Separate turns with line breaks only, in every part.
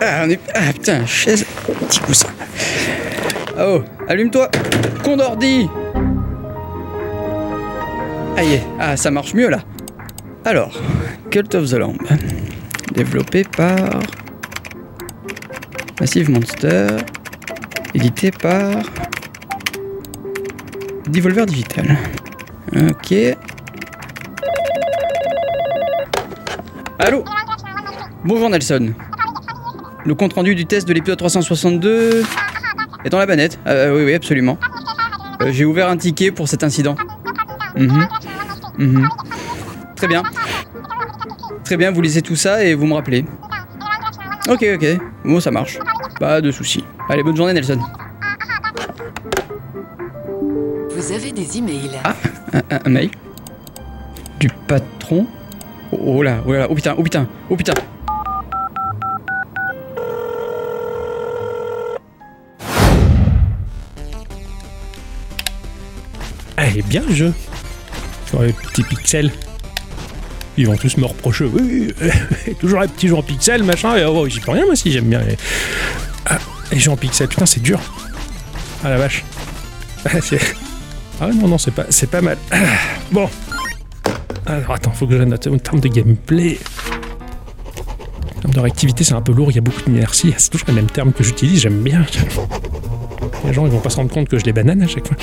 Ah, on est... ah putain, chaise, petit coussin. Oh, allume-toi, Condordi Aïe, ah, ça marche mieux là. Alors, Cult of the Lamb, développé par Massive Monster, édité par Devolver Digital. Ok. Allô Bonjour Nelson. Le compte rendu du test de l'épisode 362 est dans la banette. Euh, oui, oui, absolument. Euh, J'ai ouvert un ticket pour cet incident. Mhm, mhm. Très bien. Très bien, vous lisez tout ça et vous me rappelez. Ok, ok. Bon, ça marche. Pas de soucis. Allez, bonne journée, Nelson.
Vous avez des emails.
Un, un- un mail Du patron Oh, oh là, oh là, là, oh putain, oh putain, oh putain
Ah, il est bien le jeu. Sur les petits pixels. Ils vont tous me reprocher. Oui, oui, oui, toujours les petits jeux en pixels, machin. Et, oh, j'y peux rien, moi, si j'aime bien. Les... Ah, les jeux en pixels, putain, c'est dur. Ah la vache. Ah, c'est- ah ouais, non, non, c'est pas, c'est pas mal. Ah, bon. Alors, attends, faut que je note. En termes de gameplay. En termes de réactivité, c'est un peu lourd, il y a beaucoup d'inertie. C'est toujours le même terme que j'utilise, j'aime bien. Les gens, ils vont pas se rendre compte que je les banane à chaque fois.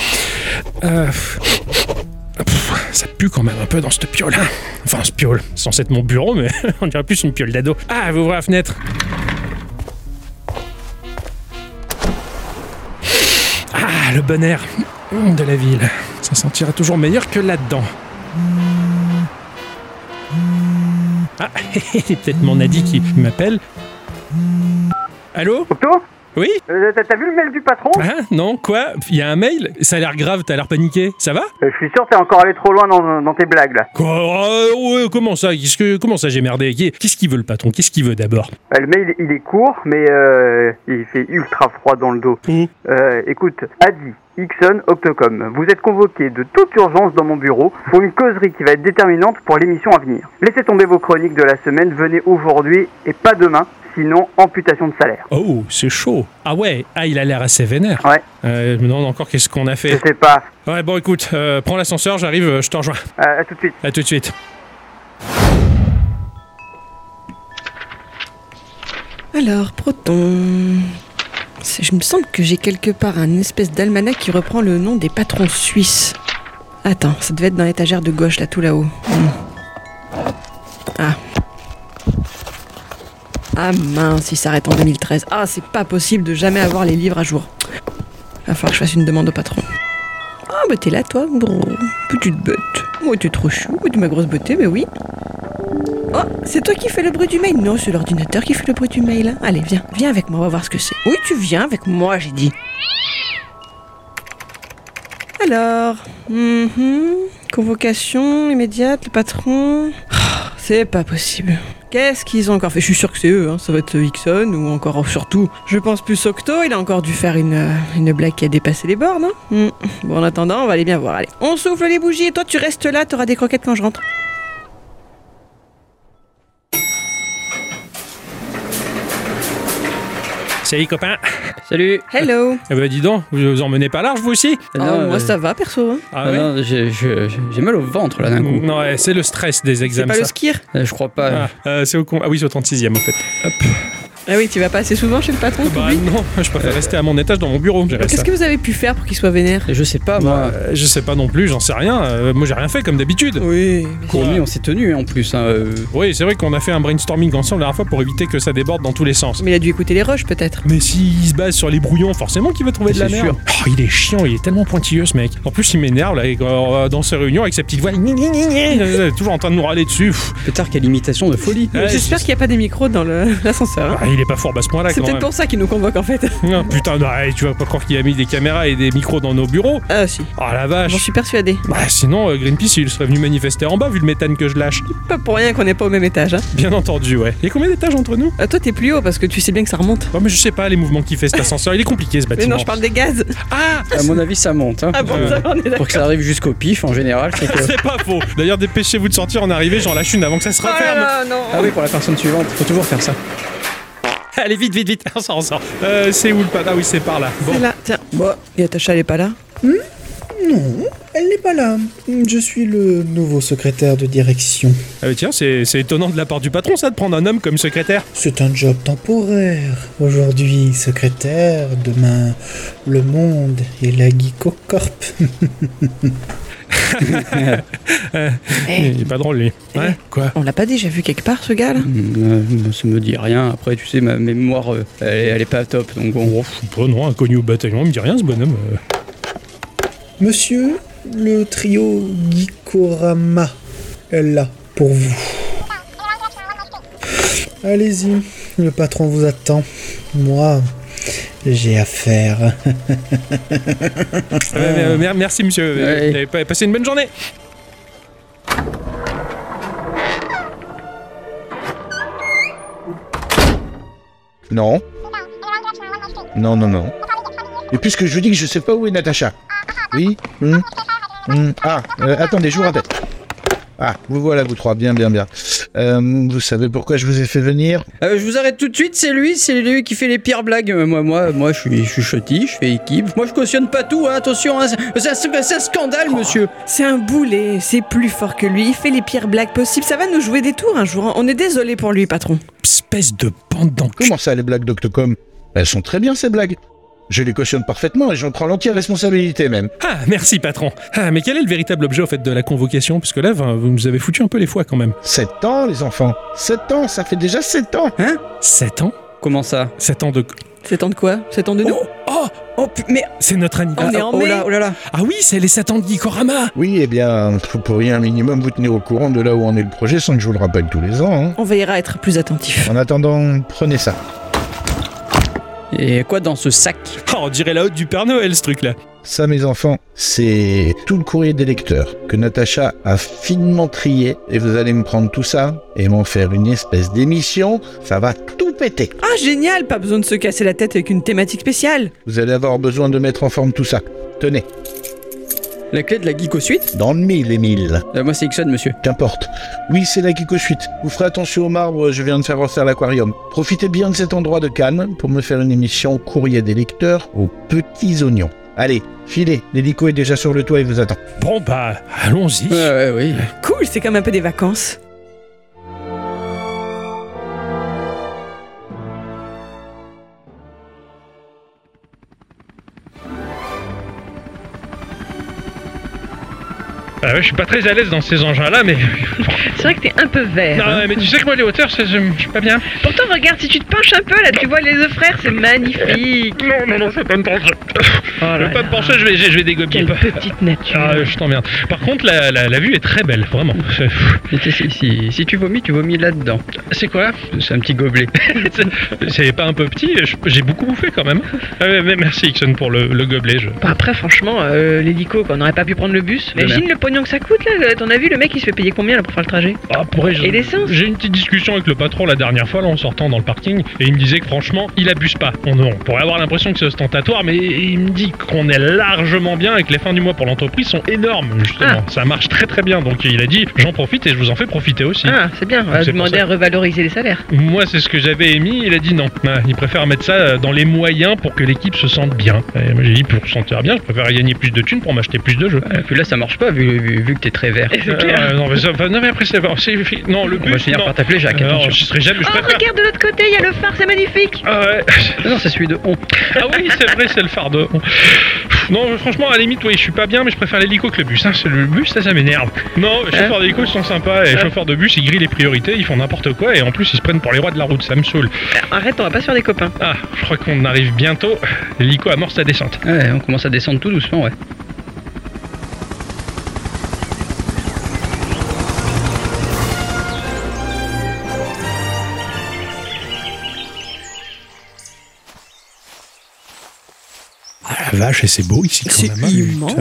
Euh, Pff, ça pue quand même un peu dans cette piole. hein. Enfin, ce piole, c'est censé être mon bureau, mais on dirait plus une piole d'ado. Ah, vous ouvrez la fenêtre. Ah, le bon air Hum, de la ville. Ça sentira toujours meilleur que là-dedans. Ah, c'est peut-être mon Adi qui m'appelle. Allô
Octo
Oui
Euh, T'as t'as vu le mail du patron
Ah, non, quoi Il y a un mail Ça a l'air grave, t'as l'air paniqué. Ça va
Euh, Je suis sûr que t'es encore allé trop loin dans, dans tes blagues là.
Quoi Euh, ouais, Comment ça Qu'est-ce que- Comment ça j'ai merdé Qui- Qu'est-ce qu'il veut le patron Qu'est-ce qu'il veut d'abord
Euh, Le mail il est court mais euh, il fait ultra froid dans le dos.
Oui.
Euh, écoute, Adi, Ixon, Octocom, vous êtes convoqués de toute urgence dans mon bureau pour une causerie qui va être déterminante pour l'émission à venir. Laissez tomber vos chroniques de la semaine, venez aujourd'hui et pas demain, sinon amputation de salaire.
Oh, c'est chaud. Ah ouais, ah il a l'air assez vénère.
Ouais.
Euh, je me demande encore qu'est-ce qu'on a
Je
fait.
sais pas,
Ouais, bon écoute, euh, prends l'ascenseur, j'arrive, euh, je te rejoins.
Euh, à tout de suite.
À tout de suite.
Alors, Proton. C'est- Je me semble que j'ai quelque part un espèce d'almanach qui reprend le nom des patrons suisses. Attends, ça devait être dans l'étagère de gauche, là, tout là-haut. Hmm. Ah. Ah mince, il s'arrête en 2013. Ah, c'est pas possible de jamais avoir les livres à jour. Va falloir que je fasse une demande au patron. Ah, bah t'es là, toi Brrr, Petite bête. Moi, t'es trop chou. Moi, t'es ma grosse beauté, mais oui. Oh, c'est toi qui fais le bruit du mail Non, c'est l'ordinateur qui fait le bruit du mail. Allez, viens, viens avec moi, on va voir ce que c'est. Oui, tu viens avec moi, j'ai dit. Alors, mhm, convocation immédiate, le patron. Ah, C'est pas possible. Qu'est-ce qu'ils ont encore fait Je suis sûr que c'est eux, hein, ça va être Ixon ou encore oh, surtout. Je pense plus Octo, il a encore dû faire une, euh, une blague qui a dépassé les bornes. hein. Hmm. Bon, en attendant, on va aller bien voir. Allez, on souffle les bougies et toi tu restes là, t'auras des croquettes quand je rentre.
Salut copain.
Salut
Hello
Eh ben dis donc, vous vous emmenez pas large vous aussi
Ah
Ah,
non,
moi
euh,
ça va perso. hein.
Ah
ah
ouais
non, j'ai- je- j'ai mal au ventre là d'un coup.
Non, ouais, c'est le stress des
C'est
examens.
pas le
ça.
skier.
Euh, Je crois pas.
Ah, euh, c'est au con. Ah oui, c'est au 36 e en fait.
Ah oui, tu vas pas assez souvent chez le patron.
Bah
t'oublies
non, je préfère rester à mon étage dans mon bureau. gérer
Qu'est-ce
ça.
que vous avez pu faire pour qu'il soit vénère
Et Je sais pas moi.
Euh, Je sais pas non plus, j'en sais rien. Euh, moi j'ai rien fait comme d'habitude.
Oui.
Pour
euh,
lui, on s'est tenu en plus. hein, euh.
Oui, c'est vrai qu'on a fait un brainstorming ensemble la dernière fois pour éviter que ça déborde dans tous les sens.
Mais il a dû écouter les roches peut-être.
Mais s'il se base sur les brouillons, forcément qu'il va trouver de la
C'est
merde.
sûr.
Oh, il est chiant, il est tellement pointilleux ce mec. En plus, il m'énerve là, avec, euh, dans ses réunions avec sa petite voix. Gni, gni, gni, gni, euh, toujours en train de nous râler dessus. Pff,
Pétard, quelle imitation de folie.
Ouais,
J'espère qu'il n'y a pas des micros dans le- l'ascenseur. hein.
ah, il est pas fort bah, à ce point-là
C'est
quand
peut-être
même.
pour ça qu'il nous convoque en fait.
Ah, putain, non, ouais, tu vas pas croire qu'il a mis des caméras et des micros dans nos bureaux.
Ah si,
Ah la
j'en
vache.
suis persuadée.
Bah, sinon, euh, Greenpeace, il serait venu manifester en bas vu le méthane que je lâche.
Pas pour rien qu'on n'est pas au même étage. Hein.
Bien entendu, ouais. Il y a combien d'étages entre nous
Ah, toi t'es plus haut parce que tu sais bien que ça remonte.
Oh, mais je sais pas les mouvements qu'il fait cet ascenseur. Il est compliqué ce
Mais
bâtiment.
non, je parle des gaz.
Ah
À mon avis, ça monte. hein.
Ah bon,
Euh,
ça va, on est d'accord.
Pour que ça arrive jusqu'au pif en général, c'est que.
C'est pas faux. D'ailleurs, dépêchez-vous de sortir en arrivée, j'en lâche une avant que ça se
Oh là
referme.
là, non.
Ah oui, pour la personne suivante, faut toujours faire ça.
Allez, vite, vite, vite, on s'en sort. Euh, c'est où le pas Ah oui, c'est par là. Bon,
C'est là, tiens. Bon, Yatacha, elle est pas là.
Non, elle n'est pas là. Je suis le nouveau secrétaire de direction.
Ah oui, tiens, c'est c'est étonnant de la part du patron, ça, de prendre un homme comme secrétaire.
C'est un job temporaire. Aujourd'hui secrétaire, demain le monde et la Geekocorp.
Eh,
Il est pas drôle, lui. Ouais, quoi
On l'a pas déjà vu quelque part, ce gars-là
Euh, ça me dit rien. Après, tu sais, ma mémoire, euh, elle, est- elle est pas top. Donc, bon.
Oh, je sais pas, non, inconnu au bataillon, il me dit rien, ce bonhomme. euh.
Monsieur, le trio Geekorama est là pour vous. Allez-y, le patron vous attend. Moi, j'ai affaire.
Ouais, mais, euh, mer- merci, monsieur.
Ouais.
Vous avez pas- Passez une bonne journée.
Non. Non, non, non. Et puisque je vous dis que je sais pas où est Natacha. Oui Hmm Hmm, Ah, euh, attendez, je vous rappelle. Ah, vous voilà, vous trois, bien, bien, bien. Euh, vous savez pourquoi je vous ai fait venir
Euh, je vous arrête tout de suite. C'est lui, c'est lui qui fait les pires blagues. Euh, Moi, moi, moi, je suis, je suis chutty, je fais équipe. Moi, je cautionne pas tout. hein, attention, hein, c'est- c'est un sc- c'est un scandale, monsieur.
C'est un boulet, c'est plus fort que lui, il fait les pires blagues possibles. Ça va nous jouer des tours un jour. hein. On est désolé pour lui, patron.
Espèce de bande d'enculés.
Comment ça, les blagues d'Octocom Elles sont très bien, ces blagues. Je les cautionne parfaitement et j'en prends l'entière responsabilité même.
Ah, merci, patron. Ah, mais quel est le véritable objet, en fait, de la convocation Puisque là, enfin, vous nous avez foutu un peu les foies, quand même.
7 ans, les enfants. 7 ans, ça fait déjà 7 ans.
7 ans
Comment ça
7 ans de...
C'est temps de quoi C'est temps de nous
Oh Oh,
Oh, pu- mais
C'est notre
On est
anniversaire.
en
oh
mai.
là, oh là là.
Ah oui, c'est les 7 ans de Gikorama
Oui, eh bien, vous pourriez un minimum vous tenir au courant de là où en est le projet sans que je vous le rappelle tous les ans. hein.
On veillera à être plus attentif.
En attendant, prenez ça.
Et quoi dans ce sac
Oh, on dirait la haute du Père Noël, ce truc-là.
Ça, mes enfants, c'est tout le courrier des lecteurs que Natacha a finement trié. Et vous allez me prendre tout ça et m'en faire une espèce d'émission. Ça va tout péter.
Ah, génial Pas besoin de se casser la tête avec une thématique spéciale.
Vous allez avoir besoin de mettre en forme tout ça. Tenez,
La clé de la geek au suite
dans le mille, Émile.
Euh, Moi, c'est Ixon, monsieur.
Qu'importe. Oui, c'est la Kiko Suite. Vous ferez attention au marbre, je viens de faire refaire l'aquarium. Profitez bien de cet endroit de Cannes pour me faire une émission courrier des lecteurs aux petits oignons. Allez, filez, l'hélico est déjà sur le toit et vous attend.
Bon, bah, allons-y.
Ouais, ouais, oui.
Cool, c'est comme un peu des vacances.
Ah ouais, je suis pas très à l'aise dans ces engins-là, mais...
C'est vrai que t'es un peu vert. hein.
Non, mais tu sais que moi, les hauteurs, ça, je je suis pas bien.
Pourtant, regarde, si tu te penches un peu, là, tu vois les œufs frères, c'est magnifique.
Non, non, non, je vais pas me pencher. je vais pas me pencher, je vais, je vais dégober.
Quelle petite nature.
Ah, je t'emmerde. Par contre, la, la, la vue est très belle, vraiment. C'est-
Si, si, si- si tu vomis, tu vomis là-dedans.
C'est quoi
C'est un petit gobelet.
C'est- C'est pas un peu petit, je- j'ai beaucoup bouffé quand même. Ah ouais, mais merci Ixon pour le, le gobelet. je-
Bah, après, franchement, euh, l'hélico, quoi, on n'aurait pas pu prendre le bus.
De
Imagine le pognon que ça coûte, là. T'en as vu, le mec, il se fait payer combien, là, pour faire le trajet
Ah, pour vrai, je-
Et l'essence
J'ai une petite discussion avec le patron la dernière fois là, en sortant dans le parking et il me disait que franchement il abuse pas. On, on pourrait avoir l'impression que c'est ostentatoire mais il me dit qu'on est largement bien et que les fins du mois pour l'entreprise sont énormes
Ah.
justement. Ça marche très très bien donc il a dit j'en profite et je vous en fais profiter aussi.
Ah, c'est bien, on va
C'est pour
demander
ça.
à revaloriser les salaires.
Moi, c'est ce que j'avais émis. Il a dit non. Ah, Il préfère mettre ça euh, dans les moyens pour que l'équipe se sente bien. Et moi, j'ai dit pour se sentir bien, je préfère gagner plus de thunes pour m'acheter plus de jeux.
Euh,
Euh, puis là, ça marche pas vu, que t'es très vert.
C'est clair.
Euh, non, mais ça- enfin, non, mais après, c'est bon, c'est- Non, le but. non.
t'appeler Jacques,
Euh, non, je serai jamais. Je
Oh,
préfère.
regarde de l'autre côté, il y a le phare, c'est magnifique.
Ah, ouais.
Non, c'est celui de on.
Ah oui, c'est vrai, c'est le fardeau. Non, franchement, à la limite, oui, je suis pas bien, mais je préfère l'hélico que le bus. hein. C'est Le bus, ça, ça m'énerve. Non, les
Hein
chauffeurs d'hélico, ils sont sympas. Et les chauffeurs de bus, ils grillent les priorités, ils font n'importe quoi. Et en plus, ils se prennent pour les rois de la route. Ça me saoule.
Bah, Arrête, on va pas se faire des copains.
Ah, je crois qu'on arrive bientôt. L'hélico amorce sa descente.
Ouais, on commence à descendre tout doucement, ouais.
Ah la vache, et c'est beau ici quand
C'est
même. hein.
immense.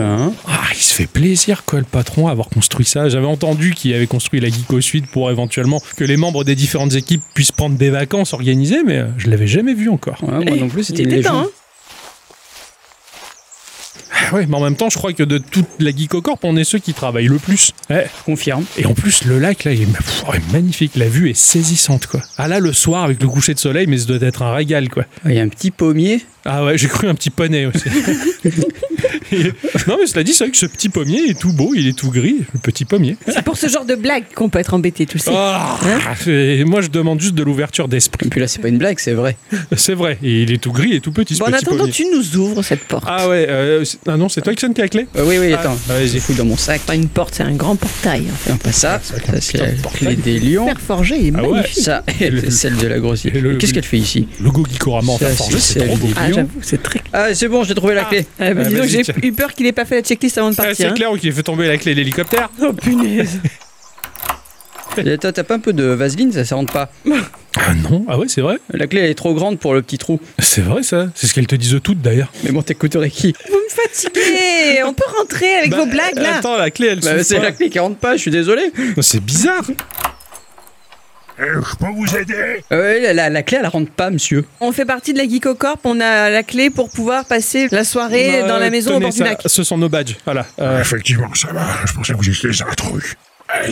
Ah, il se fait plaisir quoi le patron à avoir construit ça. J'avais entendu qu'il avait construit la Geeko Suite pour éventuellement que les membres des différentes équipes puissent prendre des vacances organisées, mais euh, je l'avais jamais vu encore.
hein.
Ouais, moi non plus, c'était
Il
une
était temps,
légende.
hein
Ah Ouais, mais en même temps, je crois que de toute la Geekocorp, on est ceux qui travaillent le plus. Ouais.
Confirme.
Et en plus, le lac, là, il est pff, ouais, magnifique. La vue est saisissante, quoi. Ah là, le soir, avec le coucher de soleil, mais ça doit être un régal, quoi.
Il y a un petit pommier.
Ah ouais, j'ai cru un petit poney aussi. Et- non, mais cela dit, c'est vrai que ce petit pommier est tout beau, il est tout gris, le petit pommier.
C'est pour ce genre de blague qu'on peut être embêté, tu le sais.
Ah, et moi, je demande juste de l'ouverture d'esprit.
Et puis là, c'est pas une blague, c'est vrai.
C'est vrai, et il est tout gris et tout petit, ce
bon, en
petit
attendant,
pommier.
tu nous ouvres cette porte.
Ah ouais, euh, c'est- ah non, c'est toi, Ixon, qui as la clé
Euh, oui, oui, attends.
Ah,
J'ai
vas-y.
fouillé dans mon sac.
Pas une porte, c'est un grand portail. en fait.
Non, pas ça. Ça, c'est la clé des lions.
Fer forgé et
Ah ouais.
magnifique.
Ça, c'est celle de la grossière.
Et le- Ah,
Qu'est-ce qu'elle fait ici
Le go Gikorama en
Ça,
fer forgé, c'est
c'est
trop
celle
beau.
des
Ah,
lions.
j'avoue, c'est très clair.
Ah, c'est bon, j'ai trouvé la clé.
Ah, bah,
Ah,
dis donc,
vas-y,
j'ai
tiens.
eu peur qu'il ait pas fait la checklist avant de
Ah,
partir.
c'est
hein.
clair, qui fait tomber la clé de l'hélicoptère.
Oh punaise.
Et T'as t'as pas un peu de vaseline, ça, ça rentre pas.
Ah non, ah ouais, c'est vrai.
La clé, elle est trop grande pour le petit trou.
C'est vrai, ça. C'est ce qu'elles te disent toutes, d'ailleurs.
Mais bon, t'écouterais qui
Vous me fatiguez. On peut rentrer avec
Bah,
vos blagues là.
Attends, la clé, elle
Bah,
s'ouvre
C'est
pas.
la clé qui rentre pas, je suis désolé.
Non, C'est bizarre.
je peux vous aider
Euh, la, la- la clé, elle rentre pas, monsieur.
On fait partie de la Geekocorp. On a la clé pour pouvoir passer la soirée
Bah,
dans la maison au
tenez,
bord du
ça,
lac.
Ce sont nos badges. Voilà. Euh,
Effectivement, ça va. Je pensais que vous étiez un truc.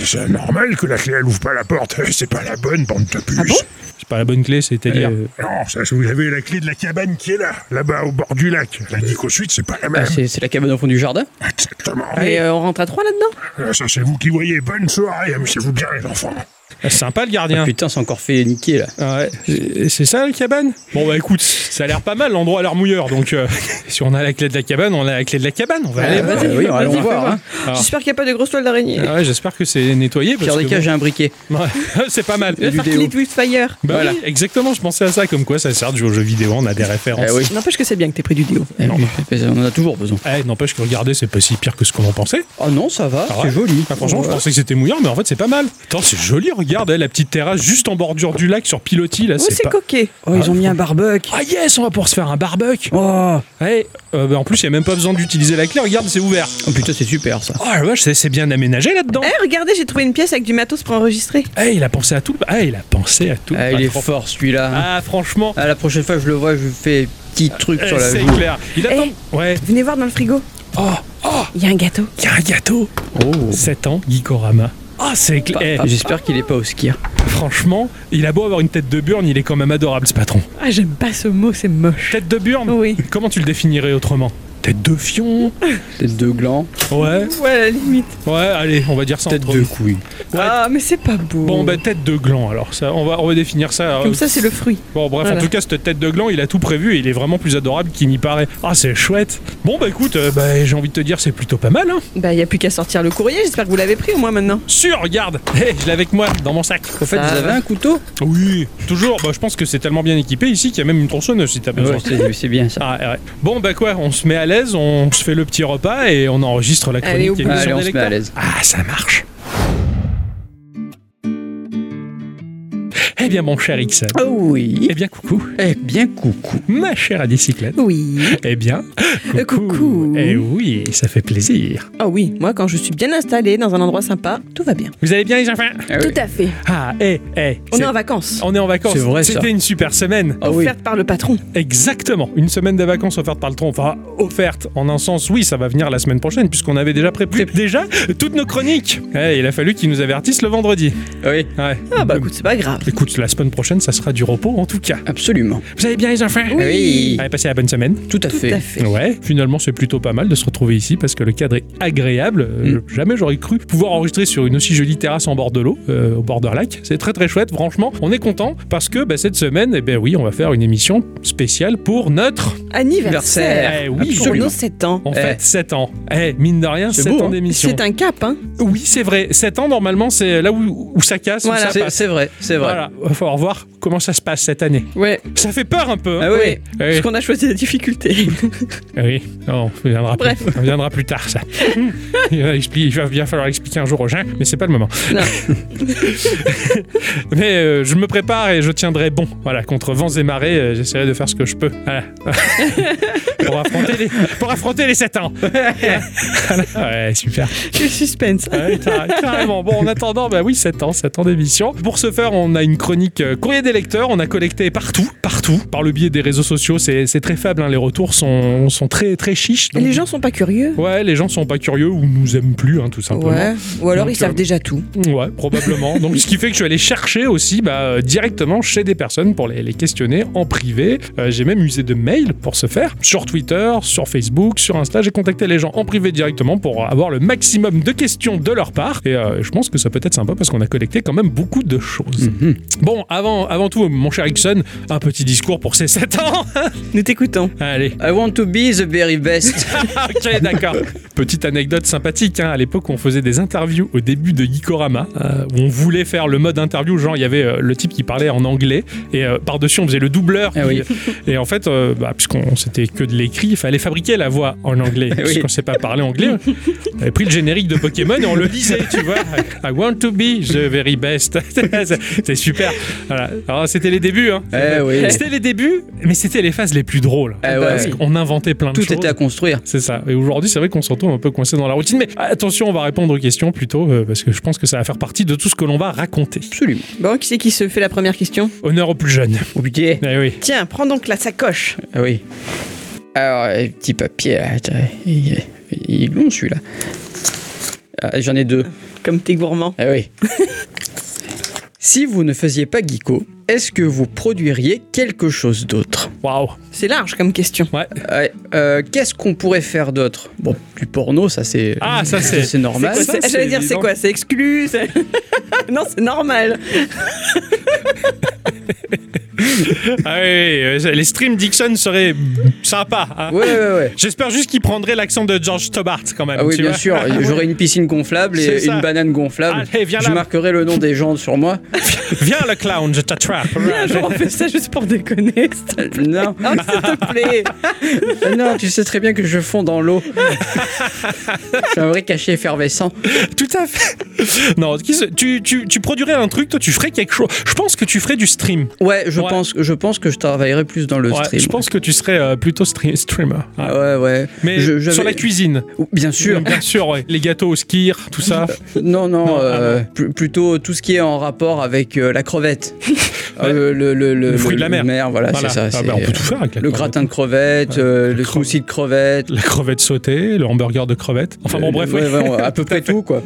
C'est normal que la clé, elle ouvre pas la porte.
Eh,
C'est pas la bonne, bande de
Ah
puces.
c'est pas la bonne clé, c'est-à-dire.
Euh,
Non, ça, vous avez la clé de la cabane qui est là, là-bas au bord du lac. La Nico Suite, c'est pas la
Ah,
même.
c'est c'est la cabane au fond du jardin
Exactement.
Ah
Mais euh, on rentre à trois là-dedans
Euh, Ça, c'est vous qui voyez. Bonne soirée, amusez-vous bien, les enfants.
Ah, Sympa le
Ah,
gardien.
Putain, c'est encore fait niquer là.
Ah ouais. Et C'est ça la cabane Bon bah écoute, ça a l'air pas mal l'endroit à l'air mouilleur. Donc euh, si on a la clé de la cabane, on a la clé de la cabane. On va aller.
Ah,
voir.
oui, on va aller
Vas-y,
voir. Hein.
Ah.
J'espère qu'il n'y a pas de grosses toiles d'araignée.
Ah ouais, j'espère que c'est nettoyé. Parce
Pierre
que
des cages, j'ai un briquet.
bon, Ah, ouais, c'est pas mal.
Et du déo.
Clip with fire.
Bah voilà, exactement, je pensais à ça, comme quoi ça sert de jouer aux jeux vidéo, on a des références.
Ah oui.
N'empêche que c'est bien que t'aies pris du déo.
Eh, mais On en a toujours besoin.
Eh, N'empêche que regarder, c'est pas si pire que ce qu'on en pensait.
Ah non, ça va,
Ah ouais.
c'est joli.
Ah, franchement, je
Ouais.
pensais que c'était mouillant, mais en fait, c'est pas mal. Attends, c'est joli, regarde, eh, la petite terrasse juste en bordure du lac sur pilotis, là,
Oh,
c'est
c'est
pas...
coquet.
Oh, ils ont mis un barbecue.
Ah yes, on va pouvoir se faire un barbecue.
Oh,
Ouais, euh, bah, en plus, il y a même pas besoin d'utiliser la clé, regarde, c'est ouvert.
Oh, putain, c'est super ça.
Oh la vache, c'est- c'est bien aménagé là-dedans.
Eh, regardez, j'ai trouvé une pièce avec du matos pour enregistrer.
Eh, il a pensé à tout. Ah, il a pensé à tout. Pas
Ah, il est
trop.
fort celui-là.
Ah, franchement,
Ah, la prochaine fois que je le vois, je lui fais petit truc
eh,
sur la
c'est
joue. Eh.
clair. Il attend. Ouais.
Venez voir dans le frigo.
Oh, oh,
Il y a un gâteau.
il y a un gâteau.
Oh.
7 ans, Gikorama. Ah, c'est clair. Eh,
Ah, J'espère qu'il est pas au skier.
franchement, il a beau avoir une tête de burne, il est quand même adorable, ce patron.
Ah, j'aime pas ce mot, c'est moche.
Tête de burne
Oui.
Comment tu le définirais autrement Tête de fion
Tête de gland,
Ouais,
Ouais, à la limite.
ouais, allez, on va dire ça
tête
entre
de
nous.
couille.
Ouais.
Ah, mais c'est pas beau.
Bon, bah, tête de gland, alors, ça, on va, on va définir ça. euh,
Comme ça, c'est le fruit.
Bon, bref,
Voilà.
en tout cas, cette tête de gland, il a tout prévu et il est vraiment plus adorable qu'il n'y paraît. Ah, c'est chouette. Bon, bah écoute, euh, bah, j'ai envie de te dire, c'est plutôt pas mal, hein.
Bah, y a plus qu'à sortir le courrier. J'espère que vous l'avez pris au moins maintenant.
Sûr, regarde. Hé, je l'ai avec moi, dans mon sac.
Au fait,
Ça
vous avez
va.
un couteau
Oui, toujours. Bah, je pense que c'est tellement bien équipé ici qu'il y a même une tronçonneuse si t'as besoin.
Ouais, c'est c'est bien ça.
Ah, ouais. Bon, bah quoi, on se met à l'aise, on se fait le petit repas et on enregistre la
Allez,
chronique.
au bout.
émission
Allez, on
des
se met à
lecteurs.
l'aise.
Ah, ça marche. Eh bien, mon cher Ixon.
Ah oui.
Eh bien, coucou,
Eh bien, coucou. Ah,
ma chère à bicyclette.
Oui.
Eh bien,
Euh, coucou.
Eh oui, ça fait plaisir.
Ah oui, moi, quand je suis bien installée dans un endroit sympa, tout va bien.
Vous allez bien, les enfants
Ah oui.
Tout à fait.
Ah, eh, eh.
On est
c'est-
en vacances.
on est en vacances.
C'est vrai, ça.
C'était une super semaine.
Ah oui.
Offerte par le patron.
Exactement. Une semaine de vacances offerte par le tronc. Enfin, offerte. En un sens, oui, ça va venir la semaine prochaine, puisqu'on avait déjà prévu déjà toutes nos chroniques. Eh, il a fallu qu'ils nous avertissent le vendredi.
Oui,
Ouais.
Ah bah écoute, c'est pas grave.
Écoute, la semaine prochaine, ça sera du repos en tout cas.
absolument.
Vous allez bien, les enfants
Oui.
Allez, passez la bonne semaine.
Tout à
Tout
fait.
à fait.
Ouais, finalement c'est plutôt pas mal de se retrouver ici parce que le cadre est agréable. Euh, Jamais j'aurais cru pouvoir enregistrer sur une aussi jolie terrasse en bord de l'eau, euh, au bord d'un lac. C'est très très chouette, franchement. On est content parce que bah, cette semaine, eh ben oui, on va faire une émission spéciale pour notre.
Anniversaire.
Eh oui,
Pour
absolument.
nos 7 ans.
En
Eh.
fait, 7 ans. Eh, mine de rien,
C'est
7
beau,
ans
hein.
d'émission.
C'est un cap, hein
Oui, c'est vrai. 7 ans, normalement, c'est là où, où ça casse,
Voilà.
où ça
C'est
passe.
c'est vrai, c'est vrai.
Voilà, va falloir voir comment ça se passe cette année.
Ouais.
Ça fait peur un peu. hein.
Ah oui.
Eh,
Parce qu'on a choisi la difficulté.
Oui, non, on viendra, plus,
Bref.
on viendra plus tard, ça. il, va expli- il va bien falloir expliquer un jour aux gens, mais c'est pas le moment.
Non.
mais euh, je me prépare et je tiendrai bon. Voilà, contre vents et marées, euh, j'essaierai de faire ce que je peux. Voilà. pour, affronter les, pour affronter les 7 ans. Voilà. ouais, super.
Quel suspense.
Ouais, car- carrément. Bon, en attendant, bah oui, 7 ans, 7 ans d'émission. Pour ce faire, on a une chronique euh, courrier des lecteurs. On a collecté partout, partout, tout par le biais des réseaux sociaux. C'est c'est très faible, hein, les retours sont, sont très très chiches.
Et
donc-
les gens sont pas curieux
Ouais, les gens sont pas curieux ou nous aiment plus, hein, tout simplement.
Ouais. Ou alors
Donc,
ils savent
euh,
déjà tout.
Ouais, probablement. Donc, ce qui fait que je suis allé chercher aussi bah, euh, directement chez des personnes pour les, les questionner en privé. Euh, j'ai même usé de mails pour ce faire. Sur Twitter, sur Facebook, sur Insta, j'ai contacté les gens en privé directement pour avoir le maximum de questions de leur part. Et euh, je pense que ça peut être sympa parce qu'on a collecté quand même beaucoup de choses.
Mhm.
Bon, avant, avant tout, mon cher Ixon, un petit discours pour ses 7 ans.
Nous t'écoutons.
Allez.
I want to be the very best.
Ah, ok, d'accord. Petite anecdote sympathique, hein, à l'époque on faisait des interviews au début de Gikorama, euh, où on voulait faire le mode interview, genre il y avait euh, le type qui parlait en anglais, et euh, par-dessus on faisait le doubleur.
Ah oui.
Et en fait, euh, bah, puisqu'on c'était que de l'écrit, il fallait fabriquer la voix en anglais,
Ah Oui.
puisqu'on ne sait pas parler anglais. On avait pris le générique de Pokémon et on le disait, tu vois. I want to be the very best. C'est super. Voilà. Alors c'était les débuts. hein.
Eh oui.
C'était les débuts, mais c'était les phases les plus drôles.
Eh ouais.
Parce qu'on inventait plein de
Tout
choses.
était à construire.
C'est ça. Et aujourd'hui, c'est vrai qu'on se retrouve un peu coincé dans la routine. Mais attention, on va répondre aux questions plutôt, euh, parce que je pense que ça va faire partie de tout ce que l'on va raconter.
Absolument.
Bon, qui c'est qui se fait la première question
Honneur aux plus jeunes.
Oh putain.
Eh oui.
Tiens, prends donc la sacoche.
Ah oui. Alors, euh, petit papier, là, attends, il, est- il est long celui-là. Ah, J'en ai deux.
Comme t'es gourmand.
Ah oui. si vous ne faisiez pas Geeko, est-ce que vous produiriez quelque chose d'autre
Waouh.
C'est large comme question.
Ouais.
Ouais, euh, Qu'est-ce qu'on pourrait faire d'autre Bon, du porno, ça c'est.
Ah, ça, c'est-
normal.
c'est quoi,
C'est-
ça,
J'allais dire,
évident.
c'est quoi C'est exclu c'est- Non, c'est normal.
Ah oui, oui, oui. les streams Dixon seraient sympas. hein.
Ouais, ouais, ouais.
J'espère juste qu'il prendrait l'accent de George Stobart quand même.
Ah oui,
tu
bien
vois.
sûr. J'aurais une piscine gonflable
C'est
et
ça. Ah,
une banane gonflable.
Allez, viens
Je
là.
marquerai le nom des gens sur moi.
Viens le clown, je t'attrape.
Un jour, on fait ça juste pour déconner.
Euh, non,
Ah,
Ah
Oh, s'il te plaît.
non, tu sais très bien que je fonds dans l'eau. je suis un vrai cachet effervescent.
Tout à fait. Non, qui se- tu, tu, tu produirais un truc, toi tu ferais quelque chose. Je pense que tu ferais du stream.
Ouais, je
Ouais.
pense, je pense que je travaillerai plus dans le
Ouais,
stream. Ah
Je pense que tu serais euh, plutôt stre- streamer. Ouais.
Ouais, ouais.
Mais
Je-
sur
j'avais-
la cuisine.
Bien sûr.
Bien sûr, ouais. Les gâteaux au skier, tout ça.
Non, non,
Non,
euh, pl- plutôt tout ce qui est en rapport avec euh, la crevette. Euh, le, le,
Le fruit de la mer.
voilà,
Voilà.
c'est ça.
Ah
c'est,
bah, on peut
euh,
tout faire avec la
le
crevette.
gratin de crevette, euh, le smoothie de crevette.
La crevette sautée, le hamburger de crevette. Enfin bon,
euh,
bref.
ouais,
oui.
ouais, à peu près tout, quoi.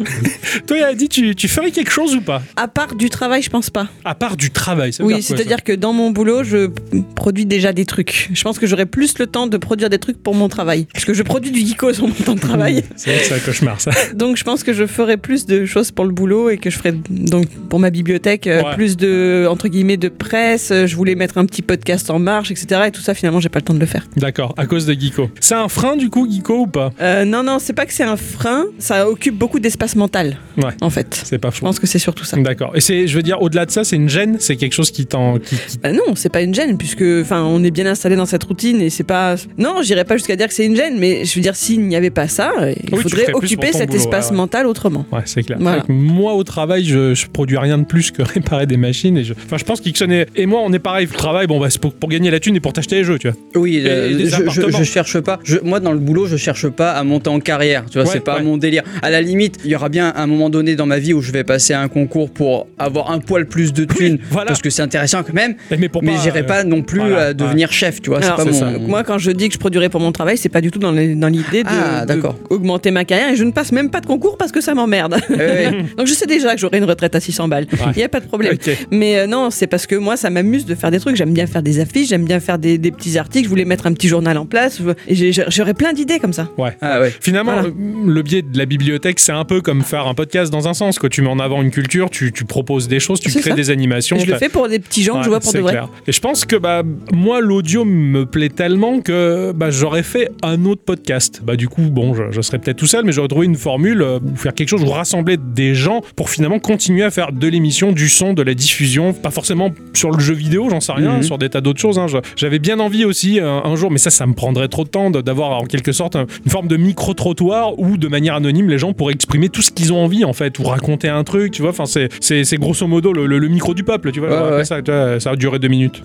Toi, elle a dit, tu, tu ferais quelque chose ou pas
À part du travail, je pense pas.
À part du travail. ça veut
Oui,
dire quoi,
c'est-à-dire que dans mon boulot, je p- produis déjà des trucs. Je pense que j'aurais plus le temps de produire des trucs pour mon travail. Parce que je produis du geeko sur mon temps de travail.
ça Hmm, C'est vrai que c'est un cauchemar, ça.
donc je pense que je ferais plus de choses pour le boulot et que je ferais donc pour ma bibliothèque euh,
Ouais.
plus de entre guillemets de presse. Euh, Je voulais mettre un petit podcast en marche, etc. Et tout ça, finalement, j'ai pas le temps de le faire.
D'accord, à cause de Geeko. C'est un frein, du coup, Geeko ou pas
Euh, non, non, c'est pas que c'est un frein. Ça occupe beaucoup d'espace mental.
Ouais.
En fait,
C'est pas
je
faux.
pense que c'est surtout ça.
D'accord. Et c'est, je veux dire, au-delà de ça, c'est une gêne C'est quelque chose qui t'en. qui- qui-
Bah non, c'est pas une gêne puisque enfin on est bien installé dans cette routine et c'est pas non, j'irais pas jusqu'à dire que c'est une gêne mais je veux dire s'il n'y avait pas ça, euh, il
Oui, tu ferais
faudrait
plus
occuper
pour ton
cet
boulot,
espace
ouais, ouais.
mental autrement.
Ouais, c'est clair.
Voilà.
C'est vrai que moi, au travail, je, je produis rien de plus que réparer des machines. Et je... Enfin, je pense qu'Ixon et... et moi, on est pareil. Le travail, bon, bah, c'est pour, pour gagner la thune et pour t'acheter les jeux, tu vois.
Oui,
Et
euh,
des
je- je,
appartements.
je cherche pas. je- moi, dans le boulot, je cherche pas à monter en carrière. Tu vois,
Ouais,
c'est pas
ouais.
mon délire. À la limite, il y aura bien un moment donné dans ma vie où je vais passer un concours pour avoir un poil plus de thunes.
voilà.
Parce que c'est intéressant quand même.
Et- Mais, pour
mais j'irai
euh,
pas non plus
voilà,
à devenir chef, tu vois. C'est
Alors,
pas mon.
Ah, c'est ça.
Moi quand je dis que je produirais pour mon travail, c'est pas du tout dans les- dans l'idée de,
Ah,
de
d'accord.
augmenter ma carrière et je ne passe même pas de concours parce que ça m'emmerde.
Eh
Ouais, ouais.
Donc je sais déjà que j'aurai une retraite à 600 balles. Il y a pas de problème.
Ok.
Mais euh, non, c'est parce que moi, ça m'amuse de faire des trucs. J'aime bien faire des affiches, j'aime bien faire des, des petits articles. Je voulais mettre un petit journal en place. Et j'ai- J'aurais plein d'idées comme ça.
Ouais.
Ah ouais.
Finalement, euh,
Voilà.
le, le biais de la bibliothèque, c'est un peu comme faire un podcast dans un sens. Quoi. Tu mets en avant une culture, tu, tu proposes des choses, tu
C'est
crées
ça.
des animations.
je le
t'as-
fais pour des petits gens que je
Ouais,
vois pour
c'est
de vrai.
clair. Et je pense que bah, moi, l'audio me plaît tellement que bah, j'aurais fait un autre podcast. Bah, du coup, bon, je, je serais peut-être tout seul, mais j'aurais trouvé une formule euh, ou faire quelque chose ou rassembler des gens pour finalement continuer à faire de l'émission, du son, de la diffusion. Pas forcément sur le jeu vidéo, j'en sais rien,
Mhm.
sur des tas d'autres choses. hein. Je- J'avais bien envie aussi euh, un jour, mais ça, ça me prendrait trop de temps de- d'avoir en quelque sorte un- une forme de micro-trottoir où de manière anonyme, les gens pourraient exprimer tout ce qu'ils ont envie en fait ou raconter un truc, tu vois. Enfin, c'est- c'est c'est grosso modo le, le- le micro du peuple, tu vois.
Ouais,
j'aurais appelé
ouais.
ça, tu vois, ça a duré deux minutes.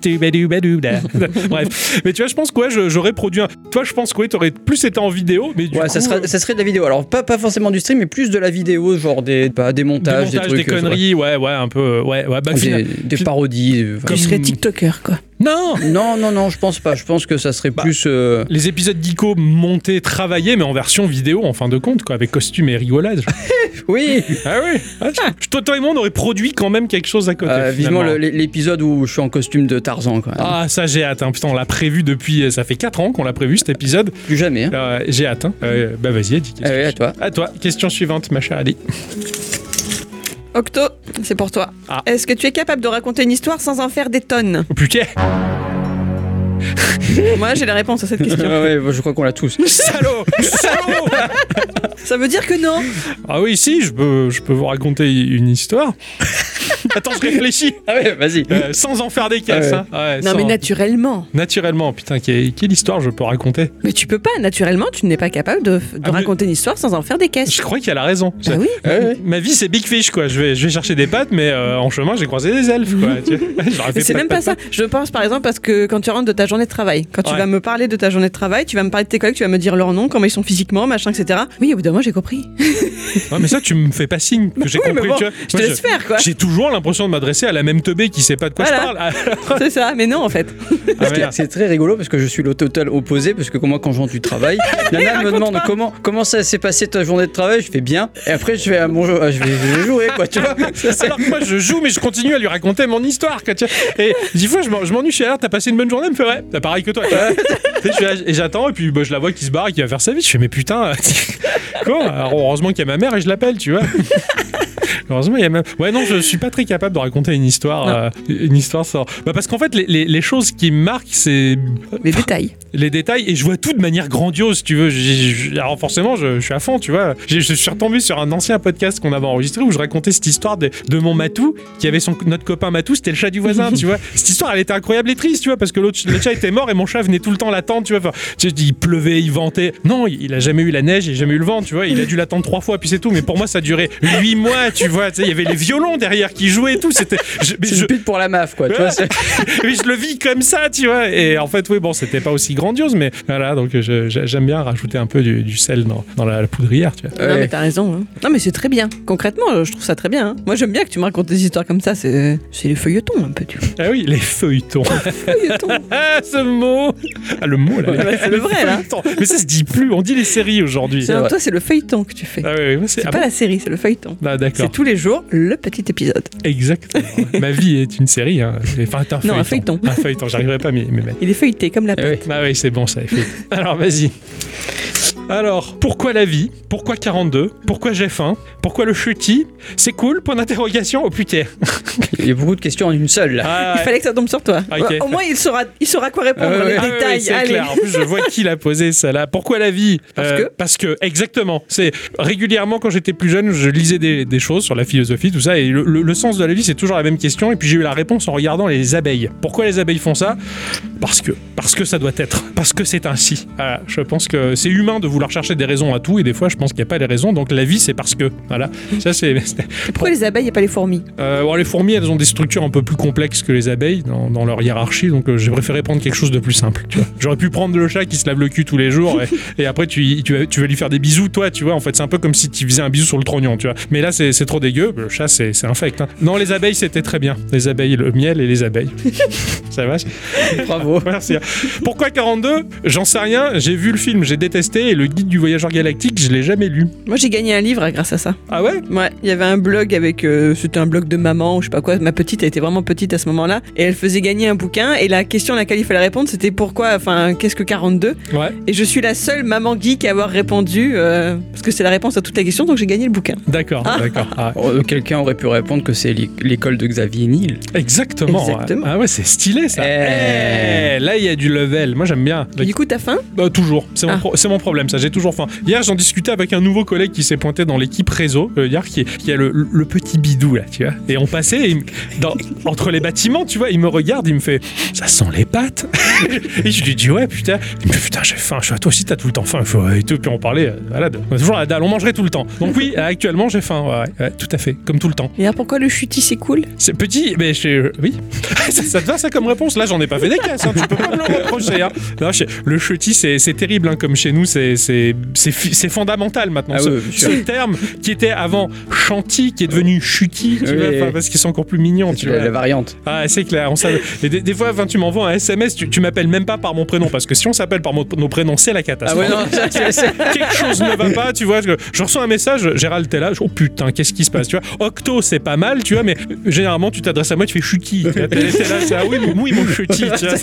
Tubadoubadouda. Bref. Mais tu vois, je pense que ouais, je- j'aurais produit un. Toi, je pense que ouais, t'aurais plus été en vidéo, mais du
Ouais,
coup,
ça,
euh,
serait, ça serait de la vidéo. Alors, pas, pas forcément du stream, mais plus de la vidéo, genre des, bah, des
des
montages,
montages,
des
des
trucs. euh,
conneries, ouais, ouais, un peu, euh, ouais, ouais. Bah,
J'ai- des, des
tu-
parodies. euh,
Comme-
voilà.
Tu serais TikToker, quoi.
Non
Non, non, non, je pense pas. Je pense que ça serait
Bah.
plus. euh,
les épisodes Geeko montés, travaillés, mais en version vidéo en fin de compte, quoi, avec costume et rigolade.
Oui
ah oui ah, je- Toi, toi et moi, on aurait produit quand même quelque chose à côté.
Euh, Vivement
finalement.
le- l'é- l'épisode où je suis en costume de Tarzan, quoi.
Ah, ça, j'ai hâte. hein. Putain, on l'a prévu depuis. euh, Ça fait 4 ans qu'on l'a prévu cet épisode.
Plus jamais. hein.
Euh, j'ai hâte. hein. Euh, bah, vas-y, dis
Allez, à toi.
À toi, question suivante, ma chère Ali.
Octo, c'est pour toi.
Ah.
Est-ce que tu es capable de raconter une histoire sans en faire des tonnes
Oh putain
Moi, j'ai la réponse à cette question.
Ah ouais, bah, je crois qu'on l'a tous.
Salaud Salaud
Ça veut dire que non
Ah oui, si, je peux, je peux vous raconter une histoire. Attends, je réfléchis
Ah ouais, vas-y.
Euh, Sans en faire des casses.
Ouais.
hein. Ouais,
Non,
sans-
mais naturellement.
Naturellement, putain, quelle, quelle histoire je peux raconter
Mais tu peux pas, naturellement, tu n'es pas capable de, de
Ah, mais-
raconter une histoire sans en faire des caisses.
Je crois qu'elle a raison.
Bah oui.
Ma vie, c'est Big Fish, quoi. Je vais, je vais chercher des pâtes, mais euh, en chemin, j'ai croisé des elfes, quoi. Tu vois J'aurais
Mais
fait
C'est
plein
même
de
pas ça. Je pense par exemple parce que quand tu rentres de ta journée de travail, quand tu
Ouais.
vas me parler de ta journée de travail, tu vas me parler de tes collègues, tu vas me dire leur nom, comment ils sont physiquement, machin, etc. Oui, au bout d'un moment, j'ai compris.
pâtes. Ouais, mais ça, tu me fais pas signe que j'ai
oui, Bah mais
compris,
bon,
tu vois.
je te
Moi,
laisse faire, quoi.
J'ai toujours l'impression de m'adresser à la même teubée qui sait pas de quoi
Voilà.
je parle. Ah,
C'est ça, mais non, en fait.
Parce que
merde.
c'est très rigolo parce que je suis le total opposé parce que moi quand je rentre du travail, Nana me demande comment comment ça s'est passé ta journée de travail, je fais bien et après je vais à mon jeu, je vais, je vais jouer quoi, tu vois. Ça, c'est-
Alors que moi je joue mais je continue à lui raconter mon histoire. Quoi, tu vois. et dix fois je m'en- je m'ennuie, je suis là, t'as passé une bonne journée, elle me fait ouais, t'as pareil que toi. tu vois. Tu sais, je suis là, et j'attends et puis bah, je la vois qui se barre et qui va faire sa vie. Je fais mais putain, quoi Alors, Heureusement qu'il y a ma mère et je l'appelle, tu vois. Heureusement, il y a même. Ouais, non, je suis pas très capable de raconter une histoire, euh, une histoire sans. Bah, parce qu'en fait, les, les- les choses qui me marquent, c'est
Les détails.
les détails et je vois tout de manière grandiose, si tu veux. J'ai- j'ai- alors forcément, je, je suis à fond, tu vois. J'ai- Je, suis retombé sur un ancien podcast qu'on avait enregistré où je racontais cette histoire de, de mon matou qui avait son notre copain matou, c'était le chat du voisin, tu vois. Cette histoire, elle était incroyable et triste, tu vois, parce que l'autre le chat était mort et mon chat venait tout le temps l'attendre, tu vois. Enfin, tu sais, je dis, il pleuvait, il ventait. Non, il, il a jamais eu la neige, il a jamais eu le vent, tu vois. Il a dû l'attendre trois fois, puis c'est tout. Mais pour moi, ça durait huit mois, tu vois. Tu sais, il y avait les violons derrière qui jouaient et tout. C'était. je- mais
C'est
je-
une pute pour la maf quoi, tu vois. c'est-
mais je le vis comme ça, tu vois. Et en fait, oui, bon, c'était pas aussi grandiose, mais voilà, donc je- je- j'aime bien rajouter un peu du, du sel dans, dans la, la poudrière, tu vois.
Non, mais
Ouais.
t'as raison. hein. Non, mais c'est très bien. Concrètement, je trouve ça très bien. hein. Moi, j'aime bien que tu me racontes des histoires comme ça. C'est c'est les feuilletons, un peu, tu vois.
Ah oui, les feuilletons.
Feuilletons.
ah, ce mot Ah, le mot, là.
Ouais, c'est le
Les
vrai, là.
feuilletons. Mais ça se dit plus, on dit les séries aujourd'hui.
C'est-
vrai.
Toi, c'est le feuilleton que tu fais.
Ah oui, oui, c'est
C'est
ah
pas
bon
la série, c'est le feuilleton.
Ah, d'accord,
C'est tous les jours le petit épisode.
exactement. Ma vie est une série. Hein. Enfin, attends,
Non, un feuilleton.
Un feuilleton, j'arriverai pas à m'y m'y mettre.
Il est feuilleté comme la
Eh oui.
pâte.
Ah oui, c'est bon ça. effectivement. Alors vas-y. Alors, pourquoi la vie Pourquoi 42 Pourquoi j'ai faim Pourquoi le chutis C'est cool Point d'interrogation au putain.
Il y a beaucoup de questions en une seule là.
Ah,
Il fallait que ça tombe sur toi.
Ok.
Au moins, il saura, il saura quoi répondre.
Ah ouais,
les
ah oui,
détails.
oui, c'est
allez.
clair. En plus, je vois qui l'a posé, ça là. Pourquoi la vie Euh,
Parce que
Parce que, exactement. C'est régulièrement, quand j'étais plus jeune, je lisais des, des choses sur la philosophie, tout ça, et le, le- le sens de la vie, c'est toujours la même question. Et puis j'ai eu la réponse en regardant les abeilles. Pourquoi les abeilles font ça Parce que, parce que ça doit être, parce que c'est ainsi. Voilà, je pense que c'est humain de vouloir chercher des raisons à tout, et des fois, je pense qu'il n'y a pas les raisons. Donc la vie, c'est parce que. Voilà. Ça, c'est.
Pourquoi les abeilles et pas les fourmis
Euh, bon, les fourmis, elles ont des structures un peu plus complexes que les abeilles dans, dans leur hiérarchie, donc euh, j'ai préféré prendre quelque chose de plus simple. tu vois. J'aurais pu prendre le chat qui se lave le cul tous les jours et, et après tu, tu, vas, tu vas lui faire des bisous, toi, tu vois. En fait, c'est un peu comme si tu faisais un bisou sur le trognon, tu vois. Mais là, c'est c'est trop dégueu. Le chat, c'est c'est infect. hein. Non, les abeilles, c'était très bien. Les abeilles, le miel et les abeilles. Ça va
Bravo.
Merci. hein. Pourquoi 42 J'en sais rien. J'ai vu le film, j'ai détesté et le guide du voyageur galactique, je l'ai jamais lu.
Moi, j'ai gagné un livre grâce à ça.
Ah ouais
Ouais, il y avait un blog avec. euh, C'était un blog de maman ou je sais pas quoi. Ma petite, elle était vraiment petite à ce moment-là. Et elle faisait gagner un bouquin. Et la question à laquelle il fallait répondre, c'était pourquoi. Enfin, qu'est-ce que 42
Ouais.
Et je suis la seule maman geek à avoir répondu. euh, parce que c'est la réponse à toutes les questions, donc j'ai gagné le bouquin.
D'accord, d'accord. Ah,
Oh, Quelqu'un aurait pu répondre que c'est l'é- l'école de Xavier Niel.
Exactement.
Exactement.
Ah ouais, c'est stylé ça.
Eh.
Eh, là, il y a du level. Moi, j'aime bien.
Du coup, t'as faim
Bah, toujours. C'est mon,
Ah.
pro- c'est mon problème, ça. J'ai toujours faim. Hier, j'en discutais avec un nouveau collègue qui s'est pointé dans l'équipe réseau. euh, hier, qui, qui a le, le petit bidou, là, tu vois. Et on passait et il me- dans- entre les bâtiments, tu vois. Il me regarde, il me fait Ça sent les pâtes. et je lui dis Ouais, putain. Il me fait Putain, j'ai faim. Je suis à toi aussi, t'as tout le temps faim. Je fais, Ouais, et tout. Puis on parlait, euh, voilà, de- on a toujours la dalle. On mangerait tout le temps. Donc, oui, actuellement, j'ai faim. Ouais, ouais, ouais, tout à fait. Comme tout le temps.
Et alors, pourquoi le chutis, c'est cool
C'est petit, mais je... oui. ça, ça te va ça comme réponse Là, j'en ai pas fait des caisses. hein. Tu peux pas me le reprocher. hein. Non, je- Le chutis, c'est c'est terrible. hein. Comme chez nous, c'est c'est c'est fi- c'est fondamental maintenant.
Ah
ce,
oui, bien sûr.
ce terme qui était avant chanty, qui est devenu chuty, tu
Oui.
vois, enfin, parce qu'ils sont encore plus mignons. Tu
la,
vois.
la variante.
Ah, c'est clair, on savait. Et des, des fois, enfin, tu m'envoies un SMS, tu, tu m'appelles même pas par mon prénom, parce que si on s'appelle par mon- nos prénoms, c'est la
Ah
catastrophe.
ouais, non, ça, c'est- c'est-
Quelque chose ne va pas, tu vois. Je, je reçois un message, Gérald, t'es là. je- Oh putain, qu'est-ce qui se passe, tu vois. Octo, c'est pas mal, tu vois, mais euh, généralement, tu t'adresses à moi, tu fais chuti. tu vois. T'es t'es là, c'est ah oui, mais oui, mon chuti, tu vois.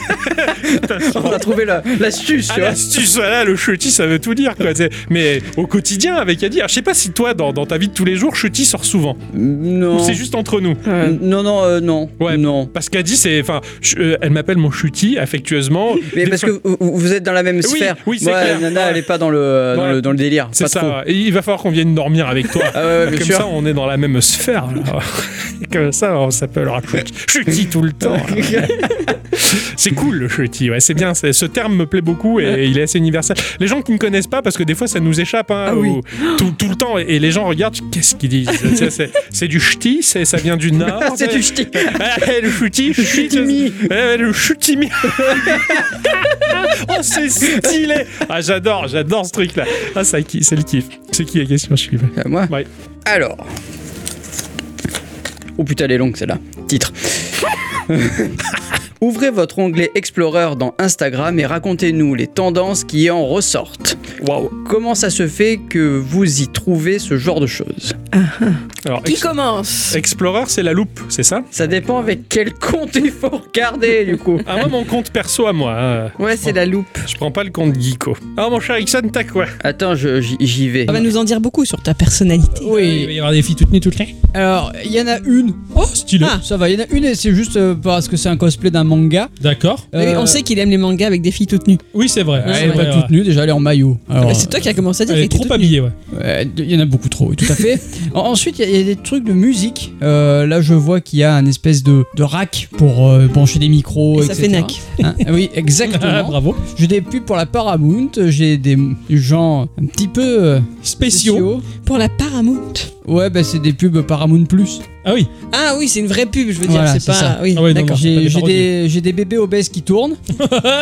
on a trouvé la- l'astuce,
Ah,
tu vois.
l'astuce, voilà, le chutis, ça veut tout dire, quoi. tu sais. Mais au quotidien, avec à dire, je sais pas si toi, dans, dans ta vie de tous les jours, chutis sort souvent. Ou
Non.
c'est juste entre nous.
Ouais.
Non, non, euh, non.
Ouais.
Non.
Parce qu'Adi, c'est. Enfin, je- euh, elle m'appelle mon chuti affectueusement.
Mais
Des
parce
fois-
que vous, vous êtes dans la même sphère.
oui, c'est
Ouais,
clair.
Nana, elle est pas dans le, euh, dans
Ouais.
le, dans le délire.
C'est
pas
ça.
trop.
Et il va falloir qu'on vienne dormir avec toi.
Ah ouais, ouais, bien
Bah, Comme
sûr.
ça, on est dans la même sphère. là. Comme ça, on s'appellera chuti- chuti tout le temps. là. c'est cool le chuti. Ouais, c'est bien. c'est- Ce terme me plaît beaucoup et il est assez universel. Les gens qui ne connaissent pas, parce que des fois, ça nous échappe hein,
Ah oui.
au- tout, tout le temps. Et, et les gens regardent, qu'est-ce qu'ils disent Tu sais, c'est- C'est du ch'ti, c'est- ça vient du nord.
Ah, c'est du ch'ti.
Eh, le ch'ti,
Le
ch'ti,
ch'timi.
Eh, ouais, le chutimi. oh, c'est stylé. Ah, j'adore, j'adore ce truc-là. Ah, ça, qui- c'est le kiff. C'est qui la question Je suis.
Euh, Moi
Ouais.
Alors. Oh putain, elle est longue celle-là. Titre. Ouvrez votre onglet Explorer dans Instagram et racontez-nous les tendances qui en ressortent. Waouh. Comment ça se fait que vous y trouvez ce genre de choses
Alors,
Qui
ex-
commence
Explorer, c'est la loupe, c'est ça
Ça dépend avec quel compte il faut regarder du coup.
Ah, moi, mon compte perso à moi. hein.
Ouais, c'est la loupe.
Je prends pas le compte Geeko. Ah, mon cher Ixon, t'as quoi
Attends, je- j'y j'y vais.
Ah,
Ça va nous en dire beaucoup sur ta personnalité.
Il va y avoir des filles toutes nues, toutes nues. Alors, il y en a une. Oh, stylé.
Ah.
ça va, il y en a une et c'est juste euh, parce que c'est un cosplay d'un manga.
D'accord.
Euh,
On sait qu'il aime les mangas avec des filles toutes nues.
Oui, c'est vrai.
Ouais,
Elle est
ouais,
pas
ouais.
toute nue, déjà, elle est en maillot. Alors,
Bah,
Mais c'est toi qui as commencé à dire
elle est
qu'elle était
trop
toute nue.
habillée,
ouais.
Ouais, Il y en a beaucoup trop, oui, tout à fait. En- Ensuite, il y a- il y, a des trucs de musique. Euh, là, je vois qu'il y a un espèce de, de rack pour euh, brancher des micros.
Et ça
etc.
fait nac.
Hein, oui,
Ah,
exactement.
bravo.
J'ai des pubs pour la Paramount, j'ai des gens un petit peu euh,
Spéciaux. Pour la Paramount.
Ouais, bah c'est des pubs Paramount Plus.
Ah oui. Ah oui, c'est une vraie pub, je veux dire.
Voilà,
c'est
c'est
pas.
ça.
Oui,
Ah ouais, non,
d'accord.
non,
J'ai-
c'est pas des
j'ai
parodies.
des, j'ai des bébés obèses qui tournent,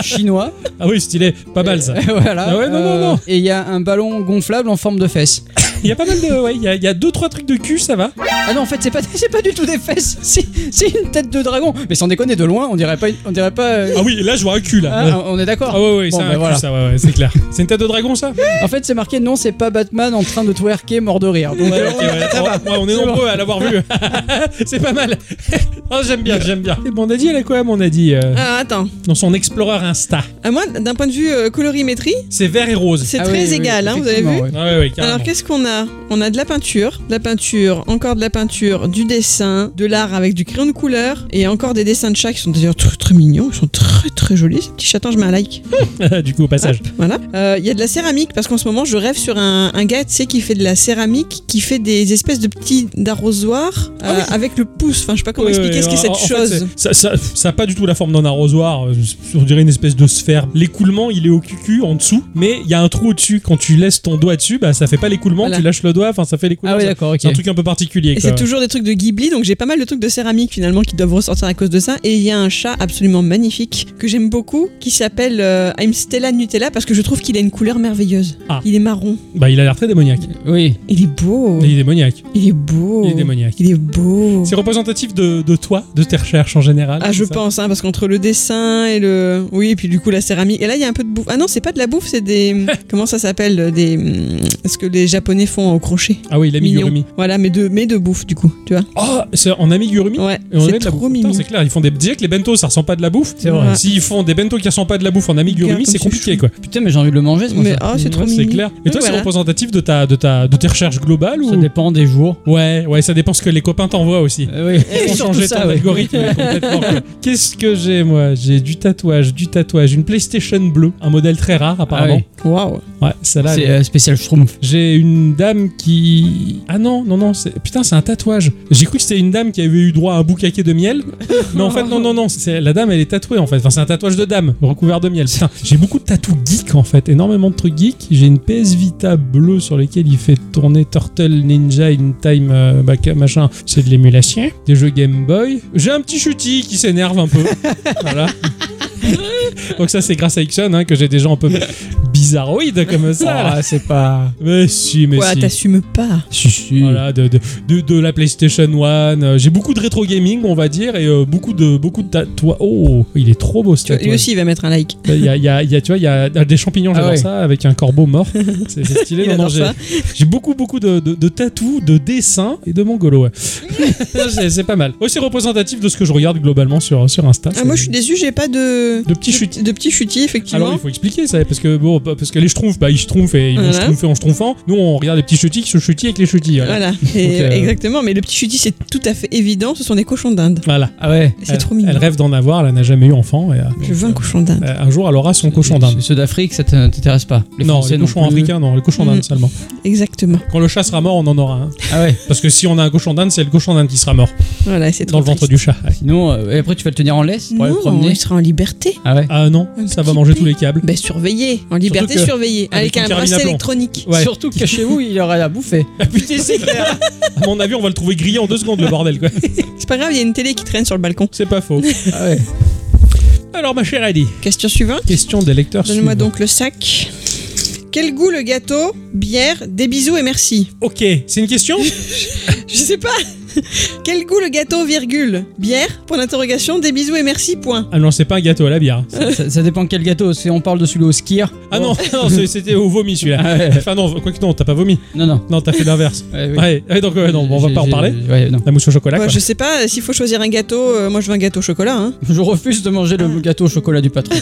chinois.
Ah oui, stylé. Pas
mal,
ça.
voilà. Euh,
Ah ouais, non, non, non.
Et il y a un ballon gonflable en forme de fesses.
Il y a pas mal de. Ouais, il y, a deux, trois trucs de cul, ça va.
Ah non, en fait, c'est pas, c'est pas du tout des fesses. C'est, c'est une tête de dragon. Mais sans déconner, de loin, on dirait pas. une- On dirait pas. euh,
Ah oui, là, je vois un cul,
ah, on est d'accord.
ouais, ouais,
Bon, bah,
cul,
voilà.
ça, ouais, ouais, c'est clair. C'est une tête de dragon, ça
En fait, c'est marqué non, c'est pas Batman en train de twerker mort de rire. Donc,
Ouais,
euh,
ok, ouais,
ça
on-
va.
ouais, on est
C'est
nombreux à l'avoir vu. c'est pas mal. Oh, j'aime bien, j'aime bien. Et mon Adi, elle a quoi, mon Adi euh,
Ah, attends.
Dans son Explorer Insta.
À moi, d'un point de vue euh, colorimétrie,
C'est vert et rose.
c'est
Ah
très
oui, oui,
égal, hein, vous avez vu
effectivement, ouais.
Ah ouais, ouais, carrément.
Alors qu'est-ce qu'on a On a de la peinture, de la peinture, encore de la peinture, du dessin, de l'art avec du crayon de couleur et encore des dessins de chats qui sont d'ailleurs très très mignons, ils sont très très jolis. Ces petits chatons, je mets un like. Ah,
du coup, au passage.
Voilà. Euh, Il y a de la céramique parce qu'en ce moment je rêve sur un, un gars, tu sais, qui fait de la céramique, qui fait des espèces de petits arrosoirs euh,
Ah
avec le pouce. Enfin, je sais pas comment
Ouais,
expliquer
ouais,
ce qu'est
en-
cette
en fait,
chose.
c'est- ça, ça, ça a pas du tout la forme d'un arrosoir. euh, On dirait une espèce de sphère. L'écoulement, il est au cucu en dessous, mais il y a un trou au-dessus. Quand tu laisses ton doigt dessus, bah ça fait pas l'écoulement.
Voilà.
Tu lâches le doigt, enfin ça fait l'écoulement.
Ah oui,
ça-
d'accord, ok.
C'est un truc un peu particulier.
Et
quoi.
c'est toujours des trucs de Ghibli, donc j'ai pas mal de trucs de céramique finalement qui doivent ressortir à cause de ça. Et il y a un chat absolument magnifique que j'aime beaucoup qui s'appelle euh, I'm Stella Nutella parce que je trouve qu'il a une couleur merveilleuse.
Ah.
Il est marron.
Bah il a l'air très démoniaque.
Oui.
Il est beau.
Il est démoniaque.
Il est beau.
Il est démoniaque.
Il est beau.
C'est représentatif de, de toi, de tes recherches en général.
Ah, je
c'est ça
pense, hein, parce qu'entre le dessin et le. Oui, et puis du coup, la céramique. Et là, il y a un peu de bouffe. Ah non, c'est pas de la bouffe, c'est des. Comment ça s'appelle Des. hum, Ce que les Japonais font au crochet.
Ah oui, l'amigurumi.
Mignon. Voilà, mais de, mais de bouffe, du coup, tu vois.
Oh, c'est en amigurumi
Ouais,
Ah, Et on
c'est
met de la
trop
bouffe. Putain,
mignon.
c'est clair, ils font des direct les bentos, ça ressent pas de la bouffe.
C'est vrai.
Ouais.
S'ils font des bentos qui ressentent pas de la bouffe en amigurumi,
Regarde
c'est
comme c'est
compliqué
chou.
quoi.
Putain, mais j'ai envie de le manger, ce
Mais
machin.
ah, c'est trop
Ouais,
mignon.
c'est clair. Et toi, c'est
voilà.
représentatif de ta de ta de tes recherches globales
Ça
ou
dépend des jours.
Ouais, ouais, ça dépend ce que les copains t'envoient aussi.
Euh, oui.
Ils ont
surtout
changé
ça,
ton
ouais.
algorithme complètement. quoi. Qu'est-ce que j'ai moi J'ai du tatouage, du tatouage, une PlayStation bleue, un modèle très rare apparemment.
Waouh.
ouais.
Ah
celle-là. elle
C'est
est-
euh, spécial Schtroumpf.
J'ai une dame qui. Ah non, non, non, c'est... putain, c'est un tatouage. J'ai cru que c'était une dame qui avait eu droit à un boucaquet de miel. Mais en fait, non, non, non, c'est... la dame, elle est tatouée en fait. Enfin, c'est un tatouage de dame, recouvert de miel. Putain, j'ai beaucoup de tatous geek en fait, énormément de trucs geek. J'ai une PS Vita bleue sur laquelle il fait tourner Turtle Ninja in Time, euh, bac- machin. C'est de l'émulation. Des jeux Game Boy. J'ai un petit chutis qui s'énerve un peu. voilà. Donc, ça, c'est grâce à Ixon hein, que j'ai des gens un peu bizarres bizarroïde comme ça.
Ah.
là, Oh, c'est pas. Mais si, mais
Quoi,
si.
t'assumes pas
Si,
Mm.
si. Voilà, de, de, de- de la PlayStation 1. euh, J'ai beaucoup de rétro gaming, on va dire, et euh, beaucoup de, beaucoup de tatouages. Oh, il est trop beau ce
Tu vois,
tatouage.
Lui aussi, il va mettre un like.
Il y a, il y a- il y a- tu vois, il y a des champignons,
Ah
j'adore
ouais.
ça, avec un corbeau mort. C'est c'est stylé.
Il
Non, non,
adore
j'ai
ça.
j'ai beaucoup, beaucoup de, de, de tatous, de dessins et de mongolo. ouais. c'est c'est pas mal. Aussi représentatif de ce que je regarde globalement sur, sur Insta.
Ah, moi, je suis déçu, j'ai pas de.
De petits chutis.
De petits chutis, effectivement.
Alors il faut expliquer ça parce que bon parce que les schtroumpfs bah ils schtroumpfent et ils vont
Voilà.
schtroumpfer en schtroumpfant. Nous on regarde les petits chutis qui se chutient avec les chutis. Voilà.
Voilà, Et,
Donc, euh,
exactement. Mais le petit chutis, c'est tout à fait évident, ce sont des cochons d'Inde.
Voilà. Ah ouais.
C'est
elle,
trop mignon.
Elle rêve d'en avoir, elle n'a jamais eu enfant. Et, euh,
Je veux un cochon d'Inde.
euh, un jour elle aura son cochon d'Inde.
Ceux d'Afrique, ça te- t'intéresse pas. Les
non,
Français
les cochons
non plus.
africains, non, les cochons
Mhm.
d'Inde seulement.
Exactement.
Quand le chat sera mort, on en aura un.
Ah ouais.
Parce que si on a un cochon d'Inde, c'est le cochon d'Inde qui sera mort.
Voilà, c'est
Dans
trop
le ventre
triste.
du chat.
Sinon, euh, et après tu vas le tenir en laisse pour aller le
Non,
promener.
il sera en liberté.
Ah ouais.
Ah non,
Un
ça va
petit
manger
peu.
tous les câbles.
Ben, surveillé. En liberté,
que-
surveillé.
avec
Avec,
une
un
carabine à
bracelet
plomb.
électronique.
Ouais. Ah,
Surtout que chez vous, il aurait à bouffer.
Putain, c'est clair. à mon avis, on va le trouver grillé en deux secondes, le bordel, quoi.
C'est pas grave, il y a une télé qui traîne sur le balcon.
C'est pas faux.
Ah ouais.
Alors, ma chère Heidi,
Question suivante.
question des lecteurs
Donne-moi
suivants.
donc le sac. Quel goût le gâteau Bière, des bisous et merci.
Ok, c'est une question
Je sais pas. Quel goût le gâteau, virgule Bière, point d'interrogation, des bisous et merci, point.
Ah non, c'est pas un gâteau à la bière.
ça, ça- ça dépend quel gâteau. Si on parle de celui au skier.
Ah
bon.
non,
Oh.
non, c'est- c'était au vomi celui-là.
Ah ouais.
Enfin non, quoi que non, t'as pas vomi.
Non, non.
Non, t'as fait l'inverse.
Ouais, oui.
Ouais, ouais, donc ouais, non, bon, on va
J'ai-
pas en
j'ai-
parler.
ouais, non.
La mousse au chocolat,
Bah,
quoi.
je sais pas, euh, s'il faut choisir un gâteau, euh, moi je veux un gâteau au chocolat. Hein.
Je refuse de manger le gâteau au chocolat du patron.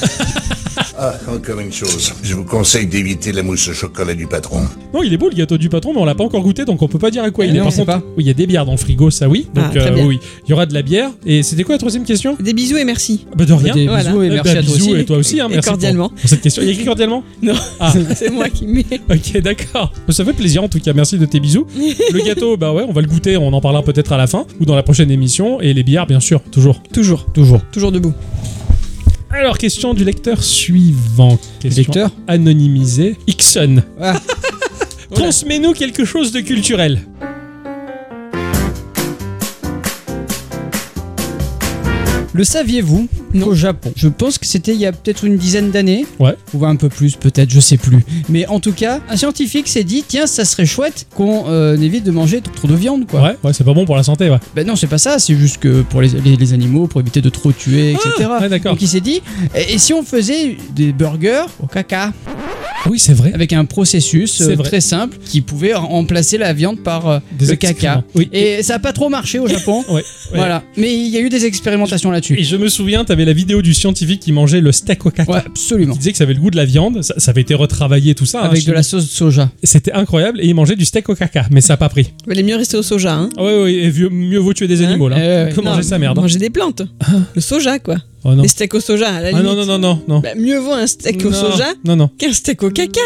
Ah, encore une chose. Je vous conseille d'éviter la mousse au chocolat du patron.
Non, il est beau le gâteau du patron, mais on l'a pas encore goûté, donc on peut pas dire à quoi
Ah
il est.
non, on
Par
sait
contre,
pas.
oui, il y a des bières dans le frigo, ça oui.
Ah,
Donc
très
euh,
bien.
oui, il y aura de la bière. Et c'était quoi la troisième question
Des bisous et merci.
Bah de rien.
Des
Voilà.
bisous et
Eh ben,
merci à toi
bisous
aussi.
et toi aussi, hein,
Et
merci pour-
cordialement.
pour cette question. Il y a écrit cordialement
Non,
Ah.
c'est moi qui mets.
Ok, d'accord. Ça fait plaisir en tout cas. Merci de tes bisous. Le gâteau, bah ouais, on va le goûter. On en parlera peut-être à la fin ou dans la prochaine émission. Et les bières, bien sûr, toujours.
Toujours,
Toujours.
toujours debout.
Alors, question du lecteur suivant. Question
Lecteur
anonymisée. Ixon.
Ah.
Transmets-nous quelque chose de culturel.
Le saviez-vous Au Japon. Je pense que c'était il y a peut-être une dizaine d'années.
Ouais.
Ou un peu plus, peut-être, je sais plus. Mais en tout cas, un scientifique s'est dit tiens, ça serait chouette qu'on euh, évite de manger trop de viande, quoi.
Ouais, ouais, c'est pas bon pour la santé, ouais.
Ben non, c'est pas ça, c'est juste que pour les, les- les animaux, pour éviter de trop tuer, etc.
ouais, Ah, d'accord.
Donc il s'est dit et, et si on faisait des burgers au caca
Ah Oui, c'est vrai.
Avec un processus euh,
C'est vrai.
très simple qui pouvait remplacer la viande par euh,
Des
le
excréments.
caca.
Oui.
Et ça a pas trop marché au Japon.
Ouais, ouais.
Voilà. Mais il y a eu des expérimentations là-dessus.
Et je me souviens, t'avais la vidéo du scientifique qui mangeait le steak au caca.
Ouais,
Qui
absolument.
disait que ça avait le goût de la viande, ça, ça avait été retravaillé tout ça. hein,
Avec de
chimiquement.
la sauce de soja.
C'était incroyable et il mangeait du steak au caca, mais ça a pas pris.
Il valait mieux rester au soja. Hein.
Ah ouais, ouais, et vieux- mieux vaut tuer des
Hein
animaux là
Eh ouais.
que manger
Non,
sa merde. hein Ah.
Manger des plantes. Le soja, quoi.
Oh non.
Des steaks au soja, à la
Ah
limite.
non, non, non, non, non.
Bah, mieux vaut un steak au
Non, Oh,
soja
Non, non.
qu'un steak au caca.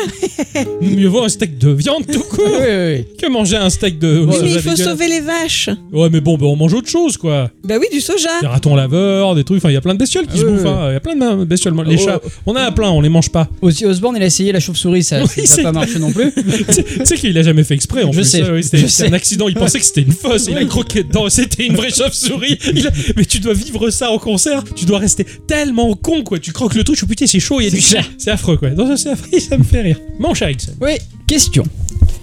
Mieux vaut un steak de viande tout
Oui,
court
oui, oui.
que manger un steak de.
Oui,
soja
mais il faut
dégueulasse.
sauver les vaches.
Ouais, mais bon, bah, on mange autre chose quoi.
Bah oui, du soja.
Des ratons laveurs, des trucs. Enfin, il y a plein de bestioles qui
Ah
se
ouais,
bouffent.
ouais.
hein. Il y a plein de bestioles. Les
Oh.
chats, on en a plein, on les mange pas.
Aussi Osborne, il a essayé la chauve-souris, ça
Oui,
n'a
c'est
pas
clair.
marché non plus.
tu sais- tu sais qu'il a jamais fait exprès en
Je
plus.
sais,
Ah oui, c'était
je
c'était
sais.
un accident. Il pensait que c'était une fosse. Il a croqué dedans. C'était une vraie chauve-souris. Il a- Mais tu dois vivre ça en concert. Tu dois rester tellement con quoi. Tu croques le truc. tu- Putain, c'est chaud. Il y a du chat. C'est affreux quoi. Non, ça, c'est affreux. Ça me fait rire. Mon chat, Ixon.
Oui, question.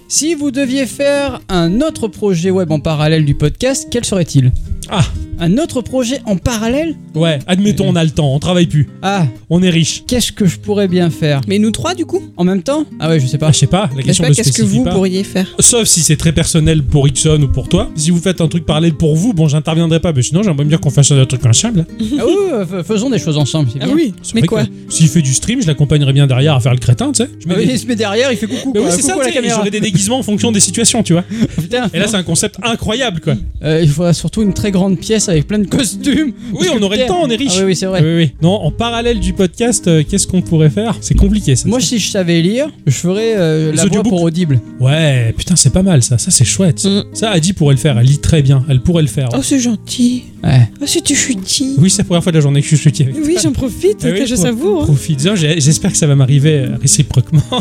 Si vous deviez faire un autre projet web en parallèle du podcast, quel serait-il
Ah.
Un autre projet en parallèle
Ouais, admettons, on a le temps. On travaille plus.
Ah,
On est riche.
qu'est-ce que je pourrais bien faire
Mais nous trois, du coup
En même temps Ah ouais, je sais
Bah,
pas.
je sais pas. La
Je sais
question
pas,
ne
qu'est-ce que
spécifie
vous
pas.
pourriez faire
Sauf si c'est très personnel pour Ixon ou pour toi. Si vous faites un truc parallèle pour vous, bon, j'interviendrai pas, mais sinon, j'aimerais me dire qu'on fasse un truc ensemble.
Ah oui, euh, f- faisons des choses ensemble, c'est bien.
oui,
C'est
mais
vrai
quoi
que S'il fait du stream, je l'accompagnerai bien derrière à faire le crétin, tu sais. Je
Ah
mets
oui,
des-
il se met derrière, il fait coucou.
Mais
quoi,
oui, c'est
coucou
ça,
à la
tu sais, et
caméra.
j'aurai des déguisements en fonction des situations, tu vois.
Putain.
Et là, c'est un concept incroyable, quoi.
Euh, il faudra surtout une très grande pièce avec plein de costumes.
Oui, on aurait le temps, on est riche.
Ah
Euh,
oui, oui, c'est vrai.
Oui, oui. Non, en parallèle du podcast, euh, qu'est-ce qu'on pourrait faire C'est compliqué, ça.
Moi, si je savais lire, je ferais euh,
Les
la voix
audiobooks.
pour Audible.
Ouais, putain, c'est pas mal, ça. Ça, c'est chouette. Ça.
Mm.
Ça, Adi pourrait le faire. Elle lit très bien. Elle pourrait le faire.
Oh, c'est gentil.
Ouais.
Oh, c'est du chutis.
Oui, c'est la première fois de la journée que je suis chutée avec
Oui, j'en profite,
Eh oui,
que je
pro-
savoure.
Profites-en, j'ai- j'espère que ça va m'arriver euh, réciproquement.
hein.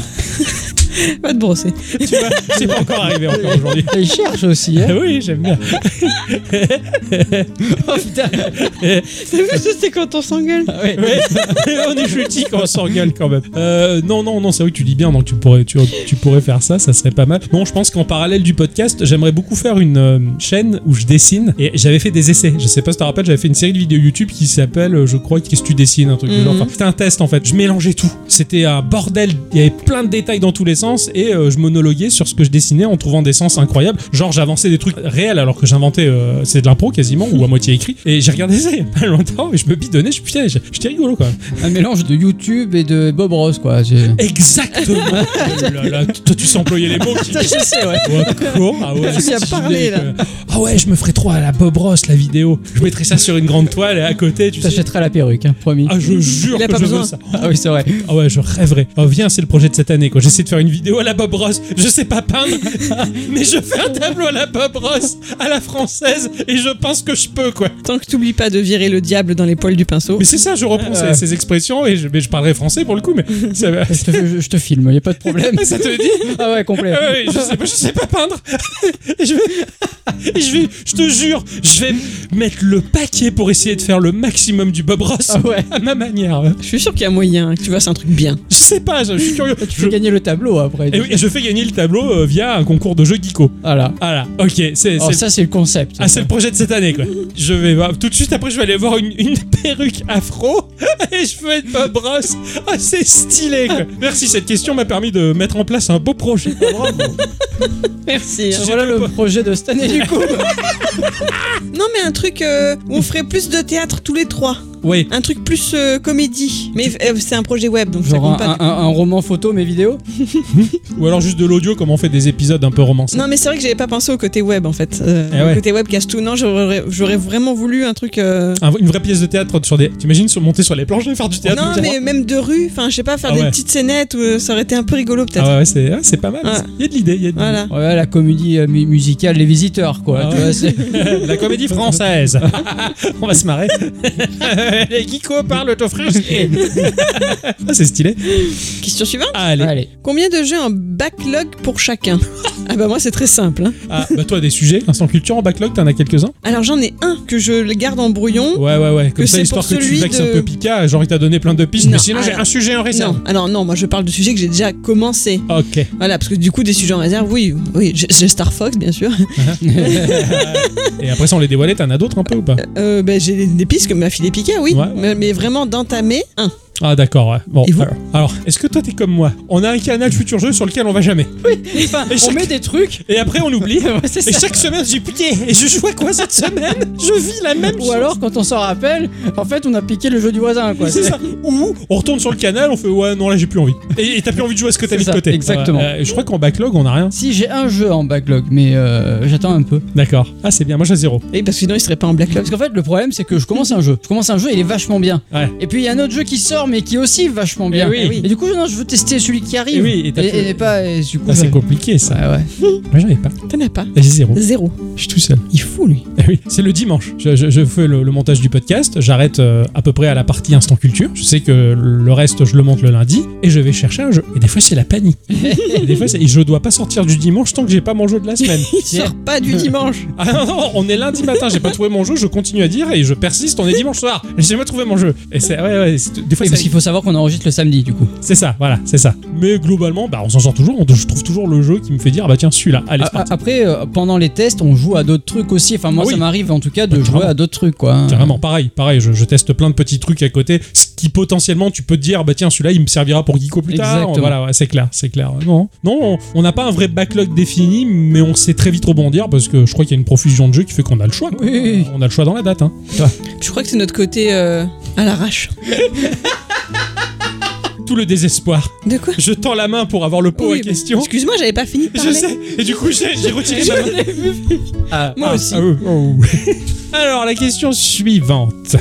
Va te brosser.
Tu vois, c'est pas encore arrivé encore aujourd'hui.
Il cherche aussi.
Hein. oui, j'aime bien.
oh putain.
T'as vu, ça, c'est quand on
Ah,
s'engueule.
ouais.
Ouais. on est chutis quand on s'engueule quand même. Euh, non, non, non, c'est vrai que tu dis bien, donc tu pourrais, tu, tu pourrais faire ça, ça serait pas mal. Non, je pense qu'en parallèle du podcast, j'aimerais beaucoup faire une euh, chaîne où je dessine. Et j'avais fait des essais. Je sais pas si tu te rappelles, j'avais fait une série de vidéos YouTube qui s'appelle, euh, je crois, Qu'est-ce que tu dessines Un truc du genre.
Mhm.
Enfin, c'était un test en fait. Je mélangeais tout. C'était un bordel. Il y avait plein de détails dans tous les sens et euh, je monologuais sur ce que je dessinais en trouvant des sens incroyables. Genre, j'avançais des trucs réels alors que j'inventais, euh, c'est de l'impro quasiment ou à moitié écrit. Et j'ai regardé ça il y a pas longtemps et je me bidonnais. Je putain, j'ai- j'étais rigolo quand même.
Un mélange de YouTube et de Bob Ross, quoi. J'ai-
Exactement. Oh là là, toi tu sais employer les mots.
Putain, je sais, ouais.
quoi Ah ouais,
Tu viens
c'est
parler,
génial,
là.
quoi. Ah ouais, je me ferai trop à la Bob Ross la vidéo. Je mettrai ça sur une grande toile et à côté, tu sais.
T'achèteras la perruque, hein, promis.
Ah, je jure
Il a
que
pas
je
besoin.
veux ça.
Ah oui, c'est vrai.
Ah ouais, je rêverais. Oh, viens, c'est le projet de cette année. quoi. J'essaie de faire une vidéo à la Bob Ross. Je sais pas peindre, mais je fais un tableau à la Bob Ross, à la française, et je pense que je peux, quoi.
Tant que t'oublies pas de virer le diable dans les poils du pinceau.
Mais c'est ça, je reprends ces, ces expressions, et je, mais je parlerai français pour le coup, mais ça va.
Je te, je- je te filme, y a pas de problème.
Ça te le dit
Ah ouais, complet.
Ah ouais, je, sais pas, je sais pas peindre. Et je vais, et je vais, je te jure, je vais mettre le paquet pour essayer de faire le maximum du Bob Ross
Ah ouais.
à ma manière.
Je suis sûr qu'il y a moyen, hein, que tu vois, c'est un truc bien.
Je sais pas, je suis curieux.
Tu
Je-
fais gagner le tableau après.
Et oui, et je fais gagner le tableau euh, via un concours de jeux Geeko.
Voilà.
Voilà, ok, c'est
Alors,
c'est-
ça, c'est le concept.
ah, c'est le projet de cette année, quoi. Je vais voir. Tout de suite après, je vais aller voir une, une perruque afro et je vais être Bob Ross. Ah, c'est stylé, quoi. Merci, cette question m'a permis de mettre en place un beau projet.
Merci. hein.
Voilà le projet de cette année, du coup.
Non, mais un truc euh, où on ferait plus de théâtre tous les trois.
Oui.
Un truc plus euh, comédie. Mais euh, c'est un projet web, donc ça
Genre
compte pas.
un, un- un roman photo, mais vidéo
Ou alors juste de l'audio, comme on fait des épisodes un peu romancés.
Non, mais c'est vrai que j'avais pas pensé au côté web en fait. Euh,
Eh ouais.
Le côté web casse tout. Non, j'aurais j'aurais vraiment voulu un truc. euh,
Un- une vraie pièce de théâtre sur des. T'imagines sur, monter sur les planches et faire du théâtre
Oh
oh,
non,
comme ça
mais même de rue. Enfin, je sais pas, faire
Ah
des
ouais.
petites scénettes où euh, ça aurait été un peu rigolo peut-être.
Ah ouais, ouais, c'est ouais, c'est pas mal.
Ouais.
Il y a de l'idée. il y a de
Voilà.
Ouais, la comédie euh, mu- musicale, les visiteurs, quoi.
Ah
tu
ouais.
vois, c'est-
l'idée. La comédie française. on va se marrer. les geekos parlent au français. Ah, c'est stylé.
Question suivante.
Ah, allez.
Allez.
Combien de jeux en backlog pour chacun Ah bah moi c'est très simple. hein.
Ah, bah toi, des sujets, instant culture en backlog, t'en as quelques-uns
Alors j'en ai un que je le garde en brouillon.
Ouais, ouais, ouais. Comme
Que
ça,
c'est
histoire
pour
que tu
celui
vexes
de-
un peu Pika, genre il t'a donné plein de pistes,
Euh. Non,
mais sinon j'ai
alors-
un sujet en réserve.
Non, alors non, moi je parle de sujets que j'ai déjà commencé.
Ok.
Voilà, parce que du coup des sujets en réserve, oui, oui, j'ai- j'ai Star Fox bien sûr.
Et après, ça, on les dévoilait, t'en as d'autres un peu ou pas
Euh, ben, j'ai des- des pistes que m'a filé Pika, oui.
Ouais.
Mais, mais vraiment d'entamer un.
Ah, d'accord, ouais. Bon,
Et vous
alors, alors, est-ce que toi, t'es comme moi On a un canal futur jeu sur lequel on va jamais.
Enfin,
Et
on
chaque-
met des trucs.
Et après, on oublie.
Ouais, c'est
Et
ça.
chaque semaine, je dis putain, et je joue à quoi cette semaine Je vis la même
Ou
chose.
alors, quand on s'en rappelle, en fait, on a piqué le jeu du voisin, quoi.
C'est ça. Ou on retourne sur le canal, on fait ouais, non, là j'ai plus envie. Et et t'as plus envie de jouer à ce que t'as
C'est
mis de
ça,
côté.
exactement.
Ouais, euh, je crois qu'en backlog, on a rien.
Si j'ai un jeu en backlog, mais euh, j'attends un peu.
D'accord. Ah, c'est bien, moi j'ai zéro.
Eh
Oui, parce que sinon il serait pas en backlog.
Parce qu'en fait, le problème, c'est que je commence un jeu. Je commence un jeu, il est vachement bien.
Ouais.
Et puis il y a un autre jeu qui sort, mais qui est aussi vachement bien.
Eh oui. Eh oui.
Et du coup, non, je veux tester celui qui arrive.
Eh oui, et t'as
et,
plus-
et pas. et du coup,
Ah, c'est
ben, ouais.
compliqué ça.
Ouais, ouais.
Moi j'en ai pas. Ah,
T'en as pas.
J'ai zéro.
Zéro.
Je suis tout seul.
Il fout lui.
Eh oui, c'est le dimanche. Je, je- je fais le, le montage du podcast. J'arrête euh, à peu près à la partie instant culture. Je sais que le reste, je le monte le lundi et je vais chercher un jeu. Et des fois, c'est la panique. et des fois, c'est- et je dois pas sortir du dimanche tant que j'ai pas mon jeu de la semaine.
Il sort pas du dimanche.
Ah non, non, on est lundi matin, j'ai pas trouvé mon jeu, je continue à dire et je persiste, on est dimanche soir, j'ai jamais trouvé mon jeu. Et c'est, ouais, ouais, c'est- des fois
Oui, parce
c'est,
qu'il faut savoir qu'on enregistre le samedi, du coup.
c'est ça, voilà, c'est ça. Mais globalement, bah, on s'en sort toujours, on, je trouve toujours le jeu qui me fait dire, ah bah tiens, celui-là, allez, c'est
A- a-
parti.
Après, euh, pendant les tests, on joue à d'autres trucs aussi. Enfin, moi,
Ah oui.
ça m'arrive en tout cas de
Bah,
jouer
carrément.
à d'autres trucs, quoi. hein.
Carrément, pareil, pareil, je, je teste plein de petits trucs à côté, ce qui potentiellement tu peux te dire, bah tiens, celui-là il me servira pour Geeko plus tard.
Exactement.
Voilà, ouais, c'est clair, c'est clair. Non, non, on- on n'a pas un vrai backlog défini, mais on sait très vite rebondir parce que je crois qu'il y a une profusion de jeux qui fait qu'on a le choix. quoi.
Oui.
On a le choix dans la date. Hein.
Je crois que c'est notre côté euh, à l'arrache.
Tout le désespoir.
De quoi
Je tends la main pour avoir le pot
Oui,
à question.
Excuse-moi, j'avais pas fini de
Je
parler.
sais, et du coup j'ai j'ai retiré ma main.
Moi aussi.
Ah oui, oh. Alors la question suivante.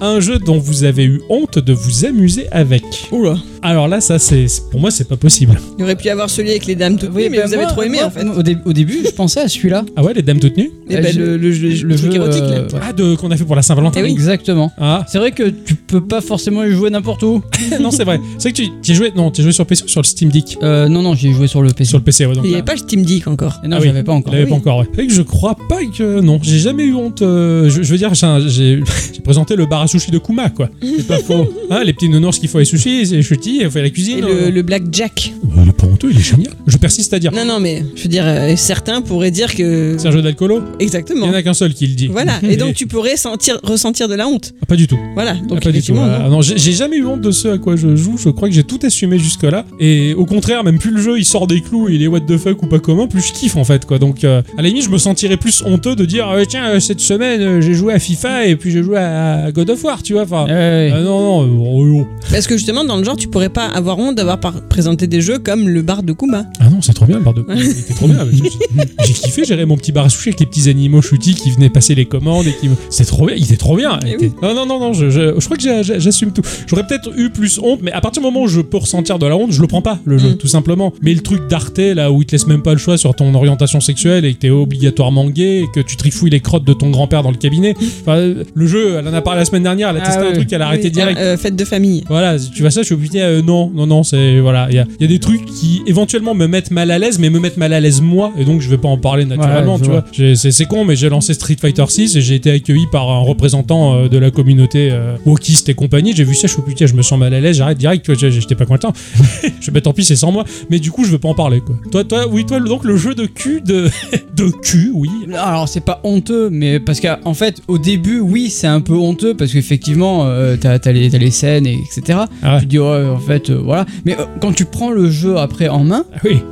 Un jeu dont vous avez eu honte de vous amuser avec.
Oula.
Alors là, ça, c'est pour moi, c'est pas possible.
Il aurait pu y avoir celui avec les dames toutes nues, mais
ben
bah,
vous avez
moi-
trop aimé
moi,
en fait.
Au, dé- au début, je pensais à celui-là.
Ah ouais, les dames toutes nues
Eh ben, le- le- le euh, truc érotique, là.
Ah, de- qu'on a fait pour la Saint-Valentin.
Eh oui. Exactement.
C'est vrai que tu peux pas forcément y jouer n'importe où. non, c'est vrai. C'est que tu tu y as joué, non, tu y as joué sur PC ou sur le Steam Deck Euh, Non, non, j'ai joué sur le PC. Sur le PC, ouais. Donc
Il n'y
là-
avait pas le Steam Deck encore.
Ah oui, Il l'avait pas encore, ouais. C'est vrai que je crois pas que. Non, j'ai jamais eu honte. euh, je, je veux dire, j'ai un- j'ai j'ai présenté le bar à sushi de Kuma, quoi. C'est pas faux. Hein, les petits nounours qui font les sushis, c'est chutis, il faut la cuisine.
Et
euh.
le, le Blackjack.
Bah, il est pas honteux, il est génial. Je persiste à dire.
Non, non, mais je veux dire, euh, certains pourraient dire que.
C'est un jeu d'alcoolo
Exactement.
Il y en a qu'un seul qui le dit.
Voilà, et donc tu pourrais sentir, ressentir de la honte.
Ah, pas du tout.
Voilà, donc
Ah, pas du tout.
effectivement.
Ah, non, j'ai j'ai jamais eu honte de ce à quoi je joue. Je crois que j'ai tout assumé jusque là. Et au contraire, même plus le jeu il sort des clous, il est what the fuck ou pas commun, plus je kiffe en fait quoi. Donc euh, à la limite, je me sentirais plus honteux de dire Ah, tiens euh, cette semaine euh, j'ai joué à FIFA et puis j'ai joué à God of War, tu vois. Enfin, ah, non non. euh, oh, oh.
Parce que justement, dans le genre, tu pourrais pas avoir honte d'avoir par- présenté des jeux comme le bar de Kuma.
Ah non, c'est trop bien le bar de Il était trop bien. J'ai- J'ai kiffé, j'avais mon petit bar à sushi avec les petits animaux chutis qui venaient passer les commandes et qui me. C'est trop bien, il était trop bien.
Ah,
Eh
il était- Non, non, non, non, je, je- je crois que j'a- j'a- j'assume tout. J'aurais peut-être eu plus honte, mais à partir du moment où je peux ressentir de la honte, je le prends pas, le jeu, tout simplement. Mais le truc d'Arte, là, où il te laisse même pas le choix sur ton orientation sexuelle et que t'es obligatoirement gay et que tu trifouilles les crottes de ton grand-père dans le cabinet. Enfin, euh, le jeu, elle en a parlé la semaine dernière, elle a
Ah
testé un
oui.
truc, elle a arrêté
Oui,
direct.
ah, euh, fête de famille.
Voilà, si tu vas ça, je suis obligé. euh, non, non, non, c'est voilà. Il y a, il y a des trucs qui éventuellement me mettent mal à l'aise, mais me mettent mal à l'aise moi, et donc je vais pas en parler naturellement,
Ouais, je
tu vois.
vois.
J'ai- C'est c'est con, mais j'ai lancé Street Fighter 6 et j'ai été accueilli par un représentant euh, de la communauté euh, wokiste et compagnie. J'ai vu ça, je suis putain, je me sens mal à l'aise, j'arrête direct. tu vois, j'ai- J'étais pas content. je vais tant pis, c'est sans moi. Mais du coup, je veux pas en parler, quoi. Toi, toi, oui, toi, donc le jeu de cul de de cul, oui.
Alors c'est pas honteux, mais parce qu'en fait au début oui c'est un peu honteux parce qu'effectivement euh, t'as t'as les, t'as les scènes et etc.
Ah
Tu te dis ouais en fait euh, voilà, mais euh, quand tu prends le jeu après en main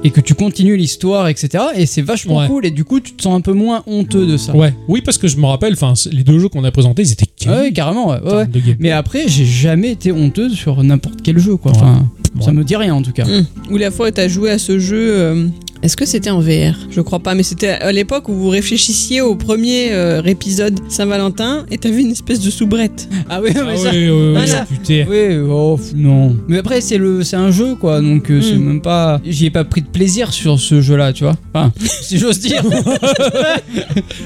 et que tu continues l'histoire etc. Et c'est vachement
Ah Ouais.
cool et du coup tu te sens un peu moins honteux de ça.
Ouais, oui, parce que je me rappelle, enfin, les deux jeux qu'on a présentés, ils étaient
Ah ouais, carrément. ouais, ouais, ouais.
de
Mais après j'ai jamais été honteux sur n'importe quel jeu quoi. Enfin ça me dit rien en tout cas.
Mm. Ou la fois où t'as joué à ce jeu. euh, Est-ce que c'était en VR Je crois pas, mais c'était à à l'époque où vous réfléchissiez au premier euh, épisode Saint-Valentin et t'avais une espèce de soubrette.
Ah oui,
Ah oui, oui, oui, putain.
Oui, oh, pff, non. Mais après, c'est le, c'est un jeu, quoi. Donc, euh, c'est
Hmm.
même pas. J'y ai pas pris de plaisir sur ce jeu-là, tu vois. Enfin, si j'ose dire.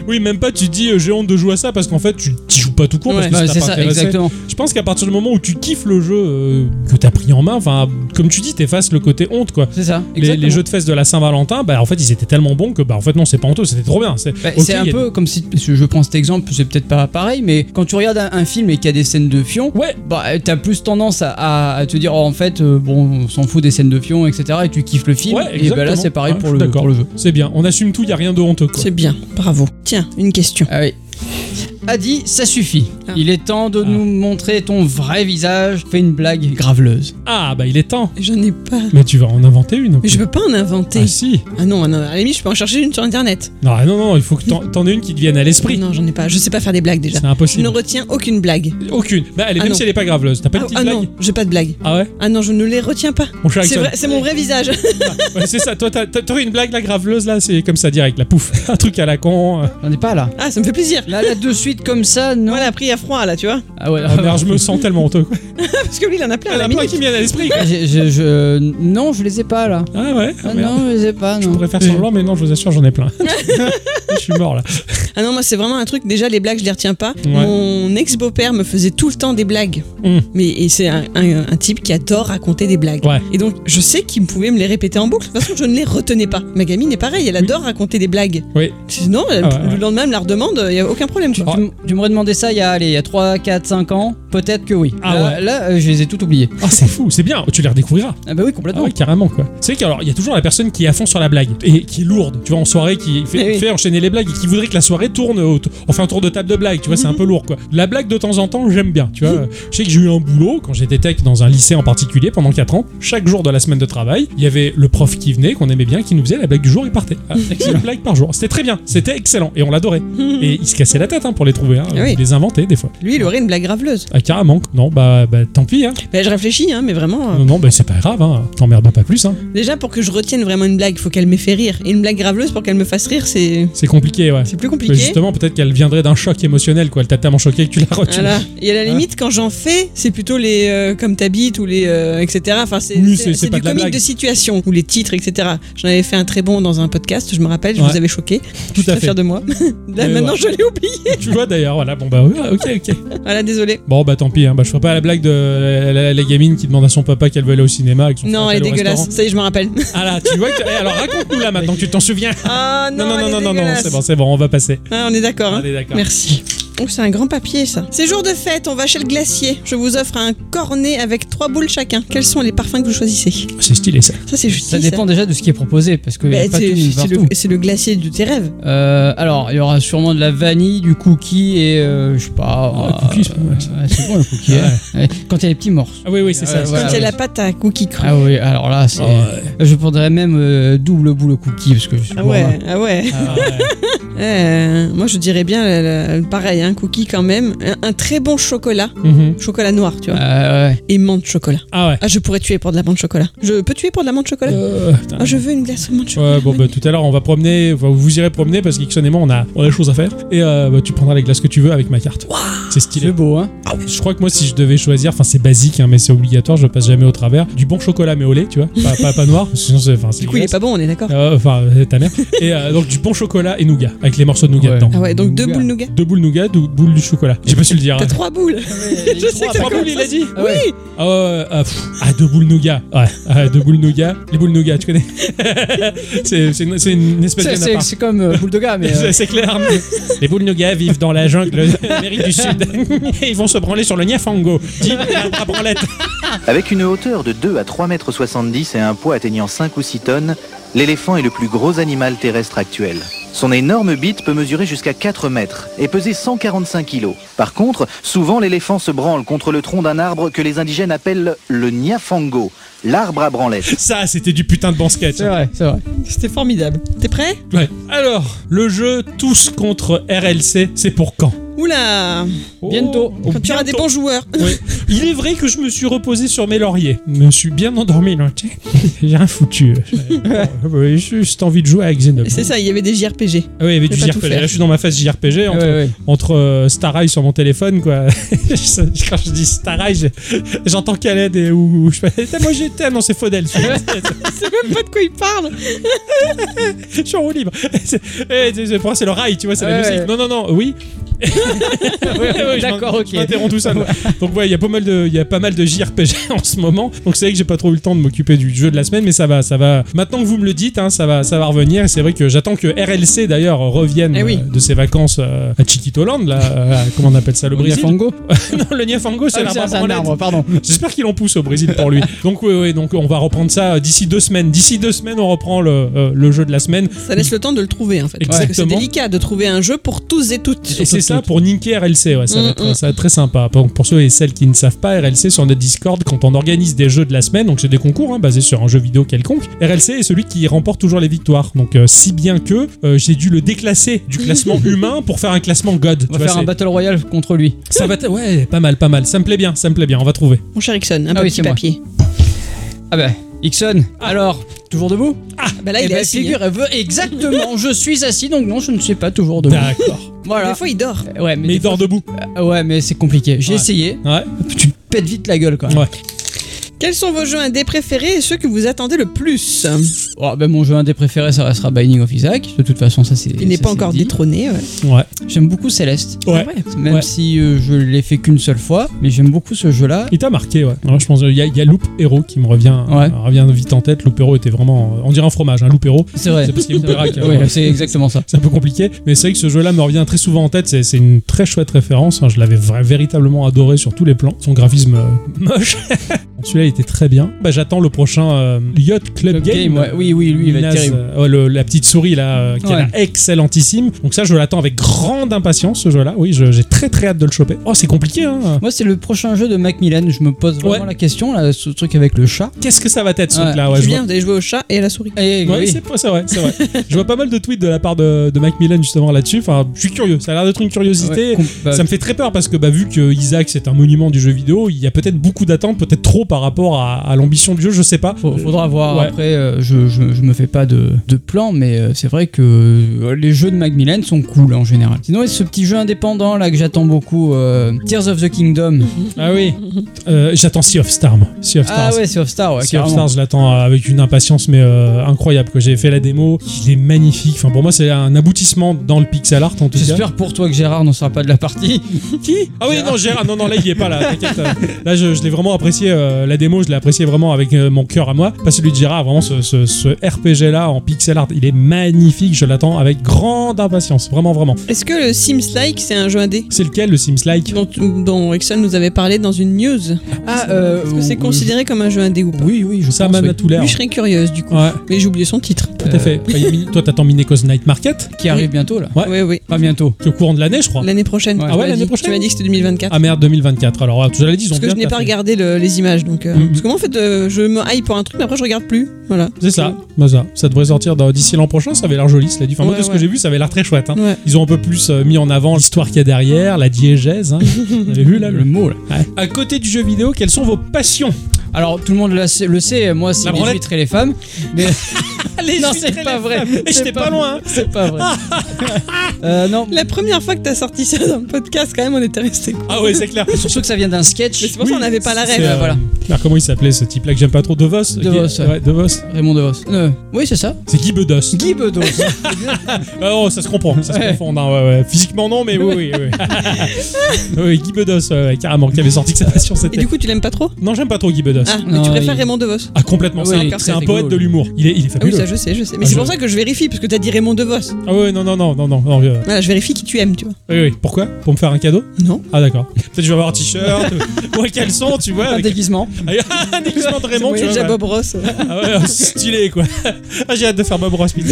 Oui, même pas tu te dis euh, j'ai honte de jouer à ça parce qu'en fait tu t'y joues pas tout court.
Ouais.
parce
Ouais,
que ça
c'est
t'a pas
ça,
intéressé.
exactement.
Je pense qu'à partir du moment où tu kiffes le jeu euh, que t'as pris en main, enfin, comme tu dis, t'effaces le côté honte quoi.
C'est ça.
Les, les jeux de fesses de la Saint-Valentin, bah en fait ils étaient tellement bons que bah en fait non, c'est pas honteux, c'était trop bien. C'est
Bah,
ok,
c'est un
il y a-
peu comme si parce que je prends cet exemple, c'est peut-être pas pareil, mais quand tu regardes un, un film et qu'il y a des scènes de fion,
ouais,
bah euh, t'as plus tendance à, à- à te dire oh, en fait euh, bon on s'en fout des scènes de fion etc et tu kiffes le film
Ouais,
et bah là
exactement.
c'est pareil
Ouais,
pour,
je suis
le,
d'accord.
pour le jeu.
C'est bien, on assume tout, il y a rien de honteux quoi.
C'est bien, bravo. Tiens, une question.
Ah oui. Ah. A dit ça suffit. Il est temps de nous montrer ton vrai visage. Fais une blague graveleuse.
Ah bah il est temps.
J'en ai pas.
Mais tu vas en inventer une.
Mais je peux pas en inventer.
Ah si.
Ah non, ah non, à la limite, je peux en chercher une sur internet.
Non, ah, non, non, il faut que t'en t'en aies une qui te vienne à l'esprit.
Non, j'en ai pas. Je sais pas faire des blagues déjà.
C'est impossible.
Je ne retiens aucune blague.
Aucune. Bah allez,
Ah
même
non.
si elle est pas graveleuse, t'as pas
ah,
une petite
ah
blague
non, j'ai pas de blague.
Ah ouais
Ah non, je ne les retiens pas.
Mon cher
C'est
Ixon.
vrai- C'est mon vrai visage.
Ouais, c'est ça, toi, t'as- t'as- t'aurais une blague, la graveleuse, là, c'est comme ça direct, la pouf, un truc à la con. euh.
On est pas là.
Ah, ça me fait plaisir.
Là, là, de suite comme ça, non.
Voilà, pris à froid, là, tu vois.
Ah ouais.
Ah, merde, je me sens tellement honteux. quoi.
Parce que lui, il en a plein. à la minute.
qui me viennent à l'esprit. quoi.
Je- je- Ah, je- Non, je les ai pas là.
Ah ouais ah,
Ah
merde.
non, je les ai pas. Non.
Je pourrais faire semblant, mais non, je vous assure, j'en ai plein. je suis mort là.
Ah non, moi c'est vraiment un truc, déjà les blagues je les retiens pas.
Ouais.
Mon ex-beau-père me faisait tout le temps des blagues.
Hum.
Mais et c'est un, un- un type qui adore raconter des blagues.
Ouais.
Et donc je sais qu'il pouvait me les répéter en boucle. De toute façon, je ne les retenais pas. Ma gamine est pareille, elle adore raconter des blagues.
Oui.
Je dis, Non,
Ah ouais, Ah.
le
ouais.
lendemain, elle me la redemande, il n'y a aucun problème. quoi.
Tu, m- tu m'aurais demandé ça il y a, allez, il y a 3, 4, 5 ans. Peut-être que oui.
Ah
là,
ouais.
là, euh, je les ai tout oubliés.
Ah, c'est fou, c'est bien, tu les redécouvriras.
Ah bah oui,
Ah
complètement.
ouais, carrément quoi. C'est vrai qu'il y a toujours la personne qui est à fond sur la blague et qui est lourde, tu vois, en soirée, qui fait,
Eh oui.
fait enchaîner les blagues et qui voudrait que la soirée tourne, au on fait un tour de table de blagues, tu vois, c'est
Mhm.
un peu lourd quoi. La blague de temps en temps, j'aime bien, tu vois. Je sais que j'ai eu un boulot quand j'étais tech dans un lycée en particulier pendant 4 ans. Chaque jour de la semaine de travail, il y avait le prof qui venait, qu'on aimait bien, qui nous faisait la blague du jour et partait. Ah, une blague par jour. C'était très bien,
Mhm.
c'était excellent et on l'adorait. Et il se cassait la tête hein, pour les trouver, hein,
Eh oui.
Ah
ou les inventer des fois.
Lui, il aurait une blague graveleuse.
Ah, Ah, carrément. Non, bah, bah, tant pis. Hein.
Bah, je réfléchis, hein, mais
Ah.
vraiment. euh,
Non, non, bah, c'est pas grave. Hein. T'emmerdes pas plus. Hein.
Déjà, pour que je retienne vraiment une blague, faut qu'elle m'ait fait rire. Et une blague graveleuse, pour qu'elle me fasse rire, c'est.
C'est compliqué, ouais.
C'est plus compliqué.
Mais justement, peut-être qu'elle viendrait d'un choc émotionnel, quoi. Elle t'a tellement choqué que tu Ah. la retiens.
Voilà. Et à la limite, quand j'en fais, c'est plutôt les euh, comme t'habites ou les euh, etc. Enfin, c'est
Oui,
c'est-
c'est- c'est
c'est
pas
du
de la
comique
blague.
de situation ou les titres, etc. J'en avais fait un très bon dans un podcast, je me rappelle, je
Ouais.
vous avais choqué. je
Tout
suis
à
très
fait.
fière de moi. Là,
Mais
maintenant,
ouais.
je l'ai oublié.
Tu vois d'ailleurs, voilà, bon bah ouais, ok, ok.
Voilà, désolé.
Bon bah tant pis, hein. bah, je ferai pas la blague de la, la- la gamine qui demande à son papa qu'elle veut aller au cinéma. et que son
Non,
frère
elle est
allait au
dégueulasse.
restaurant.
Ça y est, je me rappelle.
Ah là, tu vois que- eh, alors raconte-nous là maintenant que tu t'en souviens.
Ah non,
non,
elle est
non, non, non,
dégueulasse.
c'est bon, c'est bon, on va passer.
Ah, on est d'accord. hein.
On est d'accord.
Merci. Oh, c'est un grand papier, ça. C'est jour de fête, on va chez le glacier. Je vous offre un cornet avec trois boules chacun. Quels sont les parfums que vous choisissez
Ah, C'est stylé ça.
Ça, c'est juste.
Ça dépend déjà de ce qui est proposé parce que y a
Bah,
pas
c'est-
tout mis
c'est le-
partout.
c'est le, glacier de tes rêves.
Euh, alors, il y aura sûrement de la vanille, du cookie et euh, je sais pas. euh, euh, c'est bon le cookie.
Ouais.
hein. Ouais. Quand il y a les petits morceaux.
Ah oui, oui, c'est ça.
Ouais,
Quand
voilà,
il y a
ouais.
la pâte à cookies crus.
Ah oui, alors là, c'est. Je prendrais même euh, double boule au cookie parce que je suis
Ah
bon,
ouais,
hein.
ah ouais. Euh, moi, je dirais bien le- le- pareil, un cookie quand même. Un, un très bon chocolat.
Mhm.
Chocolat noir, tu vois.
Ah ouais.
Et menthe chocolat.
Ah ouais.
Ah, je pourrais tuer pour de la menthe chocolat. Je peux tuer pour de la menthe chocolat
Euh, putain.
Ah, je veux une glace au menthe chocolat.
Ouais, bon, bah tout à l'heure, on va promener, enfin, vous irez promener parce qu'Ixon et moi, on a, on a des choses à faire. Et euh, bah, tu prendras les glaces que tu veux avec ma carte. c'est stylé. C'est
beau, hein.
je crois que moi, si je devais choisir, enfin, c'est basique, hein, mais c'est obligatoire, je passe jamais au travers. Du bon chocolat, mais au lait, tu vois. Pas, pas, pas noir, parce que sinon, c'est. enfin, c'est
Du coup, il est
dégueulasse.
pas bon, on est d'accord.
Euh, Enfin, euh, ta mère. Et euh, donc, du bon chocolat et nougat, avec les morceaux de Euh, nougat dedans.
Ah ouais, donc deux boules nougat.
Deux boules nougat, deux boules du chocolat. J'ai pas su le dire.
T'as
hein.
trois boules. je sais que ça
Trois boules, il a dit
commence- Oui.
Ah ouais, ouais, ah, pff, ah, deux boules nougat. Ouais, ah, deux boules nougat. Les boules nougat, tu connais C'est c'est une, c'est une espèce
C'est-
de
C'est c'est comme euh, boule de gars, mais. euh,
C'est clair. mais Les boules nougat vivent dans la jungle d'Amérique du Sud. Et ils vont se branler sur le Niafango. Dis, à branlette.
Avec une hauteur de 2 à 3,70 mètres et un poids atteignant 5 ou 6 tonnes, l'éléphant est le plus gros animal terrestre actuel. Son énorme bite peut mesurer jusqu'à 4 mètres et peser 145 kilos. Par contre, souvent l'éléphant se branle contre le tronc d'un arbre que les indigènes appellent le Niafango, l'arbre à branlette.
Ça, c'était du putain de bon sketch. C'est
vrai, c'est vrai.
C'était formidable. T'es prêt
Ouais. Alors, le jeu Tous contre RLC, c'est pour quand
Oula
Bientôt.
Oh,
Quand tu auras des
bientôt.
bons joueurs.
Ouais. Il est vrai que je me suis reposé sur mes lauriers. Je me suis bien endormi, là. tu sais. J'ai rien foutu. J'avais juste envie de jouer avec Xenoblade.
C'est ça, il y avait des JRPG.
Ah oui, il y avait
Je
du
vais pas tout
JRPG.
faire.
Là, je suis dans ma phase JRPG entre,
Ouais, ouais.
entre, euh, Star Rail sur mon téléphone, quoi. Je- Quand je dis Star Rail, je- j'entends Khaled et ou, ou- je fais, T'as, moi j'étais, non, c'est Faudel.
C'est même pas de quoi il parle.
je suis en roue libre. C'est, eh, c'est- c'est- pour moi, c'est le rail, tu vois, c'est la
Ouais,
musique. Non,
ouais.
non, non, oui.
d'accord, ok.
Interrompt tout ça. moi. Donc ouais, il y a pas mal de, il y a pas mal de JRPG en ce moment. Donc c'est vrai que j'ai pas trop eu le temps de m'occuper du jeu de la semaine, mais ça va, ça va. Maintenant que vous me le dites, hein, ça va, ça va revenir. Et c'est vrai que j'attends que RLC d'ailleurs revienne
Eh oui.
euh, de ses vacances euh, à Chiquitoland, là, euh, à- comment on appelle ça, le
Au
Brésil.
Niafango
non, le Niafango, c'est
Ah,
l'arbre
c'est-
à
c'est un
branlette.
arbre, pardon.
J'espère qu'il en pousse au Brésil pour lui. Donc oui, oui, donc on va reprendre ça euh, d'ici deux semaines. D'ici deux semaines, on reprend le, euh, le jeu de la semaine.
Ça laisse le temps de le trouver en fait. Parce que c'est
Exactement.
délicat de trouver un jeu pour tous et toutes.
Et c'est ça pour niquer RLC, ouais, ça, va
Mm,
être,
mm.
ça va être très sympa. Donc pour ceux et celles qui ne savent pas, RLC sur notre Discord, quand on organise des jeux de la semaine, donc c'est des concours hein, basés sur un jeu vidéo quelconque, RLC est celui qui remporte toujours les victoires. Donc euh, si bien que euh, j'ai dû le déclasser du classement humain pour faire un classement God.
On va faire un battle royal contre lui.
Ça va, t- ouais, pas mal, pas mal. Ça me plaît bien, ça me plaît bien. On va trouver.
Mon cher Ixon, un
Ah oui,
petit
c'est moi.
papier.
Ah bah, Ixon, alors, toujours debout Ah,
bah là, il est assis,
exactement, je suis assis, donc non, je ne suis pas toujours debout.
D'accord.
Voilà.
Des fois, il dort.
Euh, Ouais, mais,
il dort debout.
ouais, mais c'est compliqué. J'ai
Ouais.
essayé.
Ouais.
Tu te pètes vite la gueule, quoi.
Ouais.
Quels sont vos jeux indés préférés et ceux que vous attendez le plus
Oh, ben, mon jeu indé préféré, ça restera Binding of Isaac. De toute façon, ça c'est.
Il n'est
ça,
pas
c'est
encore
dit.
détrôné. ouais.
Ouais.
J'aime beaucoup Céleste.
Ouais.
Même
Ouais.
si euh, je l'ai fait qu'une seule fois, mais j'aime beaucoup ce jeu-là.
Il t'a marqué, ouais. Alors, je pense il y, a- il y a Loop Hero qui me revient,
Ouais.
euh, revient vite en tête. Loop Hero était vraiment, euh, on dirait un fromage, un Loop Hero.
C'est vrai.
C'est hein. parce qu'il y a Opéra qui a-
Ouais, c'est exactement ça.
C'est un peu compliqué, mais c'est vrai que ce jeu-là me revient très souvent en tête. C'est c'est une très chouette référence. hein. Je l'avais vra- véritablement adoré sur tous les plans. Son graphisme euh, moche. Celui-là il était très bien. Bah, J'attends le prochain euh, Yacht Club,
Game, ouais.
euh,
oui, oui, lui, il va être
Minas,
terrible.
euh, ouais, le- la petite souris là, euh, qui
Ouais.
est excellentissime. Donc ça, je l'attends avec grande impatience, ce jeu-là. Oui, je- j'ai très très hâte de le choper. Oh, c'est compliqué, hein
Moi, c'est le prochain jeu de Macmillan. Je me pose vraiment la question, là, ce truc avec le chat.
Qu'est-ce que ça va être, ce truc-là Ouais,
C'est
je
bien,
vois. Eh,
vous allez jouer au chat et à la souris.
Ouais, c'est pas- c'est vrai, c'est vrai. je vois pas mal de tweets de la part de, de Macmillan justement là-dessus. Enfin, je suis curieux. Ça a l'air d'être une curiosité.
Ouais, com- bah-
ça me fait très peur parce que bah, vu que Isaac c'est un monument du jeu vidéo, il y a peut-être beaucoup d'attentes, peut-être trop par rapport à, à l'ambition du jeu. Je sais pas.
Faudra voir
Ouais.
après, euh, je, je, je me fais pas de, de plan, mais euh, c'est vrai que euh, les jeux de Macmillan sont cool en général. Sinon, il y a ce petit jeu indépendant là que j'attends beaucoup, euh, Tears of the Kingdom.
Ah oui, Euh, j'attends Sea of Stars. moi. Sea of
Ah
Stars.
ouais, Sea of Stars, ouais,
Sea of
carrément.
Stars, je l'attends euh, avec une impatience mais euh, incroyable. Que j'ai fait la démo, il est magnifique. Enfin pour moi c'est un aboutissement dans le pixel art en tout cas.
J'espère pour toi que Gérard ne sera pas de la partie.
Qui Ah oui, non, Gérard, non, non, là, il y est pas, là, t'inquiète. Là, je, je l'ai vraiment apprécié, euh, la démo, je l'ai apprécié vraiment avec euh, mon cœur à moi. Pas celui de Gérard, vraiment, ce, ce- ce RPG-là en pixel art, il est magnifique, je l'attends avec grande impatience, vraiment, vraiment.
Est-ce que le Sims Like, c'est un jeu indé
C'est lequel le Sims Like
dont, dont Exxon nous avait parlé dans une news.
Ah,
Est-ce
euh,
que c'est considéré comme un jeu indé ou pas
Oui, oui, je
Ça
pense,
m'a
oui.
tout l'air.
Lui, je serais curieuse du coup.
Ouais.
Mais j'ai oublié son titre.
Tout à fait. Enfin, il y a Mini- Toi, t'attends Mineco's Night Market
Qui arrive bientôt, là.
Ouais.
Oui, oui.
Pas bientôt.
Qui est au courant de l'année, je crois.
L'année prochaine.
Ah
tu
ouais,
m'as
l'année
dit.
prochaine
Tu m'as dit que c'était 2024.
Ah merde, 2024. Alors, euh, ouais, tout à l'heure, ils ont
parce que
bien Mm.
je n'ai pas
taffé.
regardé le- les images. Donc, euh, Parce que moi, en fait, euh, je me hype pour un truc, mais après, je regarde plus. Voilà.
C'est ça, bah ça, ça devrait sortir dans- d'ici l'an prochain, ça avait l'air joli, cela dit. Enfin, moi,
Ouais,
de ce
ouais.
que j'ai vu, ça avait l'air très chouette. hein.
Ouais.
Ils ont un peu plus euh, mis en avant l'histoire qu'il y a derrière, la diégèse. Hein. Vous avez vu là le
mot
À côté du jeu vidéo, quelles sont vos passions
Alors, tout le monde la sait- le sait, moi, c'est
La
les
branlette.
huîtres et les femmes. Mais...
Les
non,
huîtres et
c'est pas
les
vrai.
femmes. Et
C'est
j'étais pas loin, hein.
C'est pas vrai. Euh, non.
La première fois que t'as sorti ça dans le podcast, quand même, on était resté.
Ah ouais, c'est clair.
Surtout que ça vient d'un sketch.
Mais c'est pour ça qu'on n'avait pas la
C'est,
rêve.
euh,
voilà.
alors, comment il s'appelait ce type-là que j'aime pas trop De Vos
De Vos, ouais.
De Vos.
Raymond DeVos. Euh, oui, c'est ça.
C'est Guy Bedos.
Guy Bedos.
Ah oh, ça se comprend, ça se
Ouais.
confond. hein, ouais, ouais. Physiquement, non, mais oui, oui. oui. oui Guy Bedos, ouais, ouais, carrément, qui avait sorti que sa passion
Et
c'était.
du coup, tu l'aimes pas trop
Non, j'aime pas trop Guy Bedos.
Ah, mais tu préfères Raymond DeVos
Ah, complètement, c'est
Oui,
un-
il est
c'est un,
très
poète
rigolo.
de l'humour. Il est, il est
Ah oui,
fabuleux.
ça je sais, je sais.
Ah,
Mais c'est
je-
pour ça que je vérifie, parce que t'as dit Raymond DeVos.
Ah ouais, non, non, non, non, non. non, euh,
Voilà, je vérifie qui tu aimes, tu vois.
Oui, oui. Pourquoi Pour me faire un cadeau
Non.
Ah d'accord. Peut-être que je vais avoir un t-shirt ou un caleçon, tu vois.
Un
avec-
déguisement.
Ah, un déguisement de Raymond, tu
C'est
vois.
déjà
ouais.
Bob Ross.
Ah ouais, stylé quoi. Ah, j'ai hâte de faire Bob Ross. putain.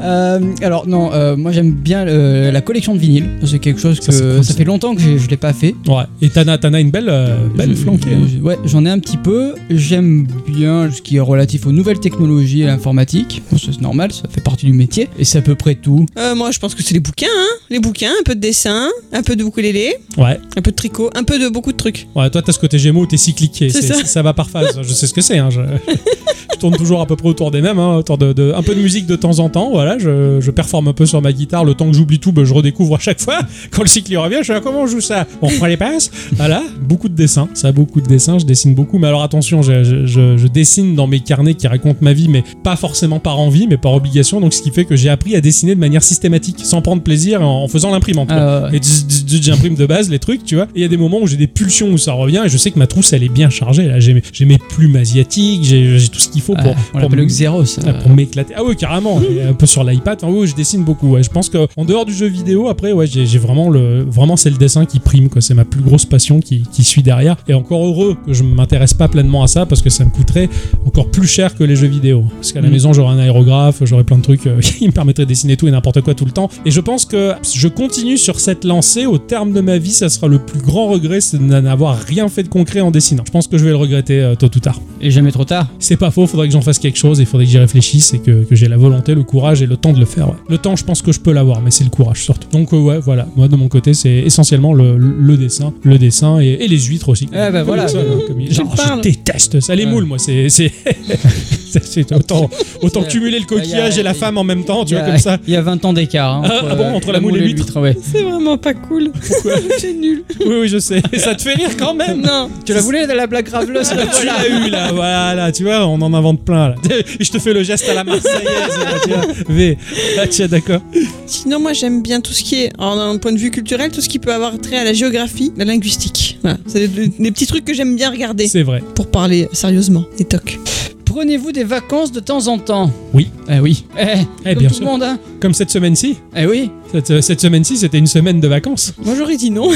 Euh, alors non, euh, moi j'aime bien euh, la collection de vinyles. C'est quelque chose que ça, fait longtemps que j'ai- je l'ai pas fait.
Ouais. Et t'en as t'en as une belle, euh, belle flanquée. hein.
Ouais, j'en ai un petit peu. J'aime bien ce qui est relatif aux nouvelles technologies et à l'informatique. Bon, ça, c'est normal, ça fait partie du métier. Et c'est à peu près tout.
Euh, moi, je pense que c'est les bouquins, hein. Les bouquins, un peu de dessin, un peu de ukulélé,
Ouais.
un peu de tricot, un peu de beaucoup de trucs.
Ouais. Toi, t'as ce côté Gémeaux, où t'es cyclique. et
C'est
c'est-
ça.
Ça. va par phase. Je sais ce que c'est. Hein. Je, je tourne toujours à peu près autour des mêmes. Hein, autour de, de- un peu de musique de temps en temps. Voilà. Je, je performe un peu sur ma guitare. Le temps que j'oublie tout, bah, je redécouvre à chaque fois. Quand le cycle il revient, je suis là, comment on joue ça On reprend les passes. Voilà. Beaucoup de dessins. Ça, beaucoup de dessins. Je dessine beaucoup. Mais alors attention, je, je- je- je dessine dans mes carnets qui racontent ma vie, mais pas forcément par envie, mais par obligation. Donc ce qui fait que j'ai appris à dessiner de manière systématique, sans prendre plaisir, en, en faisant l'imprimante. quoi.
Ah ouais.
Et zzz, zzz, zzz, j'imprime de base les trucs, tu vois. Et il y a des moments où j'ai des pulsions où ça revient et je sais que ma trousse elle est bien chargée. Là, j'ai mes, j'ai mes plumes asiatiques, j'ai j'ai tout ce qu'il faut pour.
Ouais, on
pour
l'appelle
me-
le Xeros, euh,
Ah, pour m'éclater. Ah ouais, carrément. Et un peu sur l'iPad. Ah ouais, je dessine beaucoup. ouais. Je pense que en dehors du jeu vidéo, après, ouais, j'ai j'ai vraiment le, vraiment c'est le dessin qui prime. quoi. C'est ma plus grosse passion qui, qui suit derrière. Et encore heureux que je m'intéresse pas pleinement à ça parce que ça me coûterait encore plus cher que les jeux vidéo. Parce qu'à la
Mhm.
maison, j'aurais un aérographe, j'aurais plein de trucs euh, qui me permettraient de dessiner tout et n'importe quoi tout le temps. Et je pense que je continue sur cette lancée. Au terme de ma vie, ça sera le plus grand regret, c'est de n'avoir rien fait de concret en dessinant. Je pense que je vais le regretter euh, tôt ou tard.
Et jamais trop tard.
C'est pas faux, faudrait que j'en fasse quelque chose, il faudrait que j'y réfléchisse et que, que j'ai la volonté, le courage et le temps de le faire. ouais. Le temps, je pense que je peux l'avoir, mais c'est le courage surtout. Donc, euh, ouais, voilà. Moi, de mon côté, c'est essentiellement le, le dessin, le dessin et, et les huîtres aussi.
Ah bah
Comme
voilà.
ça, euh, comme il-
J'en
Genre, je
parle.
déteste ça, les
Ouais.
moules, moi, c'est. c'est- c'est- c'est autant, autant cumuler le coquillage et la femme en même temps, tu vois, comme ça.
Il y a 20 ans d'écart. hein,
Ah, ah bon,
euh,
entre la moule et l'huître.
ouais.
C'est vraiment pas cool. C'est nul.
Oui, oui, je sais. Ça te fait rire quand même.
Non.
Tu la voulais, la blague graveleuse
Ah, tu l'as eu là, voilà, tu vois, on en invente plein là. Je te fais le geste à la Marseillaise, là, tu vois. V. Ah, tiens, d'accord.
Sinon, moi, j'aime bien tout ce qui est, en- d'un point de vue culturel, tout ce qui peut avoir trait à la géographie, la linguistique. Voilà. C'est des, des petits trucs que j'aime bien regarder.
C'est vrai.
Pour parler sérieusement, et toc.
Prenez-vous des vacances de temps en temps
Oui. Eh oui.
Eh,
Eh,
comme
bien
tout
sûr.
le monde, hein.
Comme cette semaine-ci.
Eh oui.
Cette, euh, cette semaine-ci, c'était une semaine de vacances.
Moi j'aurais dit non.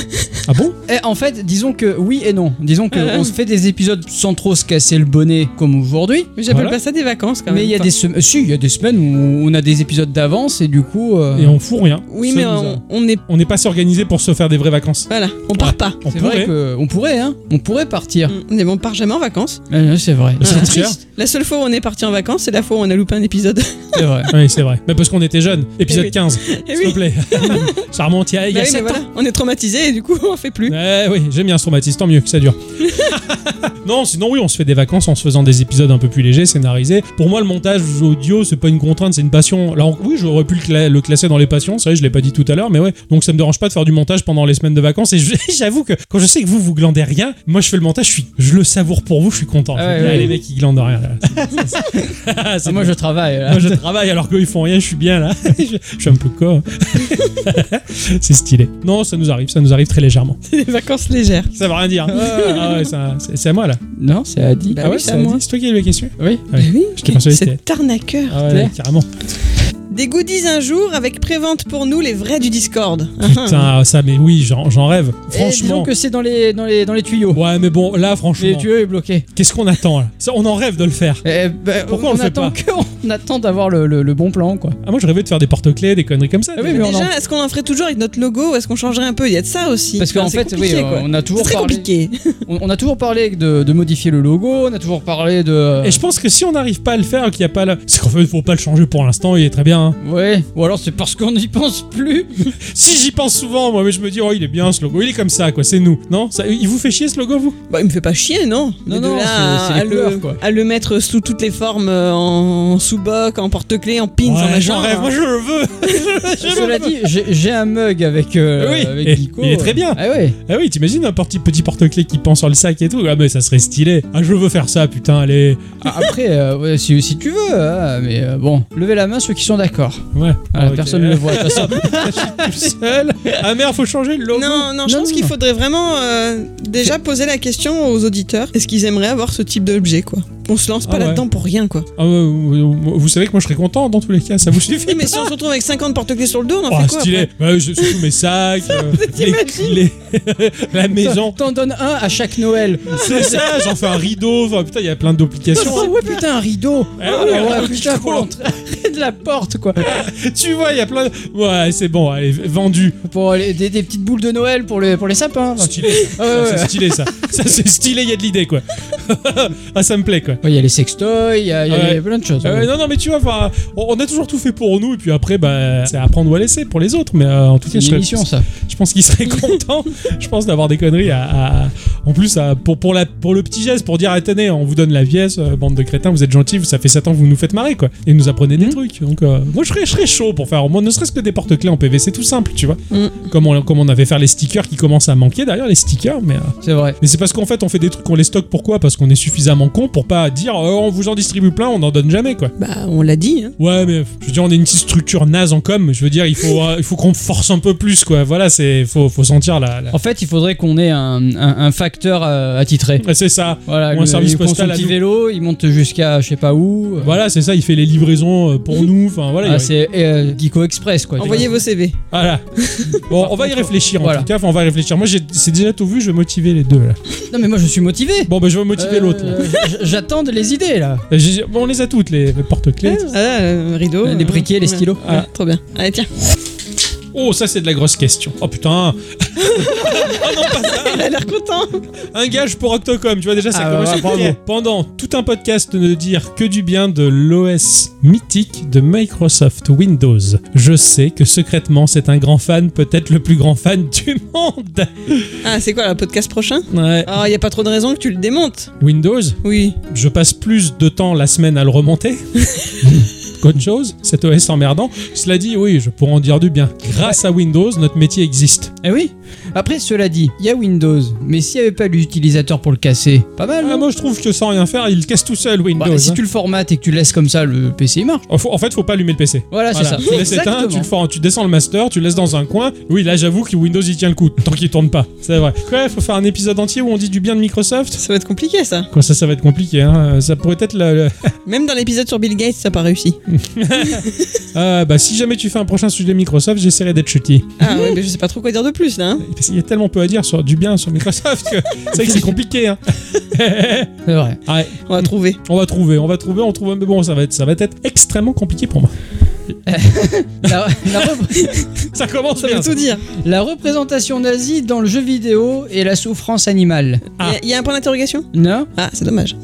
Ah bon
Eh, En fait, disons que oui et non. Disons que
Euh.
on se fait des épisodes sans trop se casser le bonnet comme aujourd'hui.
Mais j'appelle pas ça des vacances quand même.
Mais il y a
Enfin,
des semaines. Si, il y a des semaines où on a des épisodes d'avance et du coup. euh,
Et on fout rien.
Oui,
Ça
mais
nous a-
on, on est.
On n'est pas s'organiser pour se faire des vraies vacances.
Voilà, on part pas.
On
C'est vrai
pourrait.
qu'on pourrait, hein. On pourrait partir.
Mm. Mais on part jamais en vacances.
Euh, c'est vrai.
C'est
Voilà.
cher.
La seule fois où on est parti en vacances, c'est la fois où on a loupé un épisode.
C'est vrai.
Oui, c'est vrai. Mais parce qu'on était jeunes. Épisode
Eh oui.
15.
Eh
S'il te
oui.
plaît. Ça remonte il y a, il y
Bah
a
oui, mais
sept
voilà, on est traumatisé et du coup on fait plus.
Eh oui, j'aime bien ce traumatisme, tant mieux que ça dure. non, sinon oui, on se fait des vacances en se faisant des épisodes un peu plus légers, scénarisés. Pour moi, le montage audio, c'est pas une contrainte, c'est une passion. Là, on- oui, j'aurais pu le, cla- le classer dans les passions, c'est vrai, je l'ai pas dit tout à l'heure, mais ouais. Donc ça me dérange pas de faire du montage pendant les semaines de vacances. Et je- j'avoue que quand je sais que vous, vous glandez rien, moi je fais le montage, je, suis, je le savoure pour vous, je suis content. Je
Ah ouais,
me dis, ah,
ouais.
les mecs, ils glandent rien. là.
Ah, moi je travaille. là.
Moi je travaille alors qu'eux ils font rien, je suis bien là. je, je suis un peu con. c'est stylé. Non, ça nous arrive, ça nous arrive très légèrement.
C'est des vacances légères.
Ça veut rien dire. Ah ouais, ça- c'est c'est à moi là.
Non, Bah c'est Adi.
ah ouais, c'est à moi. C'est toi qui as eu la question
Oui.
Ah ouais.
Eh oui.
J'étais persuadé que c'était-
Cet arnaqueur.
Ah
t'es.
ouais, carrément.
Des goodies un jour avec prévente pour nous les vrais du Discord.
Putain, ça, mais oui, j'en j'en rêve.
Et Eh, disons
Franchement.
que c'est dans les, dans, les, dans les tuyaux.
Ouais, euh, mais bon, là,
Les
franchement.
tuyaux est bloqué.
Qu'est-ce qu'on attend là Ça, On en rêve de le faire.
Eh ben,
Pourquoi on le fait
attend
pas
que- On attend d'avoir le, le- le bon plan, quoi.
Ah, moi, je rêvais de faire des porte-clés, des conneries comme ça.
oui, mais on en-
Déjà, est-ce qu'on en ferait toujours avec notre logo ou est-ce qu'on changerait un peu Il y a de ça aussi.
Parce qu'en
Enfin, c'est
fait, oui,
compliqué,
euh,
quoi.
on a toujours
C'est très
parlé-
compliqué.
On, on a toujours parlé de, de modifier le logo, on a toujours parlé de.
Et je pense que si on n'arrive pas à le faire, qu'il n'y a pas là. C'est qu'en fait, faut pas le changer pour l'instant, il est très bien. hein.
Ouais, ou alors c'est parce qu'on n'y pense plus.
Si j'y pense souvent, moi, mais je me dis, oh, il est bien ce logo, il est comme ça, quoi, c'est nous. Non ça- Il vous fait chier ce logo, vous
Bah, il me fait pas chier, non
Non,
Mais de
non,
là
c'est-
à,
c'est les
à le,
couleurs, quoi.
à le mettre sous toutes les formes, euh, en sous-boc, en porte-clés, en pins, en
Ouais,
machin.
j'en rêve, moi, je le veux.
Cela dit, j'ai j'ai un mug avec, euh,
Oui,
avec
et-
Nico.
il est très bien.
Ah ouais.
Ah oui, t'imagines un petit, petit porte-clés qui pend sur le sac et tout Ah, mais ça serait stylé. Ah, je veux faire ça, putain, allez.
Ah, Après, euh, ouais, si, si tu veux, hein, mais euh, bon, levez la main ceux qui sont d'accord.
Ouais.
Ah,
Ah, ok.
Personne ne le voit. de toute façon.
tout seul. Ah merde, faut changer le logo.
Non, non, je
Non,
pense
non,
qu'il
non.
faudrait vraiment euh, déjà poser la question aux auditeurs. Est-ce qu'ils aimeraient avoir ce type d'objet, quoi On se lance pas
Ah ouais.
là-dedans pour rien, quoi.
Ah, ouais, vous, vous savez que moi je serais content dans tous les cas, ça vous suffit.
Oui, mais si on se retrouve avec 50 porte-clés sur le dos, on en
Oh,
fait quoi
stylé.
après
Bah, je- surtout mes sacs, euh, les clés, la maison.
T'en donnes un à chaque Noël.
C'est ça, j'en fais un rideau. Enfin, putain, il y a plein
Ah
d'applications.
ouais, putain, un rideau.
Eh ouais,
Ah ouais,
ouais,
putain,
tu
faut
vois.
l'entrée de la porte, quoi.
tu vois, il y a plein. de- Ouais, c'est bon, allez, vendu.
Pour les- des, des petites boules de Noël pour les, pour les sapins. Enfin,
Stylé.
Ah
Ça,
ouais, ouais.
C'est stylé ça. Ça, c'est stylé, il y a de l'idée quoi. ah, ça me plaît quoi.
Ouais, Il y a les sextoys, il y a, il y a-
Ouais.
il y a plein de choses.
Euh,
Ah, ouais.
non, non, mais tu vois, enfin, on on a toujours tout fait pour nous, et puis après, bah, c'est à prendre ou à laisser pour les autres. Mais euh, en tout
C'est
cas,
une
je, serais-
émission, ça.
je pense qu'ils seraient contents, je pense, d'avoir des conneries à, à- en plus à- pour, pour, la, pour le petit geste, pour dire Ah, Tenez, on vous donne la pièce, euh, bande de crétins, vous êtes gentils, vous- ça fait 7 ans que vous nous faites marrer, quoi. Et nous apprenez des trucs. Donc, euh, moi, je serais, je serais chaud pour faire, au moins, ne serait-ce que des porte-clés en PVC, tout simple, tu vois.
Mm.
Comme, on, comme on avait faire les stickers qui commencent à manquer, d'ailleurs, les stickers, mais. euh,
C'est vrai.
mais c'est parce qu'en fait, on fait des trucs, on les stocke. Pourquoi Parce qu'on est suffisamment con pour pas dire Oh, on vous en distribue plein, on en donne jamais quoi.
Bah, on l'a dit, hein.
Ouais, mais je veux dire, on est une petite structure naze en com. Je veux dire, il faut, euh, il faut qu'on force un peu plus quoi. Voilà, c'est faut, faut sentir la. la-
En fait, il faudrait qu'on ait un, un- un facteur euh, attitré.
Ouais, c'est ça.
Voilà,
Ou un
le-
service
il prend
postal
son
à
petit
nous.
vélo, il monte jusqu'à je sais pas où.
Voilà, c'est ça. Il fait les livraisons euh, pour nous. Enfin voilà.
Ah,
il-
c'est euh, Geeko Express, quoi.
Envoyez vos CV.
voilà. Bon, on va y réfléchir en
Voilà.
tout cas. Enfin, on va y réfléchir. Moi, j'ai- c'est déjà tout vu. Je vais motiver les deux là.
Non, mais moi, je suis motivé.
Bon, bah, je vais motiver
Euh,
l'autre. là.
j- J'attends les idées, là.
J'ai- Bon, on les a toutes les, les porte-clés.
Euh.
Ah, là, le rideau.
Les briquets, les stylos.
Ah, trop bien. Allez, tiens.
Oh, ça c'est de la grosse question. Oh putain.
Il a l'air content.
un gage pour Octocom. Tu vois déjà ça
Ah,
commence
bah,
à
bravo.
piquer. Pendant tout un podcast ne dire que du bien de l'OS mythique de Microsoft Windows. Je sais que secrètement c'est un grand fan, peut-être le plus grand fan du monde.
Ah, c'est quoi, le podcast prochain
Ouais.
Ah, il y a pas trop de raison que tu le démontes.
Windows,
Oui.
je passe plus de temps la semaine à le remonter. Qu'autre chose, cet OS emmerdant. Cela dit, oui, je pourrais en dire du bien. Grâce à Windows, notre métier existe.
Eh oui. Après, cela dit, il y a Windows, mais s'il n'y avait pas l'utilisateur pour le casser, pas mal.
Ah, moi, je trouve que sans rien faire, il casse tout seul Windows.
Bah,
hein.
si tu le formates et que tu laisses comme ça, le PC il marche.
En fait, faut pas allumer le PC.
Voilà, Ah, c'est ça.
Tu laisses éteindre, tu, le formes, tu descends le master, tu le laisses dans un coin. Oui, là, j'avoue que Windows il tient le coup, tant qu'il tourne pas. C'est vrai. Ouais, faut faire un épisode entier où on dit du bien de Microsoft.
Ça va être compliqué, ça.
Quoi, ça, ça va être compliqué. Hein. Ça pourrait être le. le-
Même dans l'épisode sur Bill Gates, ça n'a pas réussi.
Ah, bah, si jamais tu fais un prochain sujet Microsoft, j'essaierai d'être chutty.
Ah ouais, mais je sais pas trop quoi dire de plus là. hein.
Parce qu'il y a tellement peu à dire sur du bien sur Microsoft que c'est vrai que c'est compliqué. Hein. c'est
vrai.
On va trouver.
On va trouver, on va trouver, on trouve. Mais bon, ça va être, ça va être extrêmement compliqué pour moi. ça commence
ça
bien,
Veut
ça.
tout dire. La représentation nazie dans le jeu vidéo et la souffrance animale.
Il y a- il y, a un point d'interrogation
Non
Ah, c'est dommage.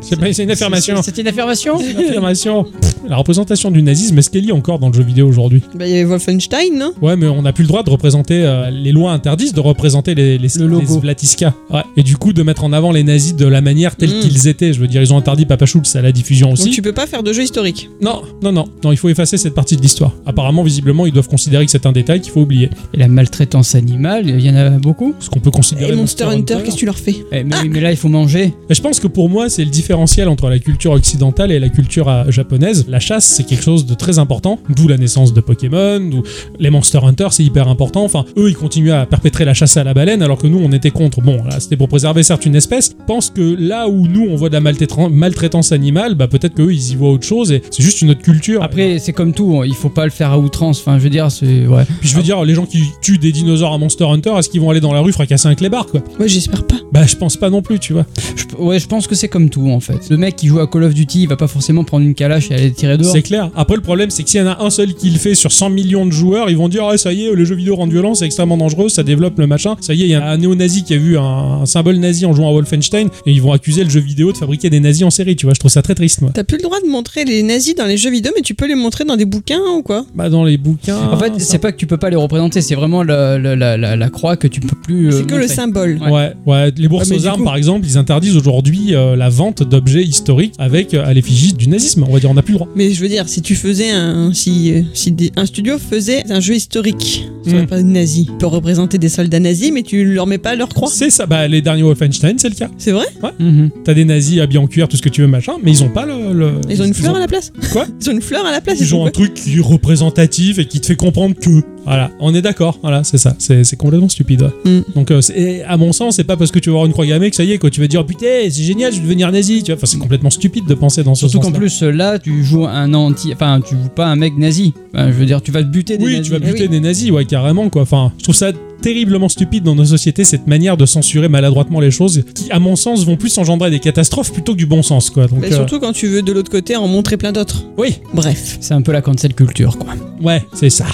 C'est pas- c'est une affirmation.
C'était une affirmation
C'est une affirmation. Pff, La représentation du nazisme, est-ce qu'elle y est encore dans le jeu vidéo aujourd'hui
Bah, il y avait Wolfenstein, non
Ouais, mais on n'a plus le droit de représenter. euh, les lois interdisent de représenter les, les, les Vlatiska. Ouais. Et du coup, de mettre en avant les nazis de la manière telle
Mm.
qu'ils étaient. Je veux dire, ils ont interdit Papa Schultz à la diffusion aussi.
Donc tu peux pas faire de jeu historique.
Non, non, non, non, il faut effacer cette partie de l'histoire. Apparemment, visiblement, ils doivent considérer que c'est un détail qu'il faut oublier.
Et la maltraitance animale, il y en a beaucoup.
Ce qu'on peut considérer.
Et Monster Hunter,
hein.
qu'est-ce que tu leur fais
Eh, mais, mais là, il faut manger.
Et Je pense que pour moi, c'est le différentiel entre la culture occidentale et la culture euh, japonaise. La chasse, c'est quelque chose de très important, d'où la naissance de Pokémon, d'où les Monster Hunter, c'est hyper important. Enfin, eux, ils continuent à perpétrer la chasse à la baleine, alors que nous, on était contre. Bon, là, c'était pour préserver certes une espèce. Je pense que là où nous, on voit de la maltraitran- maltraitance animale, bah peut-être qu'eux, ils y voient autre chose et c'est juste une autre culture.
Après, c'est comme tout, hein. il faut pas le faire à outrance. Enfin, je veux dire, c'est. Ouais.
Puis je veux dire, les gens qui tuent des dinosaures à Monster Hunter, est-ce qu'ils vont aller dans la rue fracasser un clébard, quoi
Ouais, j'espère pas.
Bah, je pense pas non plus, tu vois.
Je- ouais, je pense que c'est comme tout en fait. Le mec qui joue à Call of Duty, il va pas forcément prendre une calache et aller tirer dehors.
C'est clair. Après, le problème, c'est que s'il y en a un seul qui le fait sur 100 millions de joueurs, ils vont dire Ah, ça y est, les jeux vidéo rendent violents, c'est extrêmement dangereux, ça développe le machin. Ça y est, il y a un néo-nazi qui a vu un, un symbole nazi en jouant à Wolfenstein, et ils vont accuser le jeu vidéo de fabriquer des nazis en série, tu vois. Je trouve ça très triste, moi.
T'as plus le droit de montrer les nazis dans les jeux vidéo, mais tu peux les montrer dans des bouquins ou quoi
Bah, dans les bouquins.
En fait, c'est pas que tu peux pas les représenter, c'est vraiment la, la- la- la- la croix que tu peux plus. euh,
C'est que le symbole.
Euh, Ouais. ouais, Les bourses
Ouais, mais
aux
du
armes,
coup-
par exemple, ils interdisent aujourd'hui euh, la vente d'objets historiques avec euh, à l'effigie du nazisme. On va dire, on n'a plus le droit.
Mais je veux dire, si tu faisais un. Si, euh, si des- un studio faisait un jeu historique, ça serait
Mm.
pas nazi. Tu peux représenter des soldats nazis, mais tu leur mets pas leur croix.
C'est ça. Bah, les derniers Wolfenstein, c'est le cas.
C'est vrai
Ouais.
Mhm.
T'as des nazis habillés en cuir, tout ce que tu veux, machin, mais ils ont pas le. le-
Ils ont une fleur à la place
Quoi
Ils ont une fleur à la place
Ils ont un truc qui est représentatif et qui te fait comprendre que. Voilà, on est d'accord. Voilà, c'est ça. C'est c'est complètement stupide. ouais.
Mm.
Donc, euh, c'est- et à mon sens, c'est pas parce que tu vas avoir une croix gammée que ça y est, quoi. Tu vas dire, putain, c'est génial, je vais devenir nazi. Tu vois, enfin, c'est complètement stupide de penser dans ce
Surtout
sens.
qu'en plus, là, tu joues un anti. Enfin, tu joues pas un mec nazi. Enfin, je veux dire, tu vas te buter des
Oui,
nazis.
tu vas
Eh
buter
oui.
des nazis, ouais, carrément, quoi. Enfin, je trouve ça terriblement stupide dans nos sociétés, cette manière de censurer maladroitement les choses qui, à mon sens, vont plus engendrer des catastrophes plutôt que du bon sens, quoi. Donc,
Mais
euh,
Bah, surtout quand tu veux de l'autre côté en montrer plein d'autres.
Oui.
Bref.
C'est un peu la cancel culture, quoi.
ouais, c'est ça.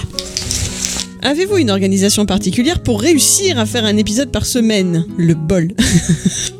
Avez-vous une organisation particulière pour réussir à faire un épisode par semaine Le bol.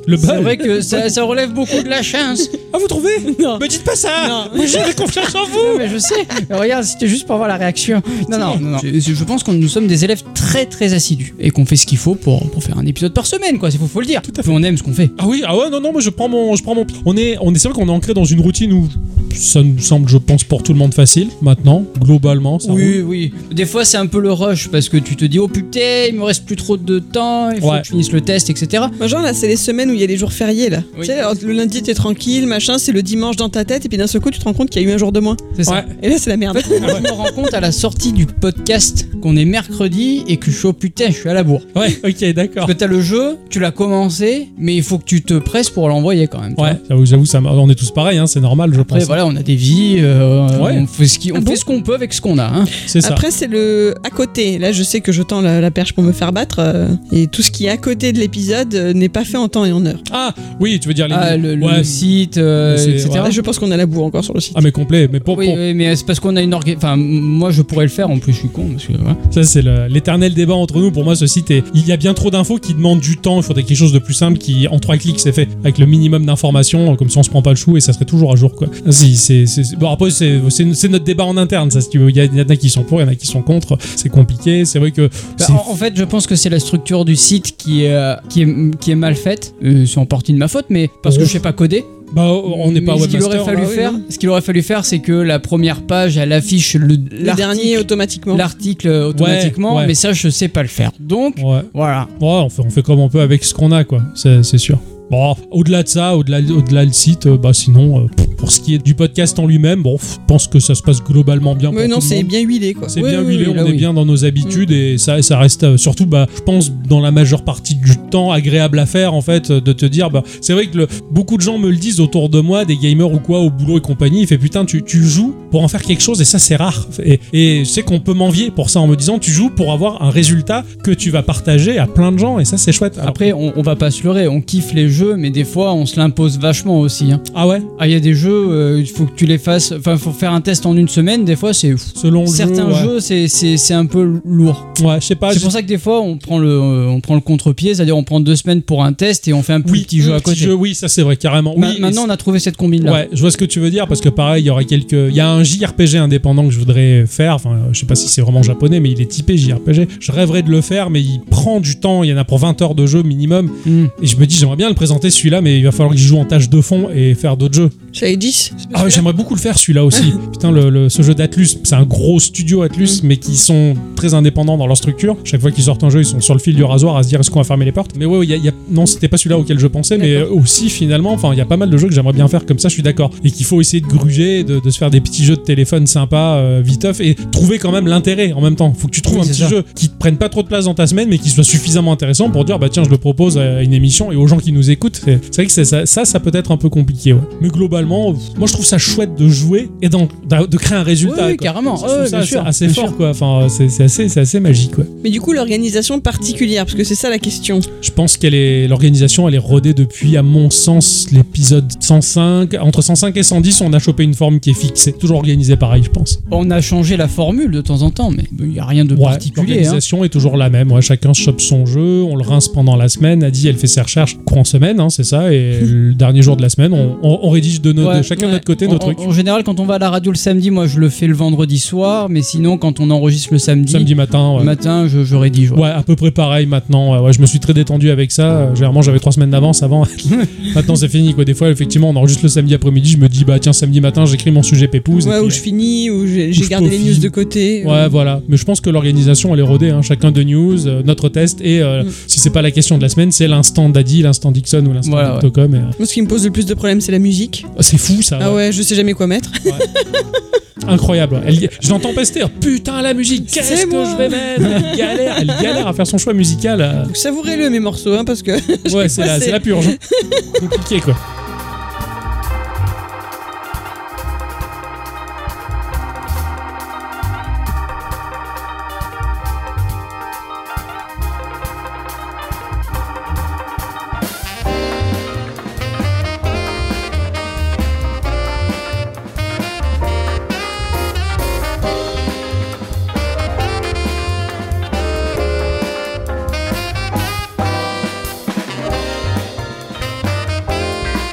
Le bol.
C'est vrai que ça, ça relève beaucoup de la chance.
Ah, vous trouvez
Non.
Me dites pas ça
Non.
Moi, j'ai confiance en vous
Non, mais je sais. Mais regarde, c'était juste pour voir la réaction. Non, non, non. non. Je, je pense que nous sommes des élèves très, très assidus et qu'on fait ce qu'il faut pour, pour faire un épisode par semaine, quoi. Il faut, faut le dire. Tout à fait. On aime ce qu'on fait.
Ah oui, ah ouais, non, non, mais je prends mon. Je prends mon on est, on est, c'est vrai qu'on est ancré dans une routine où ça nous semble, je pense, pour tout le monde facile, maintenant, globalement. Ça roule.
Oui, oui. Des fois, c'est un peu le rush parce que tu te dis, oh putain, il me reste plus trop de temps, il faut
Ouais.
que je finisse le test, etc.
Moi, Genre là, c'est les semaines où il y a les jours fériés là. Tu sais, alors, le lundi t'es tranquille, machin, c'est le dimanche dans ta tête, et puis d'un seul coup tu te rends compte qu'il y a eu un jour de moins.
C'est ça.
Et là c'est la merde.
Je me rends compte à la sortie du podcast qu'on est mercredi et que je suis oh putain, je suis à la bourre.
Ouais, ok, d'accord.
Parce que t'as le jeu, tu l'as commencé, mais il faut que tu te presses pour l'envoyer quand même. tu
Ouais,
vois.
j'avoue, j'avoue, ça, m'a- on est tous pareils, hein, c'est normal, je
Après,
pense.
voilà, on a des vies, euh,
Ouais.
on fait ce qui- on fait ce qu'on peut avec ce qu'on a. hein.
C'est ça.
Après c'est le à côté. Là je sais que je tends la, la perche pour me faire battre, euh, et tout ce qui est à côté de l'épisode euh, n'est pas fait en temps et en heure.
Ah, oui, tu veux dire les.
Ah, le, le-
Ouais.
le site, euh,
Mais c'est-
etc.
ouais.
Là, je pense qu'on a la boue encore sur le site.
Ah, mais complet, mais pour.
Oui,
pour-
oui, mais c'est parce qu'on a une orga- Enfin, moi je pourrais le faire en plus, je suis con. Parce que, voilà.
Ça, c'est le- l'éternel débat entre nous. Pour moi, ce site est. Il y a bien trop d'infos qui demandent du temps. Il faudrait quelque chose de plus simple qui, en trois clics, c'est fait. Avec le minimum d'informations. Comme ça, on se prend pas le chou et ça serait toujours à jour, quoi. Ah, Si, c'est- c'est- Bon, après, c'est c'est- c'est notre débat en interne, ça, si tu veux. Il y, a- il y en a qui sont pour, il y en a qui sont contre. C'est compliqué. C'est vrai que.
Bah,
c'est-
en, en fait, je pense que c'est la structure du site qui est, euh, qui est, qui est mal faite. Euh, c'est en partie de ma faute, mais parce que je sais pas coder.
Bah, on n'est pas
Mais ce qu'il
webmaster.
aurait fallu
bah oui,
faire,
non.
ce qu'il aurait fallu faire, c'est que la première page, elle affiche le, l'article-
dernier automatiquement.
l'article automatiquement,
ouais.
mais ça, je sais pas le faire. Donc, voilà.
on, fait, on fait comme on peut avec ce qu'on a, quoi. C'est c'est sûr. Bon, au-delà de ça, au-delà au-delà le site, euh, bah sinon, euh, pff, pour ce qui est du podcast en lui-même, bon, pff, je pense que ça se passe globalement bien.
Mais
pour
non,
tout le
c'est
monde.
bien huilé quoi.
C'est
Ouais,
bien
ouais,
huilé,
ouais, là,
on est
oui.
bien dans nos
Mm.
habitudes et ça, ça reste euh, surtout, bah, je pense, dans la majeure partie du temps, agréable à faire en fait, euh, de te dire, bah, c'est vrai que le- beaucoup de gens me le disent autour de moi, des gamers ou quoi, au boulot et compagnie, il fait putain, tu, tu joues pour en faire quelque chose et ça c'est rare. Et, et je sais qu'on peut m'envier pour ça en me disant, tu joues pour avoir un résultat que tu vas partager à plein de gens et ça c'est chouette. Alors-
Après, on, on va pas se leurrer, on kiffe les jeux, mais des fois, on se l'impose vachement aussi.
Ah ouais
Ah, il y a des jeux, euh, il faut que tu les fasses. Enfin, faut faire un test en une semaine, des fois, c'est.
Selon le jeu,
Certains
ouais.
jeux, c'est- c'est c'est un peu lourd.
Ouais, je sais pas.
C'est pour ça que des fois, on prend le, euh, on prend le contre-pied, c'est-à-dire on prend deux semaines pour un test et on fait un plus petit jeu à
Petit
côté.
jeu, oui, ça c'est vrai, carrément.
Ma-
Oui, et
maintenant, on a trouvé cette combine-là.
Ouais, je vois ce que tu veux dire parce que pareil, il y aura quelques. Il y a un JRPG indépendant que je voudrais faire. Enfin, euh, je sais pas si c'est vraiment japonais, mais il est typé JRPG. Je rêverais de le faire, mais il prend du temps. Il y en a pour 20 heures de jeu minimum.
Hmm.
Et je me dis, j'aimerais bien le présenter celui-là, mais il va falloir que je joue en tâche de fond et faire d'autres jeux.
J'avais 10.
Ah ouais, j'aimerais beaucoup le faire celui-là aussi. Putain, le, le- ce jeu d'Atlus, c'est un gros studio Atlus,
Mm.
mais qui sont très indépendants dans leur structure. Chaque fois qu'ils sortent un jeu, ils sont sur le fil du rasoir à se dire est-ce qu'on va fermer les portes. Mais ouais, ouais, il y a- il y a- non, c'était pas celui-là auquel je pensais, mais euh, aussi finalement, enfin, il y a pas mal de jeux que j'aimerais bien faire comme ça, je suis d'accord. Et qu'il faut essayer de gruger, de, de se faire des petits jeux de téléphone sympas, euh, viteuf, et trouver quand même l'intérêt en même temps. Faut que tu trouves
Oui,
un
c'est
petit
ça.
jeu qui te prenne pas trop de place dans ta semaine, mais qui soit suffisamment intéressant pour dire bah tiens, je le propose à une émission et aux gens qui nous écoutent. C'est c'est vrai que c'est ça, ça, ça peut être un peu compliqué. ouais. Mais globalement, pff, moi je trouve ça chouette de jouer et d'en- d'a- de créer un résultat.
Oui, oui,
quoi.
carrément.
Ça, je trouve
Ouais,
ça
bien
assez-
sûr,
assez
bien
fort
sûr.
quoi. Enfin, c'est c'est assez, c'est assez magique quoi.
Mais du coup, l'organisation particulière, parce que c'est ça la question.
Je pense qu'elle est l'organisation, elle est rodée depuis, à mon sens, l'épisode 105. Entre 105 et 110, on a chopé une forme qui est fixée, toujours organisée pareil, je pense.
On a changé la formule de temps en temps, mais il n'y a rien de
Ouais,
particulier. hein.
L'organisation est toujours la même. ouais, chacun chope son jeu, on le rince pendant la semaine. Adi, elle fait ses recherches courant semaine, hein, c'est ça. Et le dernier jour de la semaine, on, on- on rédige de, nos,
Ouais,
de chacun de
ouais.
notre côté
En-
nos trucs.
En, en général, quand on va à la radio le samedi, moi je le fais le vendredi soir, mais sinon quand on enregistre le samedi,
Samedi matin, ouais.
le matin je, je rédige.
Ouais, à peu près pareil maintenant. Ouais, ouais, je me suis très détendu avec ça. Euh, Généralement, j'avais trois semaines d'avance avant. maintenant, c'est fini. Quoi. Des fois, effectivement, on enregistre le samedi après-midi. Je me dis, bah tiens, samedi matin, j'écris mon sujet pépouze. et
Ouais,
puis,
où je finis, où j'ai j'ai
je
gardé les
peaufine.
news de côté. Euh,
Ouais, voilà. Mais je pense que l'organisation, elle est rodée. hein. Chacun de news, euh, notre test. Et euh,
Mm.
si c'est pas la question de la semaine, c'est l'instant d'Adi, l'instant Dixon ou l'instant
Voilà, ouais.
Dictocom. et, euh,
Moi, ce qui me pose le plus de problèmes, c'est la musique.
c'est fou ça.
Ah
ouais.
ouais, je sais jamais quoi mettre.
Incroyable. Elle, je l'entends pester. Putain, la musique, qu'est-ce que je vais mettre Elle galère, elle galère à faire son choix musical. euh.
Donc savourez-le mes morceaux, hein, parce que.
Ouais, c'est la, c'est la purge. hein. Compliqué quoi.
Thank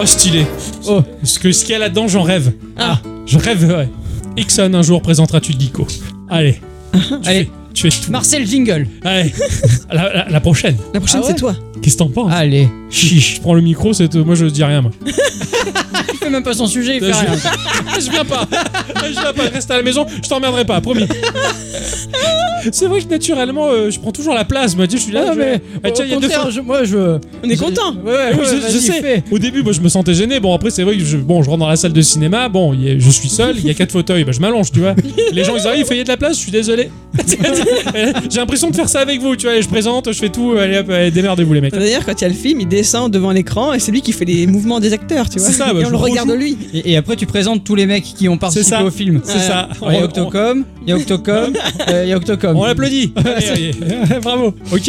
Oh, stylé. Oh. Ce que- ce qu'il y a là-dedans, j'en rêve. Ah. Je rêve, ouais. Ixon, un jour, présenteras-tu Geeko Allez. Ah, Allez. tu es tout.
Marcel Jingle.
Allez. la, la- la prochaine.
La prochaine, c'est toi.
Qu'est-ce que t'en penses
Allez.
Chiche. Je prends le micro, c'est moi, je dis rien, moi.
Il fait même pas son sujet, il
Je-
fait rien.
je viens pas. Je viens pas. Reste à la maison. Je t'emmerderai pas, promis. C'est vrai que naturellement, euh, je prends toujours la place. Moi, tu sais, je suis là.
Ah,
je-
mais
Ah, tiens,
au
il y a deux
contraire,
fois- Ah
je- moi je.
On est content.
Ouais, ouais,
Oui,
ouais,
je, je
vas-y,
sais.
fais.
Au début, moi, je me sentais gêné. Bon, après, c'est vrai que je, bon, je rentre dans la salle de cinéma. Bon, il y a- je suis seul. Il y a quatre fauteuils. Bah, je m'allonge, tu vois. Les gens, ils arrivent. Il faut y a de la place. Je suis désolé. J'ai l'impression de faire ça avec vous. Tu vois, Allez, je présente, je fais tout. Allez, hop, allez, démerdez-vous, les mecs.
D'ailleurs, quand il y a le film, il descend devant l'écran et c'est lui qui fait les mouvements des acteurs, tu vois.
C'est ça, bah,
et
je
on le
rejoue.
regarde lui.
Et, et après, tu présentes tous les mecs qui ont participé
C'est ça.
au film.
C'est ça.
Ouais, Il y a Octocom, il y a Octocom, euh, il y a Octocom.
On l'applaudit. Allez, allez. Bravo. Ok.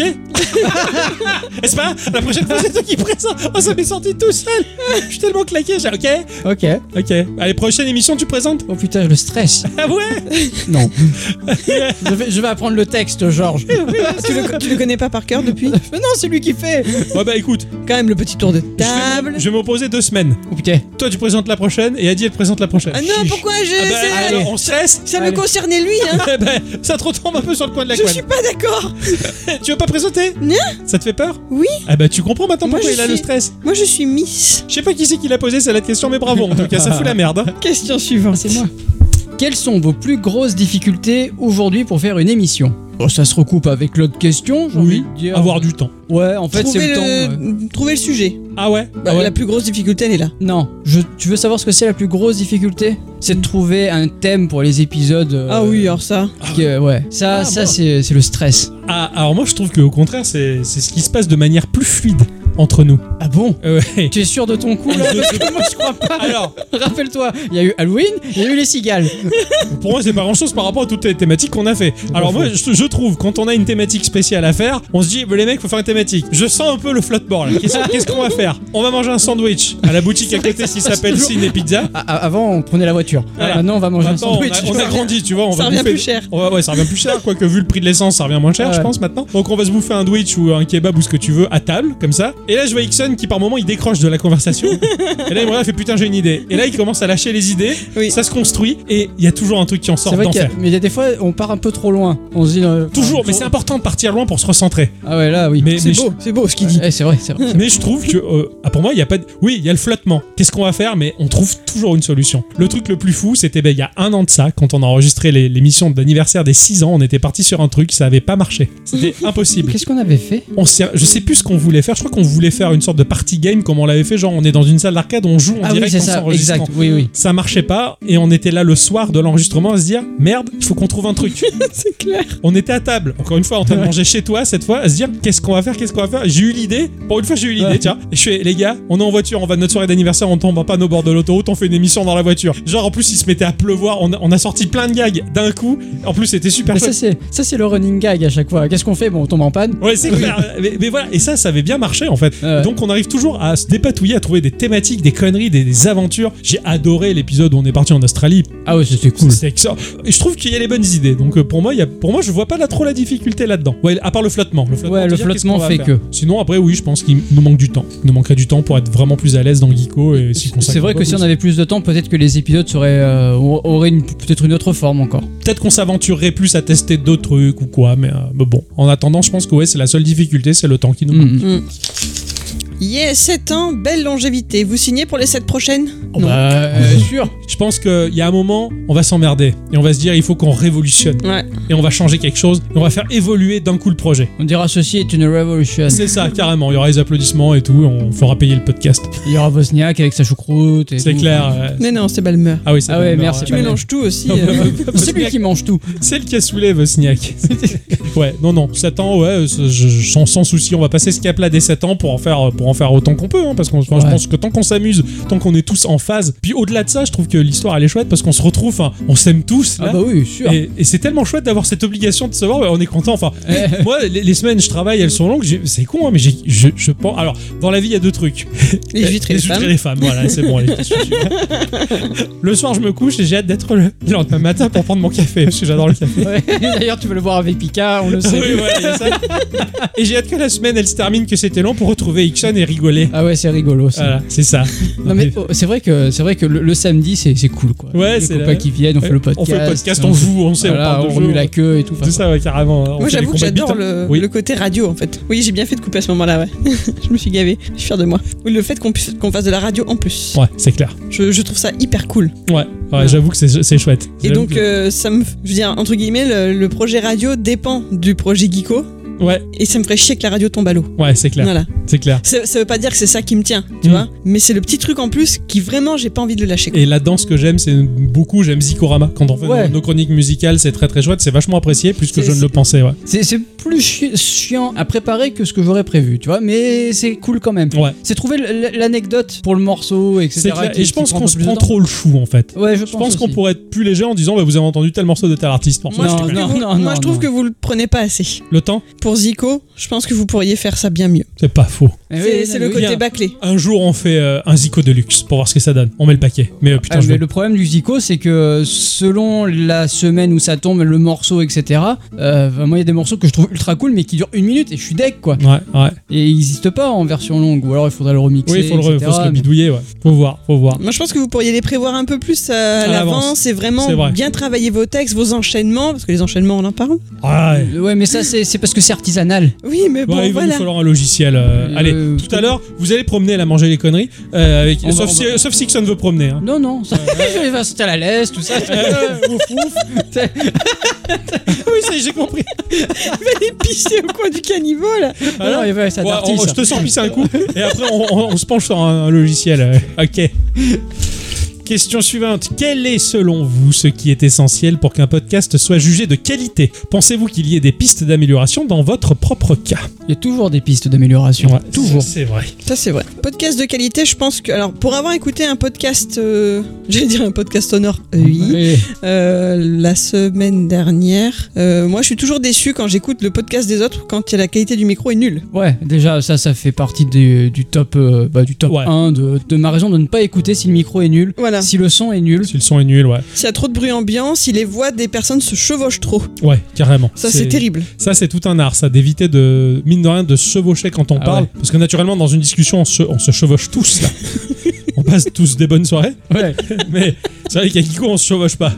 N'est-ce pas La prochaine fois, c'est toi qui présente. Oh, ça m'est sorti tout seul. Je suis tellement claqué. j'ai- Ok.
Ok.
Ok. Allez, prochaine émission, tu présentes
Oh putain, le stress.
Ah ouais
Non. je, vais, je vais apprendre le texte, Georges.
tu, le, tu le connais pas par cœur depuis
Mais non, c'est lui qui fait.
Ouais, bah écoute.
Quand même, le petit tour de
Je vais-
table.
Je vais m'opposer deux semaines.
Oh putain.
Toi, tu présentes la prochaine et Adi, elle présente la prochaine.
Ah non, pourquoi je.
Ah bah,
c'est-
alors, on stresse
ça me concernait lui, hein.
Eh ben, ça te retombe un peu sur le coin de la
Je
couenne.
suis pas d'accord.
Tu veux pas présenter
Non.
Ça te fait peur
Oui.
Ah bah tu comprends maintenant
Moi,
pourquoi
je
il a le
suis-
stress.
Moi, je suis Miss.
Je sais pas qui c'est qui l'a posé cette question, mais bravo en tout cas, ça fout la merde. hein.
Question suivante.
C'est moi. Quelles sont vos plus grosses difficultés aujourd'hui pour faire une émission Bon, ça se recoupe avec l'autre question, j'ai envie de dire.
Avoir du temps.
Ouais, en fait, c'est
Trouver
le temps. ouais.
le, trouver le sujet.
Ah ouais
Bah,
Ah ouais.
La plus grosse difficulté, elle est là.
Non, je- tu veux savoir ce que c'est la plus grosse difficulté C'est de trouver un thème pour les épisodes. euh,
Ah oui, alors ça.
qui, euh, ouais. Ça,
Ah,
ça
bon.
c'est c'est le stress.
Ah, alors moi je trouve que au contraire, c'est c'est ce qui se passe de manière plus fluide entre nous.
Ah bon
Euh, ouais.
Tu es sûr de ton coup là Parce que moi je crois pas.
Alors,
Rappelle-toi, il y a eu Halloween, il y a eu les cigales.
pour moi, c'est pas grand chose par rapport à toutes les thématiques qu'on a fait. Alors, moi, je, je trouve, quand on a une thématique spéciale à faire, on se dit, bah, les mecs, faut faire une thématique. Je sens un peu le flotte-bord là. Qu'est-ce qu'est-ce qu'on va faire On va manger un sandwich à la boutique à côté qui s'appelle
toujours.
Cine et Pizza.
Ah, ah, avant on prenait la voiture.
Voilà.
Maintenant on va manger
Maintenant,
un sandwich.
on, a, on a grandi, tu vois. On
Ça
va
revient
bouffer-
plus cher.
Ouais, ouais, ça revient plus cher. Quoique, vu le prix de l'essence, ça revient moins cher,
Ah
je
ouais.
pense, maintenant. Donc, on va se bouffer un Twitch ou un kebab ou ce que tu veux à table, comme ça. Et là, je vois Ixon qui, par moment, il décroche de la conversation. et là, il me regarde, il fait putain, j'ai une idée. Et là, il commence à lâcher les idées.
Oui.
Ça se construit. Et il y a toujours un truc qui en
C'est
sort
vrai qu'il y, a-
d'enfer.
mais il y a des fois on part un peu trop loin. On se dit euh,
Toujours,
enfin,
mais c'est important de partir loin pour se recentrer.
Ah ouais là oui.
Mais, mais Eh,
C'est beau, c'est beau ce qu'il dit.
Ouais, c'est vrai, c'est vrai.
je, mais je trouve que, euh, ah, pour moi, il y a pas. de- Oui, il y a le flottement. Qu'est-ce qu'on va faire Mais on trouve toujours une solution. Le truc le plus fou, c'était ben, il y a un an de ça, quand on a enregistré les- l'émission d'anniversaire des 6 ans, on était parti sur un truc, ça avait pas marché. C'était impossible.
Qu'est-ce qu'on avait fait
On s'est- je sais plus ce qu'on voulait faire. Je crois qu'on voulait faire une sorte de party game comme on l'avait fait. Genre, on est dans une salle d'arcade, on joue en
Ah oui
direct
c'est
en
ça,
s'enregistrant.
exact. Oui oui.
Ça marchait pas et on était là le soir de l'enregistrement à se dire merde, il faut qu'on trouve un truc.
C'est clair.
On était à table, encore une fois, en train de manger chez toi, cette fois, à se dire qu'est-ce qu'on va faire, qu'est-ce qu'on va faire. J'ai eu l'idée, pour une fois, j'ai eu l'idée,
Ouais.
tiens. Et je fais, les gars, on est en voiture, on va de notre soirée d'anniversaire, on tombe en panne au bord de l'autoroute, on fait une émission dans la voiture. Genre, en plus, il se mettait à pleuvoir, on a, on a sorti plein de gags d'un coup. En plus, c'était super
Mais
chouette.
ça c'est ça c'est le running gag à chaque fois. Qu'est-ce qu'on fait Bon on tombe en panne.
Ouais, c'est clair. Mais, mais voilà, et ça, ça avait bien marché en fait.
Ah ouais.
Donc on arrive toujours à se dépatouiller, à trouver des thématiques, des conneries, des, des aventures. J'ai adoré l'épisode où on est parti en Australie.
Ah ouais c'était cool.
C'est excellent. Et je trouve qu'il y a les bonnes idées. Donc euh, pour moi, il y a, pour moi, je vois pas là, trop la difficulté là-dedans. Ouais, à part le flottement. Le flottement,
Ouais,
te
le
dire qu'est-ce
flottement
qu'on va
fait
faire.
que.
Sinon, après, oui, je pense qu'il nous manque du temps. Il nous manquerait du temps pour être vraiment plus à l'aise dans Geeko et s'y consacrer.
C'est vrai que si on avait plus de temps, peut-être que les épisodes seraient euh, auraient une- peut-être une autre forme encore.
peut-être qu'on s'aventurerait plus à tester d'autres trucs ou quoi. Mais, euh, mais bon, en attendant, je pense que ouais, c'est la seule difficulté, c'est le temps qui nous manque.
Mm.
Hmm. Yeah, 7 ans, belle longévité. Vous signez pour les 7 prochaines
Oh
Non.
bah, euh,
sûr.
Je pense qu'il y a un moment, on va s'emmerder et on va se dire il faut qu'on révolutionne
Ouais.
et on va changer quelque chose et on va faire évoluer d'un coup le projet.
On dira ceci est une revolution.
C'est ça, carrément. Il y aura les applaudissements et tout, on fera payer le podcast.
Il y aura Bosniak avec sa choucroute. et
C'est
tout.
clair. euh,
Mais non, c'est Balmer.
Ah oui, c'est
Ah
pas
ouais,
mal,
merci,
ouais.
Tu mélanges tout aussi.
Non,
euh.
pas- pas-
C'est lui
Wozniak.
qui mange tout.
C'est le cassoulet, Vosniak. ouais, non, non, 7 ans, ouais, c'est- je- je- sans, sans souci, on va passer ce cap-là des 7 ans pour en faire, euh, pour en faire autant qu'on peut, hein, parce que je
Ouais.
pense que tant qu'on s'amuse, tant qu'on est tous en phase, puis au-delà de ça, je trouve que l'histoire, elle est chouette, parce qu'on se retrouve, hein, on s'aime tous, là,
Ah bah oui, sûr.
Et, et c'est tellement chouette d'avoir cette obligation de savoir, bah, on est content. Enfin,
Eh.
moi, les, les semaines, je travaille, elles sont longues. j'ai- C'est con, hein, mais j'ai- je, je pense. Alors, dans la vie, il y a deux trucs.
Les huîtres et les femmes.
les femmes. Voilà, c'est bon. allez, je suis- le soir, je me couche et j'ai hâte d'être le le lendemain matin pour prendre mon café, parce que j'adore le café.
Ouais. D'ailleurs, tu veux le voir avec Pika, on le
Ah
sait.
oui, voilà, il y a ça. Et j'ai hâte que la semaine elle se termine, que c'était long pour retrouver Ixon et et rigoler.
Ah ouais, c'est rigolo. ça.
Voilà, c'est ça.
Non mais oh, c'est vrai que c'est vrai que le, le samedi c'est c'est cool quoi.
Ouais,
les
c'est
copains
la-
qui viennent, on fait le podcast,
On fait le podcast, on joue, on sait, on
voilà,
parle de
on
jeu,
remue
on-
la queue et tout.
C'est ça, ouais, carrément. On
Moi
fait les
j'avoue que
combats de
j'adore
bites, hein.
le,
Oui.
le côté radio en fait. Oui, j'ai bien fait de couper à ce moment-là, ouais. je me suis gavé, je suis fier de moi. Oui, le fait qu'on puisse qu'on fasse de la radio en plus.
Ouais, c'est clair.
Je, je trouve ça hyper cool.
Ouais, ouais, j'avoue que c'est c'est chouette.
Et
J'avoue
donc,
que-
euh, ça me, je veux dire, entre guillemets, le, le projet radio dépend du projet Geeko.
Ouais.
Et ça me ferait chier que la radio tombe à l'eau.
Ouais, c'est clair.
Voilà.
C'est clair.
Ça, ça veut pas dire que c'est ça qui me tient, tu
Mm.
vois. Mais c'est le petit truc en plus qui vraiment j'ai pas envie de le lâcher. quoi.
Et là-dedans, ce que j'aime, c'est beaucoup, j'aime Zikorama. Quand on fait
Ouais.
nos, nos chroniques musicales, c'est très très chouette, c'est vachement apprécié, plus que
C'est-
je ne le
c'est-
pensais, ouais.
C'est c'est plus chi- chiant à préparer que ce que j'aurais prévu, tu vois, mais c'est cool quand même.
Ouais.
C'est trouver l- l- l'anecdote pour le morceau, etc.
C'est clair.
qui-
Et je
qui
pense
prend un
qu'on
peu
se
plus de
prend
temps.
trop le chou en fait.
Ouais, je,
Je pense qu'on
aussi.
pourrait être plus léger en disant bah, vous avez entendu tel morceau de tel artiste.
Moi, je
Non,
trouve, que,
non,
vous,
non,
moi,
non,
je trouve
non.
que vous le prenez pas assez.
Le temps
Pour Zico, je pense que vous pourriez faire ça bien mieux.
C'est pas faux.
Eh oui,
C'est
non,
c'est
mais
le
oui.
côté
Bien.
baclé.
Un jour, on fait euh, un Zico de luxe pour voir ce que ça donne. On met le paquet. Mais euh, putain,
Ah,
je
mais
vais-
le problème du Zico, c'est que euh, selon la semaine où ça tombe, le morceau, etc. euh, bah, moi, il y a des morceaux que je trouve ultra cool, mais qui durent une minute et je suis deck, quoi.
Ouais, ouais.
Et il n'existe pas en version longue, ou alors il faudrait le remixer.
Oui, faut, le, re-
etc.,
faut se le
mais-
bidouiller, ouais. Faut voir, faut voir.
Moi, je pense que vous pourriez les prévoir un peu plus à,
À l'avance.
l'avance et
C'est
vraiment
vrai.
bien travailler vos textes, vos enchaînements, parce que les enchaînements, on en parle.
Ah, Ouais.
Euh, Ouais, Ah, mais ça, c'est c'est parce que c'est artisanal.
Oui, mais bon,
Ouais, il va
voilà.
nous falloir un logiciel. euh,
Euh,
Allez, tout à l'heure, vous allez promener là, manger les conneries. euh, avec...
On va-
sauf,
on
si,
va-
sauf si Ixon veut promener. hein.
Non, non, ça, je vais sauter à la laisse, tout ça.
Euh,
oui, ça y est, j'ai compris.
Il va les pisser au coin du caniveau, là.
Ah non,
il va ça
Ouais,
d'artiste,
on-
ça.
je te sens pisser un coup et après on, on- on se penche sur un, un logiciel. euh, Ok. Question suivante. Quel est selon vous ce qui est essentiel pour qu'un podcast soit jugé de qualité Pensez-vous qu'il y ait des pistes d'amélioration dans votre propre cas
Il y a toujours des pistes d'amélioration.
Ouais,
toujours.
C'est vrai.
Ça, c'est vrai. Podcast de qualité, je pense que. Alors, pour avoir écouté un podcast. euh, J'allais dire un podcast sonore. Euh, Oui. Euh, la semaine dernière. euh, moi, je suis toujours déçu quand j'écoute le podcast des autres quand il y a la qualité du micro est nulle.
Ouais, déjà, ça, ça fait partie des- du top, euh, bah, du top
Ouais.
1 de, de ma raison de ne pas écouter si le micro est nul,
Voilà.
si le son est nul.
Si le son est nul, ouais.
S'il y a trop de bruit ambiant, si les voix des personnes se chevauchent trop.
Ouais, carrément.
Ça, c'est terrible.
Ça, c'est tout un art, ça, d'éviter de, mine de rien, de se chevaucher quand on
Ah
parle.
ouais.
Parce que naturellement, dans une discussion, on se, on se chevauche tous, là. on passe tous des bonnes soirées.
Ouais.
mais c'est vrai qu'à Kiko, on se chevauche pas.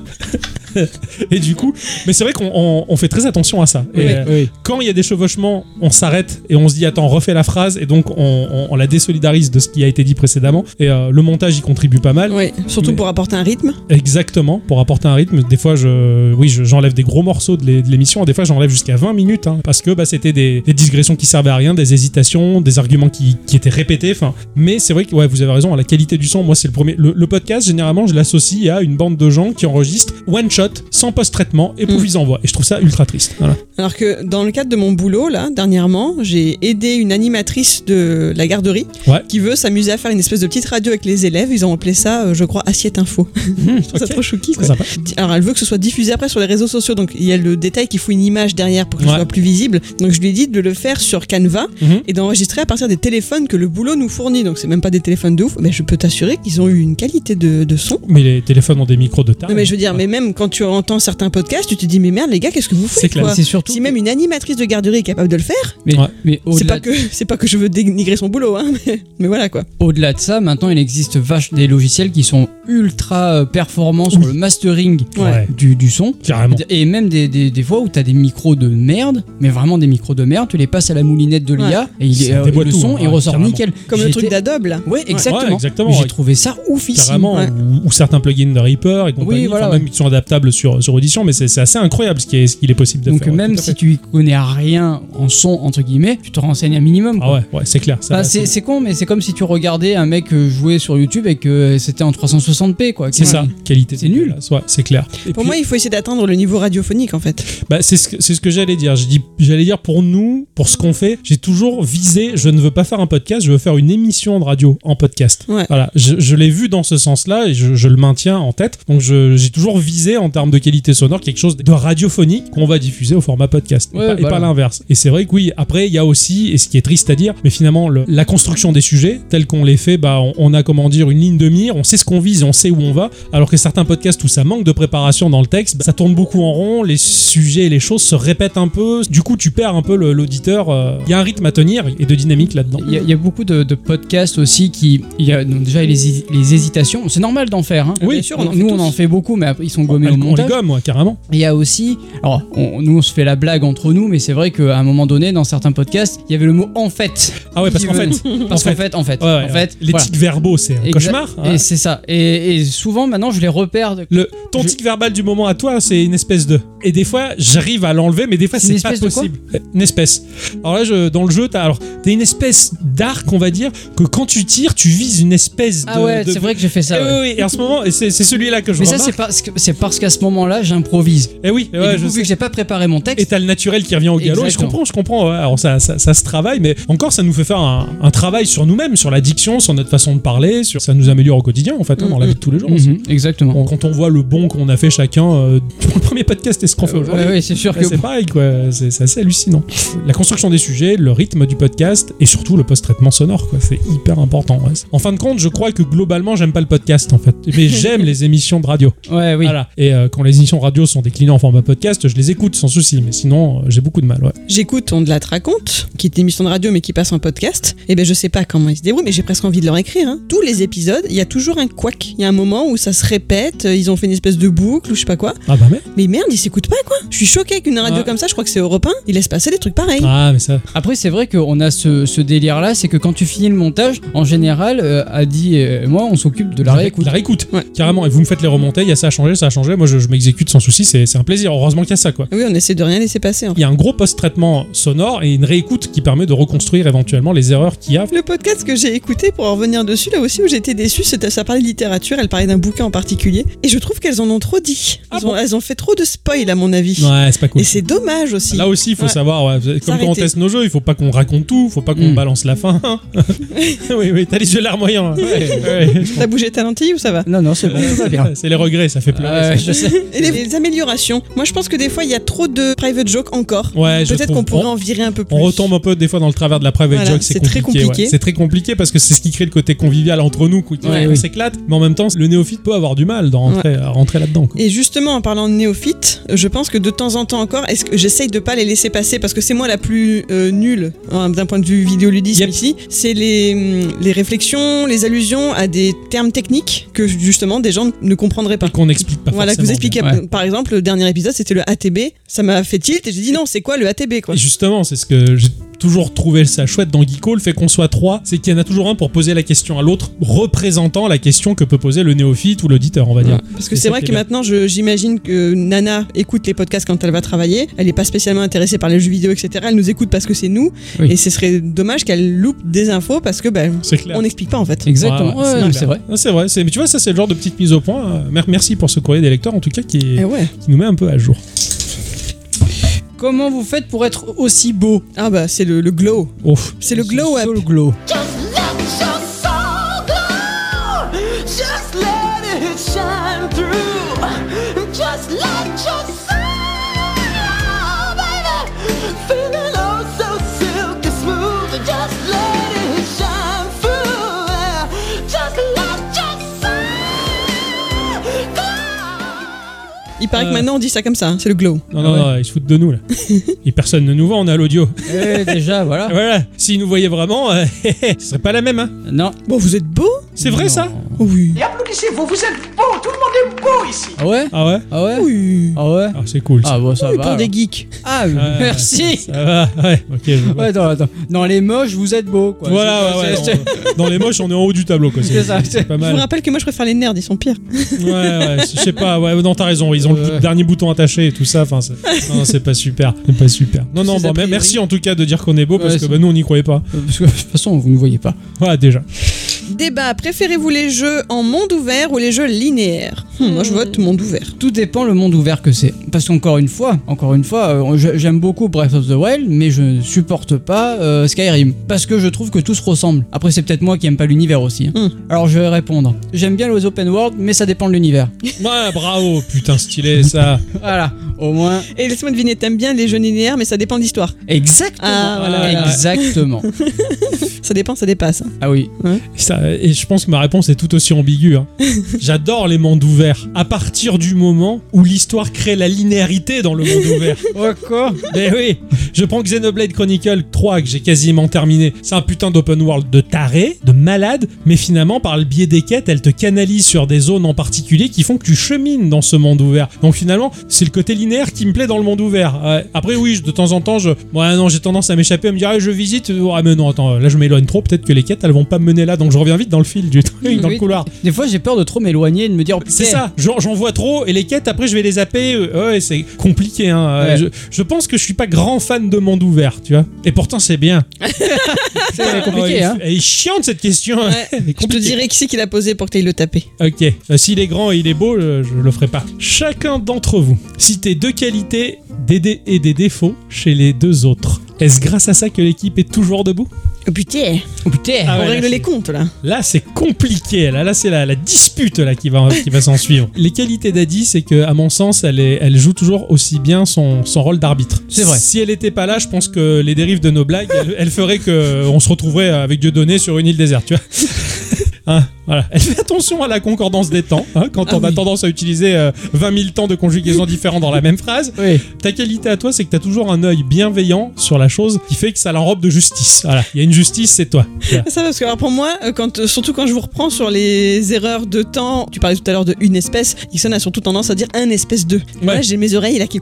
et du coup, mais c'est vrai qu'on on- on fait très attention à ça. Et,
Oui,
euh,
oui.
Quand il y a des chevauchements, on s'arrête et on se dit attends, refais la phrase et donc on, on- on la désolidarise de ce qui a été dit précédemment. Et euh, le montage y contribue pas mal.
Ouais, surtout
Mais-
pour apporter un rythme.
Exactement, pour apporter un rythme. Des fois, je, oui, je- j'enlève des gros morceaux de l'é- de l'émission. Des fois, j'enlève jusqu'à 20 minutes hein, parce que bah, c'était des, des digressions qui servaient à rien, des hésitations, des arguments qui, qui étaient répétés. Enfin, mais c'est vrai que ouais, vous avez raison. La qualité du son, moi, c'est le premier. Le, le podcast, généralement, je l'associe à une bande de gens qui enregistrent one shot, sans post-traitement, et puis
Mm.
ils envoient. Et je trouve ça ultra triste. Voilà.
Alors que dans le cadre de mon boulot, là, dernièrement, j'ai aidé une animatrice de la garderie
Ouais.
qui veut s'amuser à faire une espèce de petite radio avec les élèves. Ils ont appelé ça, euh, je crois, Assiette Info. Je trouve ça
Ok.
trop chouki.
Très sympa.
Alors elle veut que ce soit diffusé après sur les réseaux sociaux. Donc il y a le détail qu'il faut une image derrière pour que ce
Ouais.
soit plus visible. Donc je lui ai dit de le faire sur Canva
Mhm.
et d'enregistrer à partir des téléphones que le boulot nous fournit. Donc c'est même pas des téléphones de ouf, mais je peux t'assurer qu'ils ont eu une qualité de, de son.
Mais les téléphones ont des micros de
Non,
taré.
mais je veux dire, mais même quand tu entends certains podcasts, tu te dis, mais merde, les gars, qu'est-ce que vous faites
C'est clair.
quoi
C'est surtout-
Si même une animatrice de garderie est capable de le faire,
Mais,
Ouais.
mais
c'est
au-delà
pas, que, c'est pas que je veux dénigrer son boulot, hein, mais, mais voilà quoi.
au-delà de ça, maintenant, il existe vache des logiciels qui sont ultra euh, performants sur
Oui.
le mastering
Ouais.
du, du son.
Carrément.
Et même des, des, des fois où t'as des micros de merde, mais vraiment des micros de merde, tu les passes à la moulinette de l'IA et il est,
Ça
euh,
déboîte
le
tout,
son
hein,
il
ouais,
ressort
carrément.
nickel.
Comme le
J'étais-
truc d'Adobe là.
Ouais, exactement.
Ouais, exactement.
J'ai trouvé ça oufissime.
carrément
Ouais.
ou, ou certains plugins de Reaper et compagnie
voilà,
enfin, même ils sont adaptables sur, sur Audition mais c'est c'est assez incroyable ce qui est- ce qu'il est, possible de
Donc
faire ouais,
même
tout à
si
fait.
tu y connais rien en son entre guillemets, tu te renseignes un minimum.
ah
quoi.
ouais, ouais c'est clair ça
Bah,
va,
c'est c'est con, mais c'est comme si tu regardais un mec euh, jouer sur YouTube et que euh, c'était en 360p, quoi.
C'est ça, qualité.
C'est nul.
dégueulasse, ouais, c'est clair. Et
Pour
puis,
moi, il faut essayer d'atteindre le niveau radiophonique en fait.
bah, c'est ce que, c'est ce que j'allais dire. Je dis- J'allais dire pour nous, pour ce qu'on fait, j'ai toujours visé, je ne veux pas faire un podcast, je veux faire une émission de radio en podcast.
Ouais.
Voilà, je, je l'ai vu dans ce sens-là et je, je le maintiens en tête. Donc je- j'ai toujours visé en termes de qualité sonore quelque chose de radiophonique qu'on va diffuser au format podcast et
Ouais,
pas- et pas,
voilà.
l'inverse. Et c'est vrai que oui, après il y a aussi, et ce qui est triste à dire, mais finalement le- la construction des sujets telle qu'on les fait, bah, on, on a comment dire une ligne de mire, on sait ce qu'on vise. si on sait où on va, alors que certains podcasts où ça manque de préparation dans le texte, bah, ça tourne beaucoup en rond, les sujets et les choses se répètent un peu, du coup tu perds un peu le- l'auditeur, euh, il y a un rythme à tenir et de dynamique là-dedans.
Il y, a- il y a beaucoup de, de podcasts aussi qui. Il y a donc déjà les, hési- les hésitations. C'est normal d'en faire. Hein.
Oui, Bien sûr, on en fait
nous on
tous.
en fait beaucoup, mais après, ils sont gommés
on,
au
on les
montage.
gomme, moi, carrément.
Il y a aussi, alors on- nous on se fait la blague entre nous, mais c'est vrai qu'à un moment donné, dans certains podcasts, il y avait le mot en fait.
Ah ouais, parce qu'en fait,
parce qu'en fait, en fait,
Ouais, ouais,
en
ouais.
fait,
les
voilà.
tics verbaux, c'est un
Exa-
cauchemar. hein.
Et c'est ça. Et, et souvent maintenant, je les repère. de-
Le, ton tic verbal du moment à toi, c'est une espèce de. Et des fois, j'arrive à l'enlever, mais des fois,
C'est une
c'est pas
espèce de quoi
possible. Euh, Une espèce. Alors là, je- dans le jeu, t'as alors t'as une espèce d'arc, on va dire, que quand tu tires, tu vises une espèce de.
Ah ouais,
de-
c'est vrai que j'ai fait ça.
Eh
ouais.
oui, oui, et en ce moment, et c'est c'est celui-là que je
Mais ça,
remarque.
c'est parce que- c'est parce qu'à ce moment-là, j'improvise.
Eh oui, eh
Et
ouais,
du coup,
je
vu que j'ai pas préparé mon texte.
Et t'as le naturel qui revient au galop. Et je
Exactement.
comprends, je comprends. ouais. Alors ça, ça, ça se travaille, mais encore, ça nous fait faire un, un travail sur nous-mêmes, sur la diction, sur notre façon de parler. Sur... Ça nous améliore au quotidien, en fait, hein, dans la vie de tous les jours.
exactement.
quand on voit le bon qu'on a fait chacun, euh, pour le premier podcast et ce qu'on fait aujourd'hui.
Euh, ouais, ouais, c'est sûr
bah,
que-
c'est pareil, quoi. C'est c'est assez hallucinant. La construction des sujets, le rythme du podcast et surtout le post-traitement sonore, quoi. C'est hyper important. ouais. En fin de compte, je crois que globalement, j'aime pas le podcast, en fait. Mais j'aime les émissions de radio.
Ouais, oui.
Voilà. Et euh, quand les émissions radio sont déclinées en format podcast, je les écoute sans souci, mais sinon euh, j'ai beaucoup de mal. Ouais.
J'écoute On de la te raconte, qui est une émission de radio mais qui passe en podcast. Et ben je sais pas comment ils se débrouillent, mais j'ai presque envie de leur écrire. hein. Tous les épisodes, il y a toujours un couac. Il y a un moment où ça se répète, euh, ils ont fait une espèce de boucle ou je sais pas quoi.
Ah bah mais.
Mais merde, ils s'écoutent pas quoi. Je suis choqué qu'une radio
Ouais.
comme ça, je crois que c'est Europe 1, ils laissent passer des trucs pareils.
Ah, mais ça.
Après, c'est vrai qu'on a ce, ce délire-là, c'est que quand tu finis le montage, en général, euh, Adi et moi, on s'occupe de la réécoute.
La réécoute, carrément. Et vous me faites les remonter, il y a ça à changer, ça a changé. Moi je, je m'exécute sans souci, c'est c'est un plaisir. Heureusement qu'il y a ça quoi.
Ah Oui, on essaie de rien laisser passer. en fait.
Il y a un gros post-traitement sonore et une réécoute qui permet de reconstruire éventuellement les erreurs qu'il y a.
Le podcast que j'ai écouté pour en revenir dessus, là aussi où j'étais déçue, c'était ça parlait de littérature, elle parlait d'un bouquin en particulier. Et je trouve qu'elles en ont trop dit. Elles, ont, elles ont fait trop de spoil à mon avis.
Ouais, c'est pas cool.
Et c'est dommage aussi.
Là aussi, il faut
Ouais.
savoir, ouais, comme quand on
S'arrêter.
teste nos jeux, il faut pas qu'on raconte tout, faut pas qu'on balance la fin. oui, oui, t'as les yeux larmoyants. Ouais, ouais.
T'as bougé ta lentille ou ça va
Non, non, c'est bon, tout va bien.
C'est les regrets, ça fait pleurer. ça.
Et les, les améliorations. Moi, je pense que des fois, il y a trop de private jokes encore.
Ouais, je
Peut-être
trouve.
qu'on pourrait
On-
en virer un peu plus.
On retombe un peu des fois dans le travers de la private
Voilà,
joke, c'est
c'est très
compliqué.
compliqué.
ouais. C'est très compliqué parce que c'est ce qui crée le côté convivial entre nous, quoi.
Ouais,
on
oui.
s'éclate, mais en même temps, le néophyte peut avoir du mal d'en rentrer, à rentrer là-dedans. quoi.
Et justement, en parlant de néophytes, je pense que de temps en temps encore, est-ce que j'essaye de pas les laisser passer parce que c'est moi la plus euh, nulle hein, d'un point de vue vidéoludisme ici. C'est les, hum, les réflexions, les allusions à des termes techniques que justement des gens ne comprendraient pas.
Qu'on explique pas
Voilà, que
forcément
vous expliquez.
bien. Ouais.
Par exemple, le dernier épisode, c'était le ATB. Ça m'a fait tilt et j'ai dit non, c'est quoi le ATB quoi
Et justement, c'est ce que j'ai toujours trouvé ça chouette dans Geeko, le fait qu'on soit trois, c'est qu'il y en a toujours un pour poser la question à l'autre, représentant la question que peut poser le néophyte ou l'auditeur, on va dire.
Parce que c'est vrai que
maintenant
maintenant, je- j'imagine que Nana écoute les podcasts quand elle va travailler. Elle n'est pas spécialement intéressée par les jeux vidéo, etc. Elle nous écoute parce que c'est nous.
Oui.
Et ce serait dommage qu'elle loupe des infos parce que ben,
C'est clair.
on n'explique pas en fait.
Ouais, ouais, clair. Ah, C'est vrai. c'est- Mais tu vois, ça, c'est le genre de petite mise au point. Euh, mer- Merci pour ce courrier des lecteurs, en tout cas, qui, est-
Eh ouais.
qui nous met un peu à jour.
Comment vous faites pour être aussi beau
Ah bah c'est le, le glow.
Ouf.
C'est le glow up.
le glow.
Ah, Just let it shine through. Just let your soul, baby, feeling oh so silky smooth. Just let it shine through. Just let your soul
Il paraît
Euh.
que maintenant on dit ça comme ça, hein, c'est le glow.
Non, non, non, ils se foutent de nous, là. Et personne ne nous voit, on est à l'audio.
Eh, déjà, voilà.
Voilà. S'ils nous voyaient vraiment, euh, ce serait pas la même, hein.
Non.
Bon, vous êtes beau
C'est vrai, ça
Oh Oui.
Et applaudissez vous, vous êtes beau, tout le monde est beau ici.
Ah ouais
Ah ouais
Ah ouais
Oh Oui.
Ah ouais
Ah, c'est cool.
Ah bon, ça
Oui,
va.
pour des
alors.
geeks.
Ah,
Ouais,
merci
Ça va, ouais. Ok, je vois.
Ouais, attends, attends. Dans les moches, vous êtes beau, quoi.
Voilà, ouais, ouais.
C'est-
on- Dans les moches, on est en haut du tableau, quoi.
C'est ça,
pas
Je vous
mal.
rappelle que moi je préfère les nerds, ils sont pires.
Ouais, ouais, je sais pas, ouais, non, t'as raison, ils ont le bout- dernier bouton attaché et tout ça, enfin, c'est- non, non, c'est pas super, c'est pas super. Non, non,
ces
bon,
a priori.
merci en tout cas de dire qu'on est beau, parce
Ouais,
que
c'est-
bah, nous, on n'y croyait pas.
Parce que de toute façon, vous ne voyez pas.
Ouais, déjà.
Débat, préférez-vous les jeux en monde ouvert ou les jeux linéaires Hmm, Moi je vote monde ouvert.
Tout dépend le monde ouvert que c'est. Parce qu'encore une fois, encore une fois, euh, je- j'aime beaucoup Breath of the Wild, mais je ne supporte pas euh, Skyrim. Parce que je trouve que tout se ressemble. Après, c'est peut-être moi qui aime pas l'univers aussi. hein.
Hmm.
Alors, je vais répondre. J'aime bien les open world, mais ça dépend de l'univers.
Ouais, bravo, putain, stylé ça.
Voilà. Au moins.
Et laisse-moi deviner, t'aimes bien les jeux linéaires, mais ça dépend de l'histoire.
Exactement.
Ah, voilà, voilà.
Exactement.
ça dépend, ça dépasse.
Ah oui.
Ça- et je pense que ma réponse est tout aussi ambiguë. hein. J'adore les mondes ouverts. À partir du moment où l'histoire crée la linéarité dans le monde ouvert.
Oh quoi
Mais oui Je prends Xenoblade Chronicle 3 que j'ai quasiment terminé. C'est un putain d'open world de taré, de malade, mais finalement par le biais des quêtes, elle te canalise sur des zones en particulier qui font que tu chemines dans ce monde ouvert. Donc finalement, c'est le côté linéaire qui me plaît dans le monde ouvert. Ouais. Après oui, je- de temps en temps, je... Ouais, non, j'ai tendance à m'échapper, à me dire, ah, je visite... Ah mais non, attends, là je m'éloigne trop, peut-être que les quêtes, elles vont pas me mener là, donc je reviens vite dans le fil du truc, dans le
Oui.
couloir.
Des fois, j'ai peur de trop m'éloigner, de me dire. oh,
C'est ça, genre j'en vois trop et les quêtes après je vais les zapper. euh, Ouais, c'est compliqué. Hein. Euh,
Ouais.
Je, je pense que je suis pas grand fan de monde ouvert, tu vois. Et pourtant c'est bien.
C'est
Ouais,
compliqué, hein.
Elle est chiante cette question. hein. Elle est
Je te
compliquée.
dirais qui c'est qui l'a posé pour que t'ailles le taper.
Ok, Euh, s'il est grand et il est beau, euh, je le ferai pas. Chacun d'entre vous, citez deux qualités d'aider et des défauts chez les deux autres. Est-ce grâce à ça que l'équipe est toujours debout
Oh putain
Oh putain
Ah ouais,
On
là,
règle
c'est-
les comptes là.
Là, c'est compliqué. Là, là c'est la, la dispute là, qui va, qui va s'en suivre. Les qualités d'Adi, c'est que, à mon sens, elle, est- elle joue toujours aussi bien son, son rôle d'arbitre.
C'est vrai.
Si elle n'était pas là, je pense que les dérives de nos blagues, elles, elles feraient qu'on se retrouverait avec Dieudonné sur une île déserte, tu vois. Hein, voilà. Elle fait attention à la concordance des temps, hein, quand on a tendance à utiliser euh, 20 000 temps de conjugaison différents dans la même phrase. Ta qualité à toi, c'est que tu as toujours un œil bienveillant sur la chose qui fait que ça l'enrobe de justice. Voilà. Il y a une justice, c'est toi. Voilà.
Ça parce que alors pour moi, euh, quand, euh, surtout quand je vous reprends sur les erreurs de temps, tu parlais tout à l'heure de une espèce, Ixon a surtout tendance à dire un espèce de. Moi j'ai mes oreilles là qui.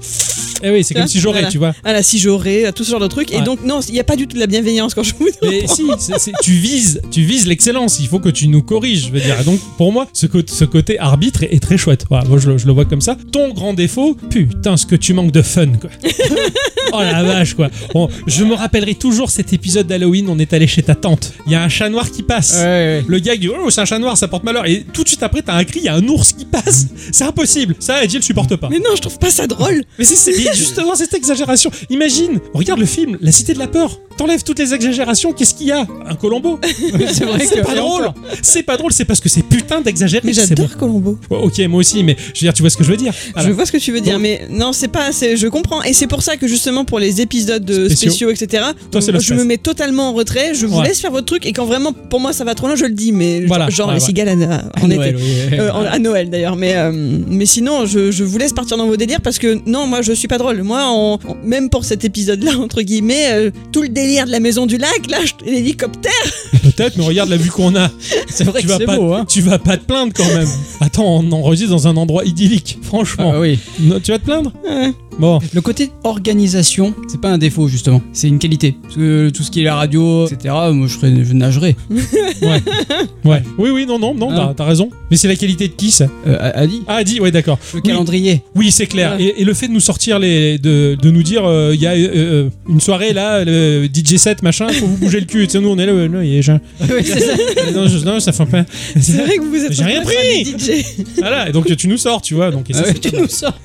Eh oui, c'est comme si j'aurais,
Voilà.
tu vois.
Ah là, si j'aurais, euh, tout ce genre de trucs.
Ouais.
Et donc non, il n'y a pas du tout de la bienveillance quand je vous.
Mais si, c'est- c'est- tu vises, tu vises l'excellence. Il faut que tu nous corriges, je veux dire. Donc pour moi, ce, cô- ce côté arbitre est, est très chouette. Voilà, moi je le, je le vois comme ça. Ton grand défaut, putain, ce que tu manques de fun, quoi. oh la vache, quoi. Bon, je me rappellerai toujours cet épisode d'Halloween. On est allé chez ta tante. Il y a un chat noir qui passe. Le gars il dit oh c'est un chat noir, ça porte malheur. Et tout de suite après, t'as un cri, il y a un ours qui passe. C'est impossible. Ça, Edgy le supporte pas.
Mais non, je trouve pas ça drôle.
Mais si, c'est mais justement cette exagération. Imagine, regarde le film, La Cité de la Peur. T'enlèves toutes les exagérations, qu'est-ce qu'il y a Un Colombo.
C'est vrai que-
pas
et
drôle.
encore.
C'est pas drôle, c'est parce que c'est putain d'exagéré.
Mais
que c'est
j'adore
bon.
Colombo.
Ouais, Ok, moi aussi, mais je veux dire, tu vois ce que je veux dire Voilà.
Je vois ce que tu veux dire,
Donc,
mais non, c'est pas. c'est- Je comprends, et c'est pour ça que justement pour les épisodes euh,
Spéciaux.
spéciaux, etc.
Toi, c'est le
je
stress.
me mets totalement en retrait. Je vous
Ouais.
laisse faire votre truc, et quand vraiment pour moi ça va trop loin, je le dis. Mais
Voilà,
genre
ouais,
les
ouais.
cigales à,
À
en
Noël,
été.
oui, oui.
Euh, en- à Noël d'ailleurs. Mais euh, mais sinon, je, je vous laisse partir dans vos délires parce que non, moi je suis pas drôle. Moi, en- en- même pour cet épisode-là entre guillemets, euh, tout le délire de la maison du lac, là, je- l'hélicoptère.
Peut-être, mais regarde la vue qu'on a.
C'est vrai
tu
que
vas
c'est
pas,
beau, hein.
Tu vas pas te plaindre quand même. Attends, on enregistre dans un endroit idyllique, franchement.
Ah oui.
tu vas te plaindre Bon.
Le côté organisation, c'est pas un défaut justement, c'est une qualité. Parce que tout ce qui est la radio, etc. Moi, je, serais- je nagerais.
Ouais. Ouais. Oui, oui, non, non, non,
Ah.
t'as- t'as raison. Mais c'est la qualité de qui ça
euh, Adi.
Ah, Adi, ouais, d'accord.
Le calendrier.
Oui, c'est clair.
Ouais.
Et, et le fait de nous sortir les, de, de nous dire, euh, il y a euh, euh, une soirée là, le DJ 7 machin, faut vous bouger le cul. Tu sais, nous on est là, euh, non, il est jeune. non, je- non, ça fait pas.
C'est vrai que vous êtes.
J'ai rien
retrouvés
pris.
sur les DJ.
Voilà. Et donc tu nous sors, tu vois. Donc et ça,
Ah ouais,
c'est
tu
pas mal.
nous sors.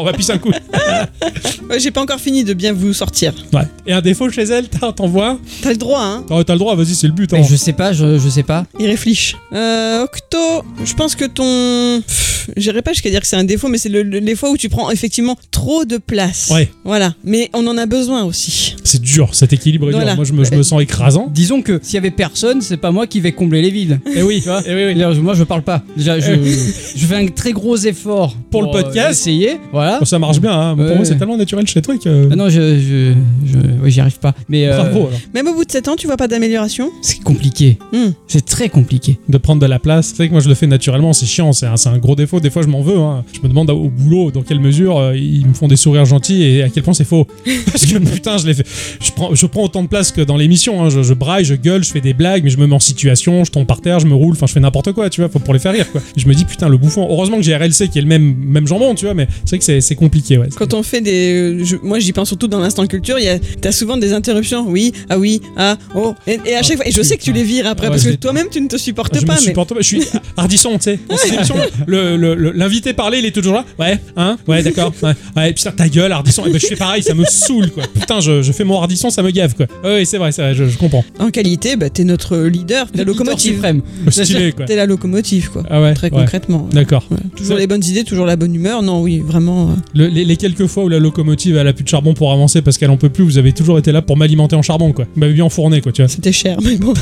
on va pisser un coup.
Ouais, J'ai pas encore fini de bien vous sortir.
Ouais. Et un défaut chez elle, t'en t'en vois
T'as le droit, hein.
T'as t'as le droit, vas-y, c'est le but. hein.
Mais je sais pas, je, je sais pas.
Il réfléchit. Euh, Octo, je pense que ton. Pff, J'irai pas jusqu'à dire que c'est un défaut, mais c'est le- le- les fois où tu prends effectivement trop de place.
Ouais.
Voilà. Mais on en a besoin aussi.
C'est dur, cet équilibre est dur.
Voilà.
Moi, je me, je me sens écrasant.
Disons que s'il y avait personne, c'est pas moi qui vais combler les vides.
Et oui, eh oui, oui.
D'ailleurs, Moi, je parle pas. Déjà, je,
Eh oui.
je fais un très gros effort
Pour le
euh,
podcast.
essayer, voilà.
Bon, ça marche bien. hein. Pour
Ouais.
moi, c'est tellement naturel chez toi que.
Ah non, je, je, je- ouais, j'y arrive pas. Mais euh,
Bravo alors.
Même au bout de 7 ans, tu vois pas d'amélioration
c'est compliqué.
Hmm.
C'est très compliqué.
de prendre de la place. C'est vrai que moi je le fais naturellement, c'est chiant, c'est un, c'est un gros défaut. Des fois je m'en veux. hein. Je me demande au boulot dans quelle mesure euh, ils me font des sourires gentils et à quel point c'est faux. Parce que putain, je les fais. Je prends, je prends autant de place que dans l'émission. hein. Je, je braille, je gueule, je fais des blagues, mais je me mets en situation, je tombe par terre, je me roule, enfin je fais n'importe quoi, tu vois, faut- pour les faire rire quoi. Je me dis putain, le bouffon. Heureusement que j'ai RLC qui est le même, même jambon, tu vois, mais c'est vrai que c'est- c'est compliqué, ouais.
Quand on fait des. euh, je- moi, j'y pense surtout dans l'instant culture, il y a- t'as souvent des interruptions. Oui, ah oui, ah, oh. Et, et à
Ah,
chaque fois. Et je sais que tu les vires après,
Ah ouais,
parce
je
que
les-
toi-même, tu ne te supportes
Je
pas.
me
mais-
supporte pas, je suis hardisson, tu sais. Dans cette émission, le- le- le- L'invité parlait, il est toujours là. Ouais, hein, ouais, d'accord. Ouais, ouais, putain, ta gueule, hardisson. Et ben, je fais pareil, ça me saoule, quoi. Putain, je, je fais mon hardisson, ça me gave, quoi. Ouais, ouais, c'est vrai, c'est vrai, je, je comprends.
En qualité, bah, t'es notre leader, la locomotive.
suprême.
Stylé, quoi.
T'es la locomotive, quoi.
Ah ouais,
Très
ouais.
concrètement.
D'accord.
Toujours les bonnes idées, toujours la bonne humeur. Non, oui, vraiment. euh,
Le- les, les les quelques fois où la locomotive elle a plus de charbon pour avancer parce qu'elle en peut plus, vous avez toujours été là pour m'alimenter en charbon quoi. Vous m'avez bien enfourné quoi, tu vois.
C'était cher, mais bon.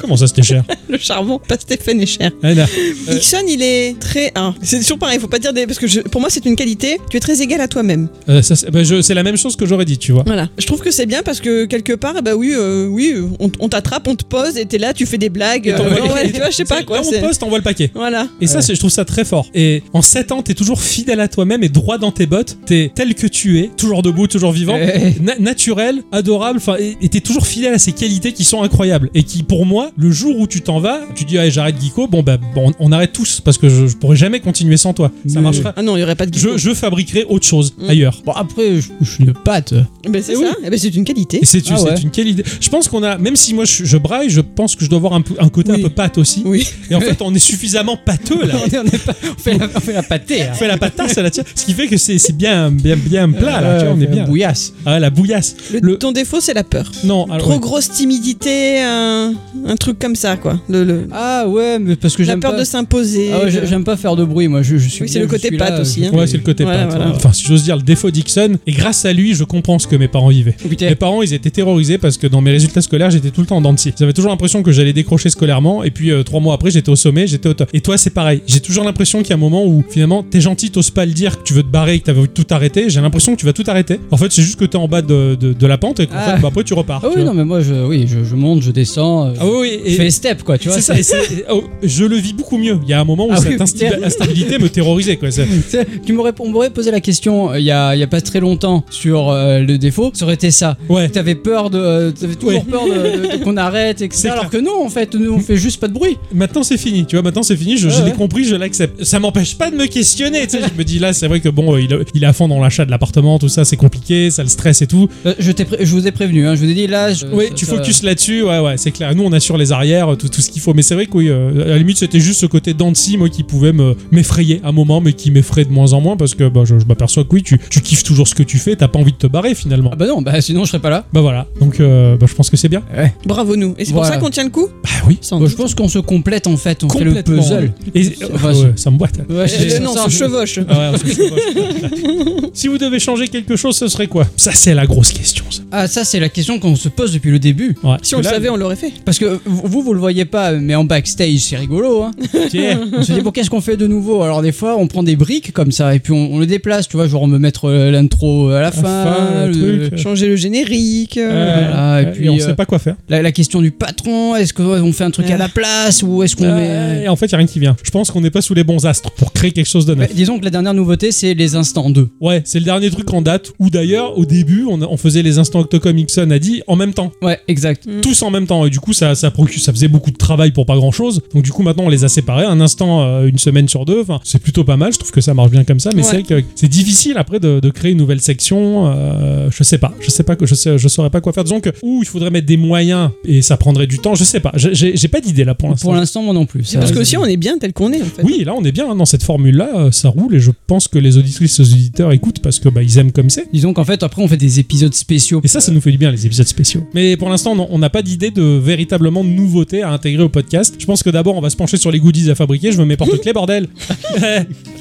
Comment ça c'était cher
Le charbon, pas Stéphane est cher.
Anna,
Ixon, il est très. ah, c'est toujours pareil, faut pas dire des. Parce que je- pour moi, c'est une qualité. Tu es très égal à toi-même.
euh, ça, c'est bah, je- c'est la même chose que j'aurais dit, tu vois.
Voilà. Je trouve que c'est bien parce que quelque part, eh bah oui, euh, oui, euh, on, on t'attrape, on te pose et t'es là, tu fais des blagues.
Et t'envoies-
euh, ouais, tu vois, je sais pas quoi.
Là, on
c'est-
poste, t'envoie le paquet.
Voilà.
Et ça,
Ouais.
c'est- je trouve ça très fort. Et en 7 ans, t'es toujours fidèle à toi-même et droit dans tes bottes. T'es tel que tu es, toujours debout, toujours vivant,
Eh.
na- naturel, adorable. Enfin, et et t'es toujours fidèle à ces qualités qui sont incroyables et qui, pour moi, le jour où tu t'en vas, tu dis ah, j'arrête Geeko. Bon bah, bon, on arrête tous parce que je, je pourrais jamais continuer sans toi. Ça
Mais-
marche pas.
Ah non, il y aurait pas de
Je, je fabriquerai autre chose ailleurs.
Bon, après, je, je suis une patte.
Ben, c'est ça. Eh ben, c'est une qualité.
Et c'est une,
Ah ouais.
c'est une quelle idée. Je pense qu'on a, même si moi je, je braille, je pense que je dois avoir un, peu- un côté un peu pâte aussi.
Oui.
Et en fait, on est suffisamment pâteux là.
on, est pas- on fait la, on fait la pâtée. hein.
On fait la patasse à la tienne. Ce qui fait que c'est c'est bien, bien, bien plat là.
Ouais,
tu vois, on
Euh, on
est
fait la
bien.
bouillasse.
Ah, la bouillasse. Le-
Ton défaut, c'est la peur.
Non, alors,
Trop
ouais.
grosse timidité, un, un truc comme ça, quoi. Le, le-
Ah ouais, mais parce que
La
j'aime
peur
pas-
de s'imposer.
Ah ouais, j'ai- j'aime pas faire de bruit, moi. Je, je suis
Oui, c'est
bien,
le
je
côté
suis là,
pâte
je-
aussi, hein.
Ouais, c'est le côté
Ouais,
pâte.
voilà.
ouais. Enfin, si j'ose dire, le défaut Dixon. Et grâce à lui, je comprends ce que mes parents vivaient. Mes parents, ils étaient terrorisés parce que dans mes résultats scolaires, j'étais tout le temps en dents de scie. J'avais toujours l'impression que j'allais décrocher scolairement. Et puis, euh, trois mois après, j'étais au sommet, j'étais au top. Et toi, c'est pareil. J'ai toujours l'impression qu'il y a un moment où, finalement, t'es gentil, t'oses pas le dire que tu veux te barrer, que t'avais envie de tout arrêter. J'ai l'impression que tu vas tout arrêter. En fait, c'est juste que t'es en bas de, de- de la pente et qu'en
Ah.
fait, bah, après, tu repars.
Ah
tu
oui,
vois.
non, mais moi, je, oui, je, je monte, je descends. euh,
Ah oui, oui,
je fais les steps, quoi, tu vois.
C'est ça, et c'est- et, oh, je le vis beaucoup mieux. Il y a un moment où
Ah oui,
cette insti-
putain.
instabilité me terrorisait. Quoi. C'est-
C'est- Tu m'aurais, on m'aurait posé la question euh, il y, a, il y a pas très longtemps sur euh, le défaut, ça aurait été ça.
Ouais.
T'avais peur de, euh, t'avais toujours
Ouais.
peur de- de- de- qu'on arrête, etc. Alors que non, en fait, nous on fait juste pas de bruit.
Maintenant c'est fini, tu vois, maintenant c'est fini, je-
Ouais,
je l'ai
ouais.
compris, je l'accepte. Ça m'empêche pas de me questionner, tu sais, je me dis là c'est vrai que bon, euh, il, est- il est à fond dans l'achat de l'appartement, tout ça c'est compliqué, ça le stresse et tout.
Euh, je, t'ai pré- je vous ai prévenu, hein, je vous ai dit là. Je,
Oui,
ça-
tu
ça-
focuses là-dessus, ouais, ouais, c'est clair. Nous, on assure les arrières, tout, tout ce qu'il faut. Mais c'est vrai que, oui, euh, à la limite, c'était juste ce côté d'anti, moi, qui pouvait me- m'effrayer à un moment, mais qui m'effraie de moins en moins parce que bah, je, je m'aperçois que oui, tu, tu kiffes toujours ce que tu fais, t'as pas envie de te barrer finalement.
Ah bah non, bah sinon je serais pas là.
Bah voilà, donc euh, bah, je pense que c'est bien.
Bravo nous. Et c'est pour
Voilà.
ça qu'on tient le coup
Ah oui,
Bah, je pense qu'on se complète en fait, on fait le
Complètement.
puzzle.
Et-
Enfin,
ouais, ça me boite.
Ouais,
Euh,
c'est-
Non,
ça,
on se
je-
chevauche.
Ah ouais, on se chevauche. si vous devez changer quelque chose, ce serait quoi Ça, c'est la grosse question. Ça.
Ah ça c'est la question qu'on se pose depuis le début.
Ouais.
Si on le
Là,
savait, on l'aurait fait.
Parce que vous, vous le voyez pas, mais en backstage, c'est rigolo. Hein. on se dit, bon, qu'est-ce qu'on fait de nouveau Alors, des fois, on prend des briques comme ça et puis on, on les déplace, tu vois, genre on me mettre euh, l'intro à la fin.
fin, le truc.
Changer le générique. euh,
euh,
voilà, et
euh,
puis,
on
euh,
sait pas quoi faire.
La, la question du patron, est-ce qu'on fait un truc à la place ou est-ce qu'on met.
Ah,
euh,
Et en fait, il a rien qui vient. Je pense qu'on n'est pas sous les bons astres pour créer quelque chose de
Bah,
neuf.
disons que la dernière nouveauté, c'est les instants 2.
Ouais, c'est le dernier truc en date. Ou d'ailleurs, au début, on, on faisait les instants Octocom Ixon a dit en même temps.
Ouais, exact.
Tous en même temps. Et du coup, ça, ça, procu- ça faisait beaucoup de travail pour pas grand chose. Donc, du coup, maintenant, on les a séparés. Un instant, euh, une semaine sur deux. Enfin, c'est plutôt pas mal. Je trouve que ça marche bien comme ça. Mais
Ouais.
c'est vrai que c'est difficile après de, de créer une nouvelle section. euh, je sais pas. Je sais pas. que- Je, sais, je saurais pas quoi faire. Disons que, ou il faudrait mettre des moyens et ça prendrait du temps. Je sais pas. J'ai- J'ai j'ai pas d'idée là pour l'instant.
Pour l'instant, moi non plus.
C'est parce que aussi on est bien tel qu'on est en fait.
Oui, là on est bien hein, dans cette formule-là, euh, ça roule et je pense que les auditrices, les auditeurs écoutent parce que bah, ils aiment comme c'est.
Disons qu'en fait, après, on fait des épisodes spéciaux.
Et ça, ça nous fait du bien les épisodes spéciaux. Mais pour l'instant, non, on n'a pas d'idée de véritablement nouveauté à intégrer au podcast. Je pense que d'abord on va se pencher sur les goodies à fabriquer. Je me mets porte-clés, bordel.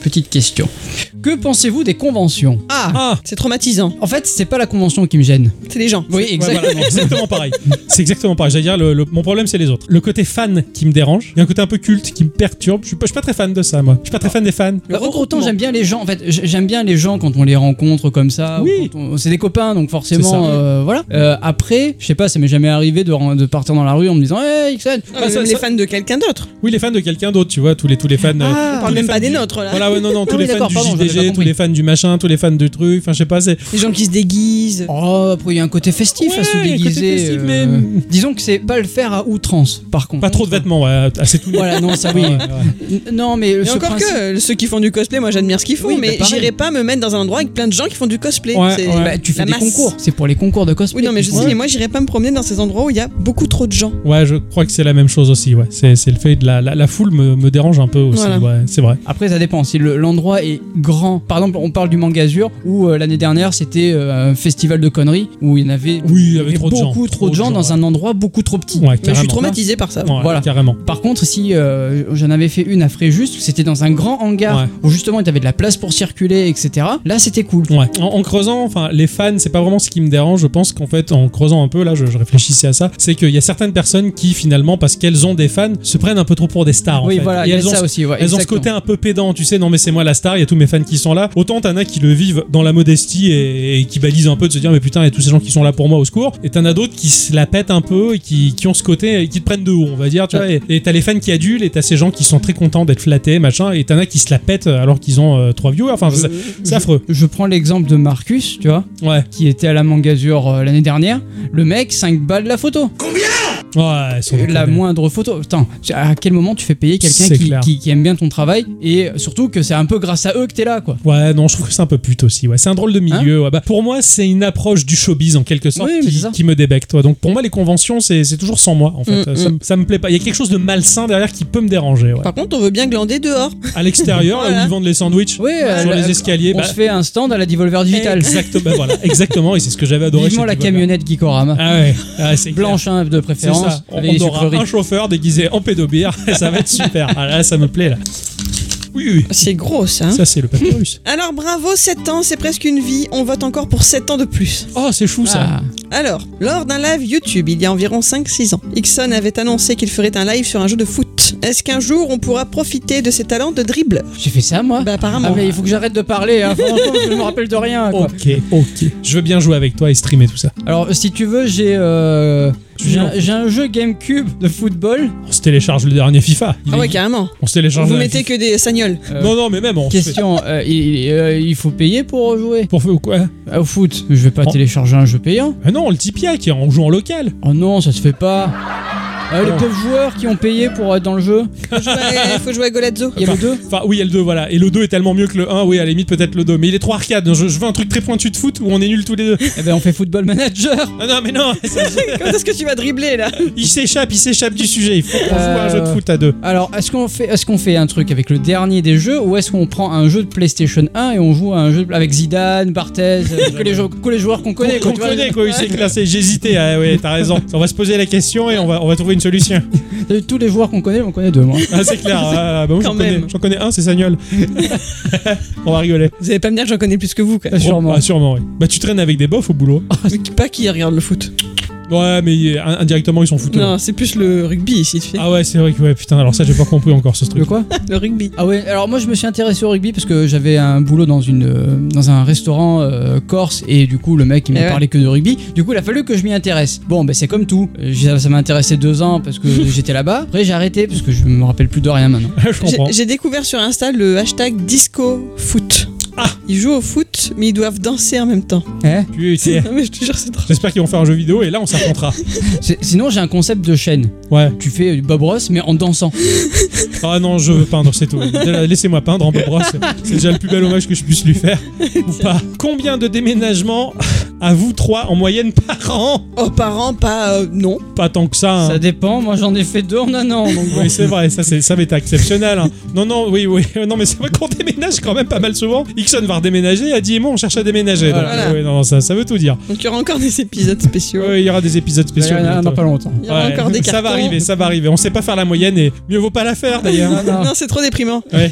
Petite question. Que pensez-vous des conventions
Ah,
Ah.
C'est traumatisant.
En fait, c'est pas la convention qui me gêne.
C'est les gens.
Oui,
C'est-
exact.
Voilà, non, exactement pareil. C'est exactement pareil. J'allais dire, le, le- mon problème, c'est les autres. Le côté fan qui me dérange. Il y a un côté un peu culte qui me perturbe. Je suis pas, je suis pas très fan de ça, moi. Je suis pas très fan des fans.
Bah, autant j'aime bien les gens, en fait, j- j'aime bien les gens quand on les rencontre comme ça. ou
Oui.
quand on- C'est des copains, donc
C'est
forcément,
ça.
euh, voilà. Euh, après, je sais pas, ça m'est jamais arrivé de, ren- de partir dans la rue en me disant, hey, Ixon.
Ah, mais
Ah, ça-
même les
ça-
fans de quelqu'un d'autre.
Oui, les fans de quelqu'un d'autre, tu vois, tous les, tous les fans. euh,
Ah, on
tous
parle
les
même
fans
pas des
du-
nôtres, là.
Voilà, ouais, non, non, tous
Ah oui,
les fans
d'accord,
du
pardon, j'avais pas
JDG, tous
compris.
les fans du machin, tous les fans du truc, enfin, je sais pas, c'est.
Les gens qui se déguisent.
Oh, après, il y a un côté festif à se
Ouais, il y a un côté
déguiser.
festif,
euh,
mais-
Disons que c'est pas le faire à outrance, par contre.
Pas trop de vêtements, ouais, assez tout nu.
Voilà, non, ça oui.
Ouais, ouais.
N- Non, mais
Et
ce
encore
principe-
que euh, ceux qui font du cosplay, moi j'admire ce qu'ils font,
Oui, bah,
mais
pareil.
j'irai pas me mettre dans un endroit avec plein de gens qui font du cosplay.
Ouais,
C'est
ouais.
Bah, tu fais
la
des
masse.
concours, c'est pour les concours de cosplay.
Oui, non, mais je
Ouais.
sais, mais moi j'irai pas me promener dans ces endroits où il y a beaucoup trop de gens.
Ouais, je crois que c'est la même chose aussi, ouais. C'est c'est le fait de la, la, la foule me, me dérange un peu aussi,
Voilà.
ouais, c'est vrai.
Après, ça dépend. Si le- l'endroit est grand. Par exemple, on parle du Mangazur où euh, l'année dernière c'était euh, un festival de conneries où il y en avait,
Oui, il y avait
il
trop de gens.
beaucoup trop de gens dans un endroit beaucoup trop petit.
je suis carrément. traumatisé
par ça.
voilà.
carrément.
Par contre, si euh, j'en avais fait une à Fréjus, c'était dans un grand hangar où justement il y avait de la place pour circuler, etc. Là, c'était cool.
Ouais. En, en creusant, enfin, les fans, c'est pas vraiment ce qui me dérange. Je pense qu'en fait, en creusant un peu, là, je, je réfléchissais à ça, c'est qu'il y a certaines personnes qui, finalement, parce qu'elles ont des fans, se prennent un peu trop pour des stars. en
Oui,
fait.
voilà,
Et
il y a
elles ont,
ça
ce-
aussi, ouais,
elles ont ce
exactement.
côté un peu pédant, tu sais. Non, mais c'est moi la star. Il y a tous mes fans qui sont là. Autant t'en as qui le vivent dans la modestie et, et qui balisent un peu de se dire, mais putain, il y a tous ces gens qui sont là pour moi au secours. Et t'en as d'autres qui se la pètent un peu et qui, qui ont ce côté, et qui te prennent de haut, on va dire. Tu vois, et et t'as les fans qui adulent et t'as ces gens qui sont très contents d'être flattés, machin. Et t'en as qui se la pètent alors qu'ils ont euh, trois viewers. Enfin, c'est- c'est affreux.
Je prends l'exemple de Marcus, tu vois, qui était à la Mangazure euh, l'année dernière. Le mec, 5 balles la photo.
Ouais, sans
la
déconner.
moindre photo. Putain, à quel moment tu fais payer quelqu'un
C'est
qui,
clair.
qui- qui aime bien ton travail et surtout que c'est un peu grâce à eux que t'es là, quoi.
Ouais, non, je trouve que c'est un peu pute aussi. Ouais, c'est un drôle de
Hein
milieu. ouais. Bah, pour moi, c'est une approche du showbiz en quelque sorte qui, qui me débecte. ouais. Donc pour moi, les conventions, c'est c'est toujours sans moi. En fait,
Mm,
Euh, ça,
mm.
me- ça me plaît pas. Il y a quelque chose de malsain derrière qui peut me déranger. ouais.
Par contre, on veut bien glander dehors.
À l'extérieur, là où ils vendent les sandwichs, sur
euh,
les
la-
escaliers,
on
bah,
se fait un stand à la Devolver Digital.
Exactement, bah, voilà, exactement. Et c'est ce que j'avais adoré.
Vivement
chez
la
Devolver.
camionnette Gikorama.
Ah ouais, ah, c'est
Blanche, hein, de
C'est
préférence.
ça. On,
avec des
on aura
sucreries.
un chauffeur déguisé en pédobière. ça va être super. Ah, là, ça me plaît là. Oui, oui.
C'est gros ça.
Ça, c'est le papyrus.
Alors bravo, 7 ans, c'est presque une vie. On vote encore pour 7 ans de plus.
Oh, c'est chou
Ah.
ça.
Alors, lors d'un live YouTube il y a environ 5-6 ans, Ixon avait annoncé qu'il ferait un live sur un jeu de foot. Est-ce qu'un jour on pourra profiter de ses talents de dribbleur
J'ai fait ça moi
Bah apparemment.
Ah, mais il faut que j'arrête de parler, hein. Franchement, je me rappelle de rien. Quoi.
Ok, ok. Je veux bien jouer avec toi et streamer tout ça.
Alors, si tu veux, j'ai euh, j'ai un, j'ai un jeu GameCube de football.
On se télécharge le dernier FIFA. Il
Ah
est-
ouais, carrément.
On se télécharge
Vous
le
mettez que des sagnoles.
Euh, Non, non, mais même, on se
Question, euh, il, euh, il faut payer pour jouer
Pour faire quoi
Au foot, je vais pas télécharger un jeu payant.
Ah non, on le tipia qui en joue en local.
Oh non, ça se fait pas. Euh, les
Oh.
pauvres joueurs qui ont payé pour être dans le jeu.
Il faut jouer à Golazzo.
Ah,
Il y a le 2
Enfin, oui, il y a le 2, voilà. Et le 2 est tellement mieux que le 1, oui, à la limite, peut-être le 2. Mais il est trop arcade. Je, je veux un truc très pointu de foot où on est nuls tous les deux.
Eh ben, on fait football manager.
Ah non, mais non
Quand est-ce que tu vas dribbler là
Il s'échappe, il s'échappe du sujet. Il faut qu'on joue à un jeu de
Euh,
foot à deux.
Alors, est-ce qu'on fait, est qu'on fait un truc avec le dernier des jeux ou est-ce qu'on prend un jeu de PlayStation 1 et on joue à un jeu de- avec Zidane, Barthez, euh, que, les jou- que les joueurs qu'on connaît
Qu'on
quoi, tu vois.
connaît, quoi, oui, c'est classé. J'hésitais, ah ouais, t'as raison. On va se poser la question et on va, on va trouver une solution.
Tous les joueurs qu'on connaît, on connaît deux, moi.
Ah, c'est clair. Ah, bah, moi, j'en
Quand
connais,
même.
j'en connais un, c'est Sagnol. on va rigoler.
Vous allez pas me dire que j'en connais plus que vous quand même.
Oh, ah, sûrement, Ah. oui. Bah, tu traînes avec des bofs au boulot.
Mais qui- pas qui regarde le foot.
Ouais, mais euh, indirectement, ils s'en foutent.
Non, c'est plus le rugby ici, tu fais.
Ah ouais, c'est vrai que ouais, putain, alors ça j'ai pas compris encore ce truc.
Le quoi
Le rugby.
Ah ouais, alors moi je me suis intéressé au rugby parce que j'avais un boulot dans, une, euh, dans un restaurant euh, corse et du coup le mec il m'a
Eh ouais.
parlé que de rugby. Du coup il a fallu que je m'y intéresse. Bon ben c'est comme tout. Euh, j'ai- Ça m'a intéressé deux ans parce que j'étais là-bas. Après j'ai arrêté parce que je me rappelle plus de rien maintenant.
je
J'ai- J'ai découvert sur Insta le hashtag disco foot.
Ah.
Ils jouent au foot, mais ils doivent danser en même temps.
Putain.
mais je te jure, c'est drôle.
J'espère qu'ils vont faire un jeu vidéo et là on s'affrontera.
C'est- Sinon j'ai un concept de chaîne.
Ouais.
Tu fais euh, du Bob Ross mais en dansant.
Ah non, je veux peindre, c'est tout. Déjà, Laissez-moi peindre en Bob Ross. C'est déjà le plus bel hommage que je puisse lui faire. Ou pas. Combien de déménagements à vous trois en moyenne par an
Oh, par an, pas. euh, non.
Pas tant que ça. hein.
Ça dépend, moi j'en ai fait deux en un an. Donc bon.
Oui, c'est vrai, ça, c'est- ça m'est exceptionnel. hein. Non, non, oui, oui. Non, mais c'est vrai qu'on déménage quand même pas mal souvent. Ixon va redéménager, Adi et moi, on cherche à déménager. Donc,
Voilà.
oui, non, non, ça, ça veut tout dire.
Donc il y aura encore des épisodes spéciaux.
Oui, il y aura des épisodes spéciaux.
Il y en a
bientôt.
dans pas longtemps.
Il y aura encore des
Ça va
cartons.
arriver, ça va arriver. On sait pas faire la moyenne et mieux vaut pas la faire d'ailleurs. hein.
non, c'est trop déprimant.
Ouais.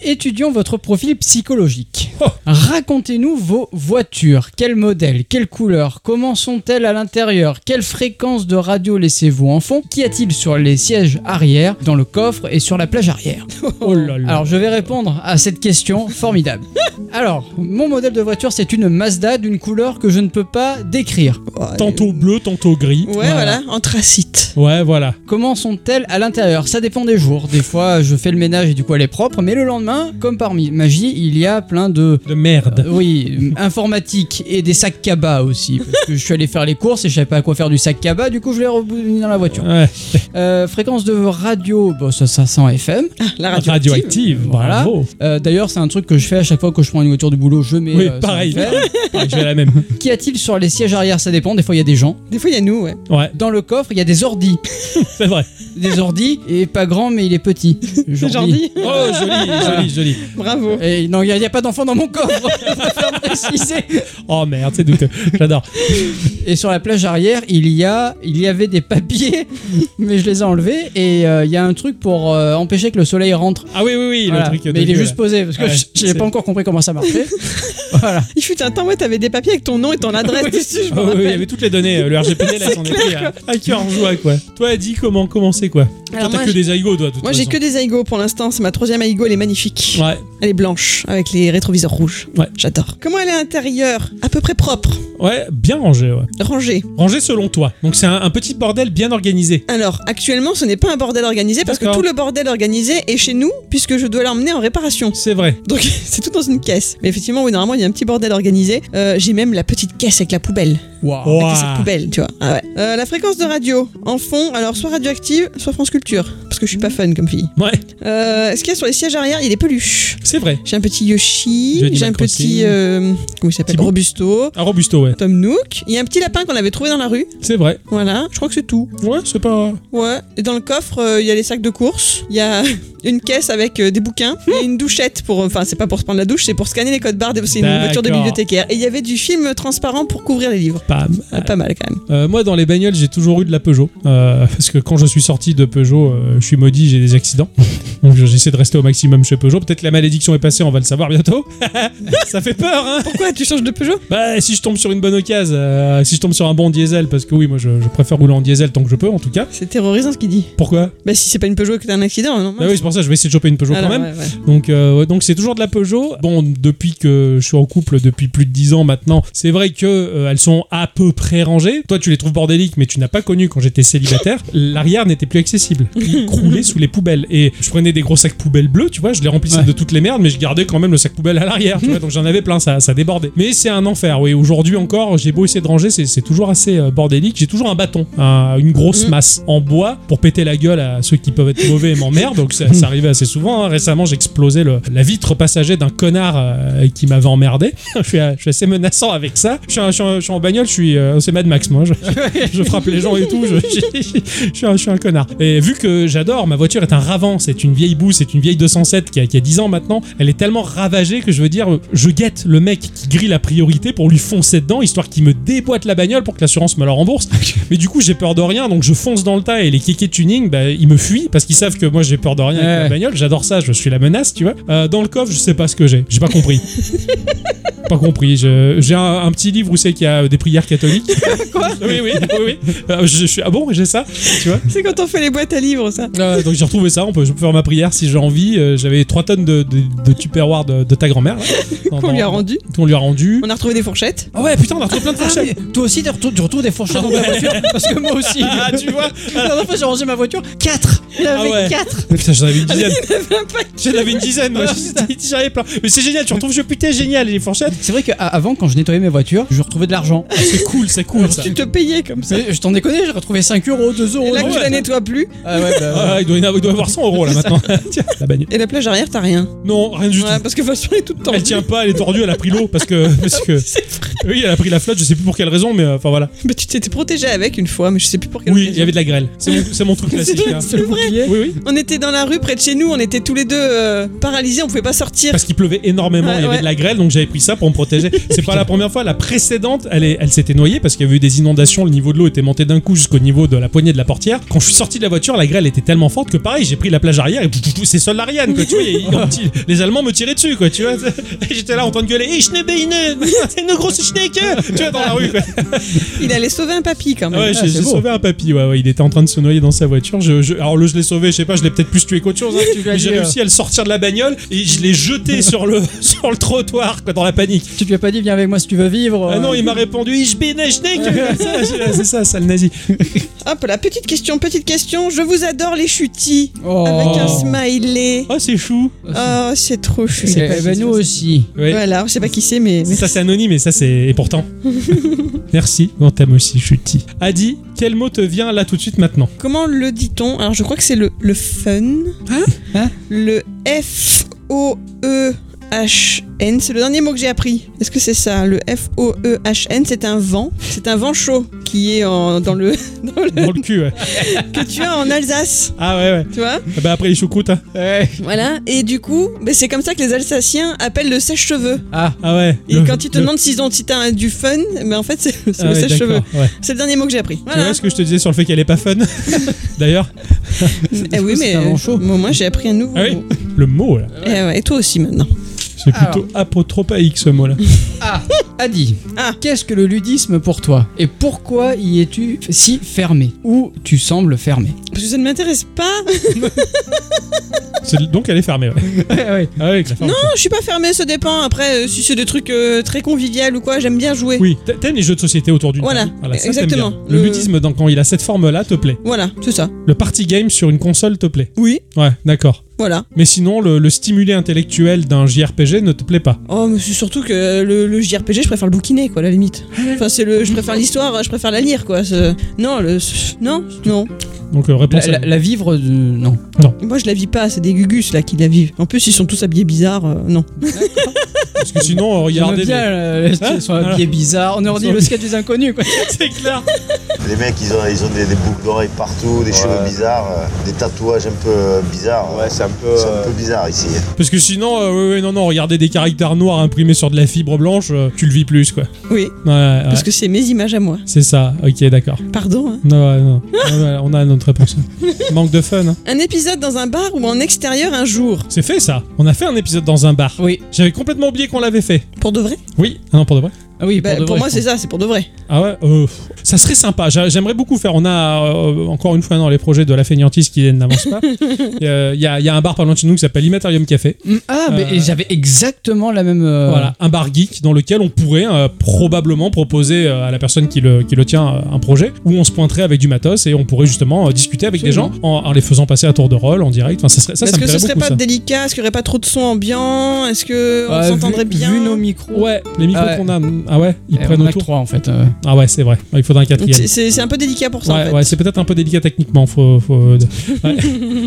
Étudions votre profil psychologique. Racontez-nous vos voitures. Quel modèle Quelle couleur Comment sont-elles à l'intérieur Quelle fréquence de radio laissez-vous en fond Qu'y a-t-il sur les sièges arrière, dans le coffre et sur la plage arrière
Oh là là.
Alors je vais répondre à cette question formidable. Alors, mon modèle de voiture, c'est une Mazda d'une couleur que je ne peux pas décrire.
Tantôt bleu, tantôt gris.
Ouais, voilà, anthracite.
Ouais, voilà.
Comment sont-elles à l'intérieur Ça dépend des jours. Des fois, je fais le ménage et du coup, elle est propre. Mais le lendemain, comme par mi- magie, il y a plein de,
De merde.
Euh, Oui, informatique et des sacs cabas aussi. Parce que je suis allé faire les courses et je savais pas à quoi faire du sac cabas, du coup je l'ai rebobiné dans la voiture. Euh, fréquence de radio, bon, ça, ça sent FM.
la
radio Radioactive, active,
voilà.
bravo.
Euh, D'ailleurs, c'est un truc que je fais à chaque fois que je prends une voiture du boulot, je mets.
Oui,
euh, 100
pareil.
FM.
Pareil, je vais à la même.
Qu'y a-t-il sur les sièges arrière Ça dépend, des fois il y a des gens.
Des fois il y a nous, ouais.
Dans le coffre, il y a des ordis.
c'est vrai.
Des ordis, et pas grand, mais il est petit.
Jordi.
Oh, joli, joli, joli.
Bravo.
Et non, il n'y a, il y a pas d'enfant dans mon coffre. je préfère préciser.
Oh merde, c'est douteux. J'adore.
Et sur la plage arrière, il y a, il y avait des papiers, mais je les ai enlevés. Et euh, il y a un truc pour euh, empêcher que le soleil rentre.
Ah oui, oui, oui, le truc de
Mais il est
vieux,
juste
là.
posé parce que
Ouais,
je j'ai
c'est-
pas encore compris comment ça marchait.
Il fut un temps, ouais, t'avais des papiers avec ton nom et ton adresse dessus, je me
Ah oui, oui, il y
rappelle.
avait toutes les données. euh, Le RGPD, là,
C'est
s'en
clair,
était à, à cœur en joie, quoi. Toi, dis comment commencer, quoi. Toi,
Alors
t'as
moi,
que
j'ai-
des Aigo, toi, de toute
Moi j'ai
façon.
que des Aigo pour l'instant, c'est ma troisième Aigo, elle est magnifique.
Ouais.
Elle est blanche avec les rétroviseurs rouges.
Ouais.
J'adore. Comment elle est à l'intérieur À peu près propre.
Ouais, bien rangé, ouais.
Rangé.
Rangé selon toi. Donc, c'est un, un petit bordel bien organisé.
Alors, actuellement, ce n'est pas un bordel organisé parce que
D'accord.
tout le bordel organisé est chez nous puisque je dois l'emmener en réparation.
C'est vrai.
Donc, c'est tout dans une caisse. Mais effectivement, oui, normalement, il y a un petit bordel organisé. Euh, J'ai même la petite caisse avec la poubelle.
Waouh.
La caisse avec poubelle, tu vois. Ah ouais. Euh, la fréquence de radio, en fond, alors soit radioactive, soit France Culture. Parce que je suis pas fan comme fille.
Ouais.
Euh, ce qu'il y a sur les sièges arrière, il y a des peluches.
C'est vrai.
J'ai un petit Yoshi,
Johnny
j'ai un
Macrossing.
petit. euh, comment il s'appelle
Thibaut.
Robusto.
Un robusto, ouais.
Tom Nook. Il y a un petit lapin qu'on avait trouvé dans la rue.
C'est vrai.
Voilà, je crois que c'est tout.
Ouais, c'est pas.
Ouais. Et dans le coffre, euh, il y a les sacs de course, il y a une caisse avec euh, des bouquins
Hum.
et une douchette pour. Enfin, c'est pas pour se prendre la douche, c'est pour scanner les codes barres. des- C'est une
D'accord.
voiture de bibliothécaire. Et il y avait du film transparent pour couvrir les livres.
Pas mal.
Ah, pas mal quand même.
Euh, moi, dans les bagnoles, j'ai toujours eu de la Peugeot. Euh, parce que quand je suis sorti de Peugeot, euh, je suis maudit, j'ai des accidents. Donc j'essaie de rester au maximum chez Peugeot. Peut-être la malédiction est passée, on va le savoir bientôt. Ça fait peur, hein
Pourquoi tu changes de Peugeot
Bah, si je tombe sur une bonne occasion, euh, si je tombe sur un bon diesel, parce que oui, moi je, je préfère rouler en diesel tant que je peux, en tout cas.
C'est terrorisant ce qu'il dit.
Pourquoi
Bah, si c'est pas une Peugeot et que t'as un accident, non
Bah oui, c'est pour ça, je vais essayer de choper une Peugeot
Alors,
quand même.
ouais, ouais.
Donc, euh, ouais, donc c'est toujours de la Peugeot. Bon, depuis que je suis en couple depuis plus de 10 ans maintenant, c'est vrai que euh, elles sont à peu près rangées. Toi, tu les trouves bordéliques, mais tu n'as pas connu quand j'étais célibataire. L'arrière n'était plus accessible. Il croulait sous les poubelles. Et je prenais des gros sacs poubelles bleus, tu vois, je les remplissais de toutes les merdes, mais je gardais quand même le sac poubelle à l'arrière. tu vois. donc j'en avais plein, ça, ça débordait. Mais c'est un enfer, oui. Aujourd'hui encore, j'ai beau essayer de ranger, c'est c'est toujours assez euh, bordélique. J'ai toujours un bâton, un- une grosse masse en bois pour péter la gueule à ceux qui peuvent être mauvais et m'emmerdent. Donc ça, ça arrivait assez souvent. hein. Récemment, j'ai explosé le- la vitre passager d'un connard euh, qui m'avait emmerdé. je, suis, euh, je suis assez menaçant avec ça. Je suis, un- je suis un- je suis en bagnole, je suis. euh, c'est Mad Max, moi. Je, je frappe les gens et tout. Je, je- je suis, un, je suis un connard. Et vu que j'adore, ma voiture est un ravant. C'est une vieille boue, c'est une vieille 207 qui a, qui a 10 ans maintenant. Elle est tellement ravagée que je veux dire, je guette le mec qui grille la priorité pour lui foncer dedans, histoire qu'il me déboîte la bagnole pour que l'assurance me la rembourse. Mais du coup, j'ai peur de rien, donc je fonce dans le tas et les kékés tuning, bah, ils me fuient parce qu'ils savent que moi j'ai peur de rien avec ma bagnole. J'adore ça, je suis la menace, tu vois. Euh, dans le coffre, je sais pas ce que j'ai. J'ai pas compris. pas compris. Je- J'ai un, un petit livre où c'est qu'il y a des prières catholiques. Quoi Oui, oui, oui. oui. Euh, je, je suis ah bon, j'ai ça, tu vois.
C'est quand on fait les boîtes à livres, ça.
Euh, donc j'ai retrouvé ça, on peut, je peux faire ma prière si j'ai envie. Euh, J'avais 3 tonnes de, de, de Tupperware de, de ta grand-mère. là. Dans-
Qu'on lui a
dans-
rendu.
Qu'on lui a rendu.
On a retrouvé des fourchettes.
Ah ouais, putain, on a retrouvé plein de fourchettes.
toi aussi, tu retrouves, tu retrouves des fourchettes dans
Ouais.
ta voiture Parce que moi aussi.
Ah, tu vois.
La dernière fois, j'ai rangé ma voiture, 4. Il y en avait
Ah ouais.
4.
Mais putain, j'en avais une
Ah
dizaine. J'en avais une dizaine, moi. J'en avais plein. Mais c'est génial, tu retrouves, je putain, génial, les fourchettes. Ah,
C'est vrai qu'avant, quand je nettoyais mes voitures, je retrouvais de l'argent.
C'est cool, c'est cool ça.
Tu te payais comme ça.
Mais je t'en déconne, j'ai retrouvé 5 euros, 2 euros.
Et là,
Ouais.
tu la nettoies plus.
Ah ouais, bah,
Ah, il, doit, y en avoir- il doit y avoir 100 euros là maintenant. Tiens, la bagnole.
Et la plage arrière, t'as rien.
Non, rien du
Ouais,
tout.
parce que de toute façon, elle est toute tendue.
Elle tient pas, elle est tordue, elle a pris l'eau parce que. Parce que... Oui, elle a pris la flotte, je sais plus pour quelle raison, mais euh, enfin voilà.
Bah, tu t'étais protégé avec une fois, mais je sais plus pour quelle
Oui, il y
occasion.
avait de la grêle. C'est mon, c'est mon truc classique.
C'est
hein.
c'est vrai.
Oui, oui.
On était dans la rue près de chez nous, on était tous les deux euh, paralysés, on pouvait pas sortir.
Parce qu'il pleuvait énormément,
Ouais,
il y avait
ouais.
de la grêle, donc j'avais pris ça pour me protéger. C'est pas la première fois, la précédente, elle, est- elle s'était noyée parce qu'il y avait eu des inondations, le niveau de l'eau était monté d'un coup jusqu'au niveau de la poignée de la portière. Quand je suis sorti de la voiture, la grêle était tellement forte que pareil, j'ai pris la plage arrière et tout, tout, tout, c'est sol l'Ariane, quoi, tu vois. et- et un petit- les Allemands me tiraient dessus, quoi, tu vois. Et J'étais là en train de gueuler, ich ne c'est une grosse Schnecke, tu vois, dans la rue, quoi.
Il allait sauver un papy quand même.
Ah Ouais, j'ai j'ai sauvé un papy, ouais, ouais, il était en train de se noyer dans sa voiture. Je, je- alors, le je l'ai sauvé, je sais pas, je l'ai peut-être plus tué qu'autre chose. hein,
euh.
Tu lui as
mais j'ai
dit,
réussi à le sortir de la bagnole et je l'ai jeté sur le, sur le trottoir, quoi, dans la panique. technique.
Tu lui as pas dit, viens avec moi si tu veux vivre.
Ah non, il m'a répondu, ich bin ein Schneck. Ça, j'ai- C'est ça, sale nazi.
Hop là, petite question, petite question. Je vous adore les chutis.
Oh.
Avec un smiley.
Oh, c'est chou.
Oh, c'est trop chou.
Eh ben, nous
aussi.
Voilà, on sait pas qui c'est, mais.
Ça, c'est anonyme et ça, c'est. Et pourtant. Merci, on t'aime aussi, Chuti. Adi, quel mot te vient là tout de suite maintenant
Comment le dit-on Alors, je crois que c'est le, le fun.
Hein
Hein Le F-O-E-H-N. C'est le dernier mot que j'ai appris. Est-ce que c'est ça Le F-O-E-H-N, c'est un vent. C'est un vent chaud qui est en- dans le. Dans le
Dans le cul, ouais.
que tu as en Alsace.
Ah ouais, ouais.
Tu vois
Ah bah après les choucroutes. hein.
Voilà, et du coup, bah, c'est comme ça que les Alsaciens appellent le sèche-cheveux.
Ah, ouais.
Et
Le-
quand ils te
le-
demandent s'ils ont si t'as un- du fun, mais en fait c'est c'est
Ah
le
ouais,
sèche-cheveux. Ah.
d'accord, ouais.
C'est le dernier mot que j'ai appris.
Tu vois ce que je te disais sur le fait qu'elle est pas fun D'ailleurs.
Eh oui, mais euh, moi moi, j'ai appris un nouveau.
Ah oui Ah Le mot là.
Eh ouais, Et toi aussi maintenant.
C'est plutôt apotropaïque ce mot là.
Ah, Adi,
Ah.
qu'est-ce que le ludisme pour toi Et pourquoi y es-tu si fermé Ou tu sembles fermé
Parce que ça ne m'intéresse pas.
C'est- Donc elle est fermée, ouais. Ah ouais, que la ferme.
non, je suis pas fermée, ça dépend. Après, euh, si c'est des trucs euh, très convivial ou quoi, j'aime bien jouer.
Oui, t'a- t'aimes les jeux de société autour d'une
Voilà,
table. ça, t'aimes
exactement.
bien. Le
Le-
ludisme, dans- quand il a cette forme-là, te plaît.
Voilà, c'est ça.
Le party game sur une console te plaît.
Oui.
Ouais, d'accord.
Voilà.
Mais sinon, le, le stimulé intellectuel d'un JRPG ne te plaît pas.
Oh, mais c'est surtout que le, le JRPG, je préfère le bouquiner, quoi, à la limite.
Ah
Enfin, c'est le, je préfère l'histoire, je préfère la lire, quoi. c'est- Non, le, non, non.
Donc euh, réponse.
La- la- vivre, non.
Non.
Moi, je la vis pas. C'est des gugus là qui la vivent. En plus, ils sont tous habillés bizarre. euh, non.
Parce que sinon, euh, regardez.
J'aime bien, euh, les- ils sont
Hein
habillés bizarres. On aurait dit le sketch des inconnus, quoi.
C'est clair.
Les mecs, ils ont, ils ont des, des boucles d'oreilles partout, des cheveux bizarres, euh, des tatouages un peu euh, bizarres. Ouais, c'est un peu, euh, bizarre ici.
Parce que sinon, euh, ouais, ouais, non, non, regardez des caractères noirs imprimés sur de la fibre blanche, euh, tu le vis plus, quoi.
Oui.
Ouais, ouais.
Parce que c'est mes images à moi.
C'est ça, ok, d'accord.
Pardon. hein.
Non, ouais, non. Ouais, ouais, on a notre réponse. Manque de fun. hein.
Un épisode dans un bar ou en extérieur un jour.
C'est fait ça. On a fait un épisode dans un bar.
Oui.
J'avais complètement oublié qu'on l'avait fait.
Pour de vrai
Oui. Ah non, pour de vrai.
Ah oui,
Bah, pour moi, c'est ça, c'est pour de vrai.
Ah ouais,
oh.
euh, pff, ça serait sympa. J'a- J'aimerais beaucoup faire. On a euh, encore une fois dans les projets de la feignantise qui n'avance pas. Il y, a, y a un bar par loin de chez nous qui s'appelle Immatarium Café.
Ah, mais
Euh,
et j'avais exactement la même. euh,
Voilà, un bar geek dans lequel on pourrait euh, probablement proposer euh, à la personne qui le, qui le tient euh, un projet où on se pointerait avec du matos et on pourrait justement euh, discuter avec
Absolument.
des gens en, en les faisant passer à tour de rôle en direct. Enfin, ça, serait, ça,
Est-ce
ça me
que ce
plairait
serait
beaucoup,
pas
ça.
délicat Est-ce qu'il n'y aurait pas trop de son ambiant Est-ce que on
euh,
s'entendrait
vu-
bien
Vu nos micros.
Ouais, les micros
Ah ouais.
qu'on a. Ah ouais, ils
Eh,
prennent
on en a
autour.
que trois, en fait.
Ah ouais, c'est vrai. Il faudrait un
Donc,
quatrième.
c'est- C'est c'est un peu délicat pour ça.
Ouais,
en fait.
ouais, c'est peut-être un peu délicat techniquement. Faut, faut... Ouais.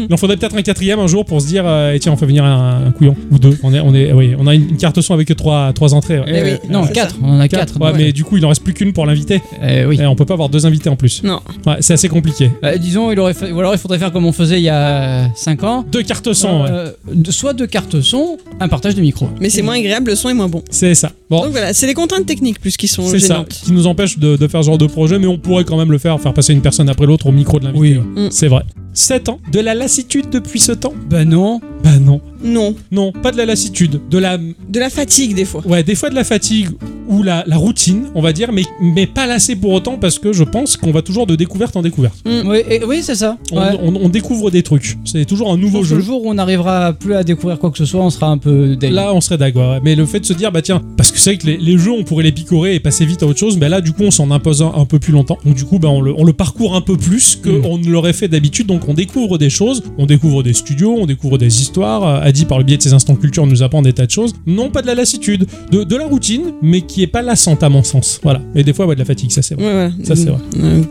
Il en faudrait peut-être un quatrième un jour pour se dire euh, eh tiens, on fait venir un, un couillon ou deux. On, est, on, est, oui, on a une, une carte son avec que trois, trois entrées. ouais.
Eh oui,
Euh,
non,
c'est
quatre,
ça.
on en a quatre,
ouais,
donc,
mais
ouais. Eh
du coup, il en reste plus qu'une pour l'invité. Et on peut pas avoir deux invités en plus.
Non.
Ouais, c'est assez compliqué.
Bah, disons, il aurait fa- ou alors il faudrait faire comme on faisait il y a 5 ans. Euh,
Deux cartes son,
Euh,
Soit deux cartes son, un partage de micro.
Mais c'est moins agréable, le son est moins bon.
C'est ça. Bon.
Donc voilà, c'est les contraintes techniques plus qui oh, sont
Oh. C'est ça
gênantes.
qui nous empêche de, de faire ce genre de projet, mais on pourrait quand même le faire, faire passer une personne après l'autre au micro de l'invité. ouais.
Mm.
C'est vrai. 7 ans. De la lassitude depuis ce temps
Bah non.
Bah non.
Non.
Non, pas de la lassitude. De la.
De la fatigue, des fois.
Ouais, des fois de la fatigue ou la, la routine, on va dire, mais, mais pas lassé pour autant parce que je pense qu'on va toujours de découverte en découverte.
Oui, et- oui, c'est ça.
On,
Ouais.
on- on découvre des trucs. C'est toujours un nouveau
Le
jeu.
jour où on n'arrivera plus à découvrir quoi que ce soit, on sera un peu deg.
Là, on serait dag, ouais, ouais. Mais le fait de se dire, bah tiens, parce que c'est vrai que les, les jeux, on pourrait les picorer et passer vite à autre chose, mais là, du coup, on s'en impose un, un peu plus longtemps. Donc, du coup, bah, on, le, on le parcourt un peu plus qu'on ne l'aurait fait d'habitude. Donc, on découvre des choses, on découvre des studios, on découvre des histoires. Euh, Adi, par le biais de ses instants culture, nous apprend des tas de choses. Non, pas de la lassitude, de, de la routine, mais qui est pas lassante à mon sens. Voilà. Et des fois, ouais, de la fatigue, ça c'est vrai. Ça
Mm.
c'est vrai.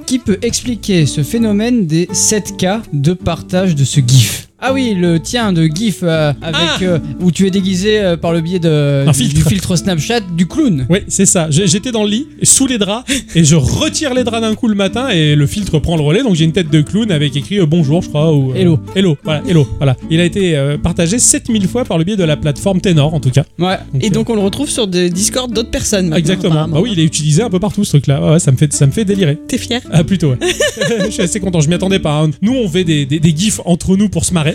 Qui peut expliquer ce phénomène des 7K de partage de ce GIF ah oui, le tien de GIF euh, avec euh, où tu es déguisé euh, par le biais de,
Ah. Un
du-
filtre.
du filtre Snapchat du clown.
Oui, c'est ça. J'ai- J'étais dans le lit, sous les draps, et je retire les draps d'un coup le matin, et le filtre prend le relais. Donc j'ai une tête de clown avec écrit euh, bonjour, je crois, ou. euh,
Hello.
Hello, voilà, hello, voilà. Il a été euh, partagé 7000 fois par le biais de la plateforme Ténor, en tout cas.
Ouais.
Et donc on le retrouve sur des Discord d'autres personnes.
Ah,
maintenant,
Exactement.
apparemment.
Bah oui, il est utilisé un peu partout ce truc-là. Ouais, ouais, ça me fait, ça me fait délirer.
T'es fier
Ah plutôt. Ouais. je suis assez content. Je m'y attendais pas. hein. Nous, on fait des, des, des gifs entre nous pour se marrer.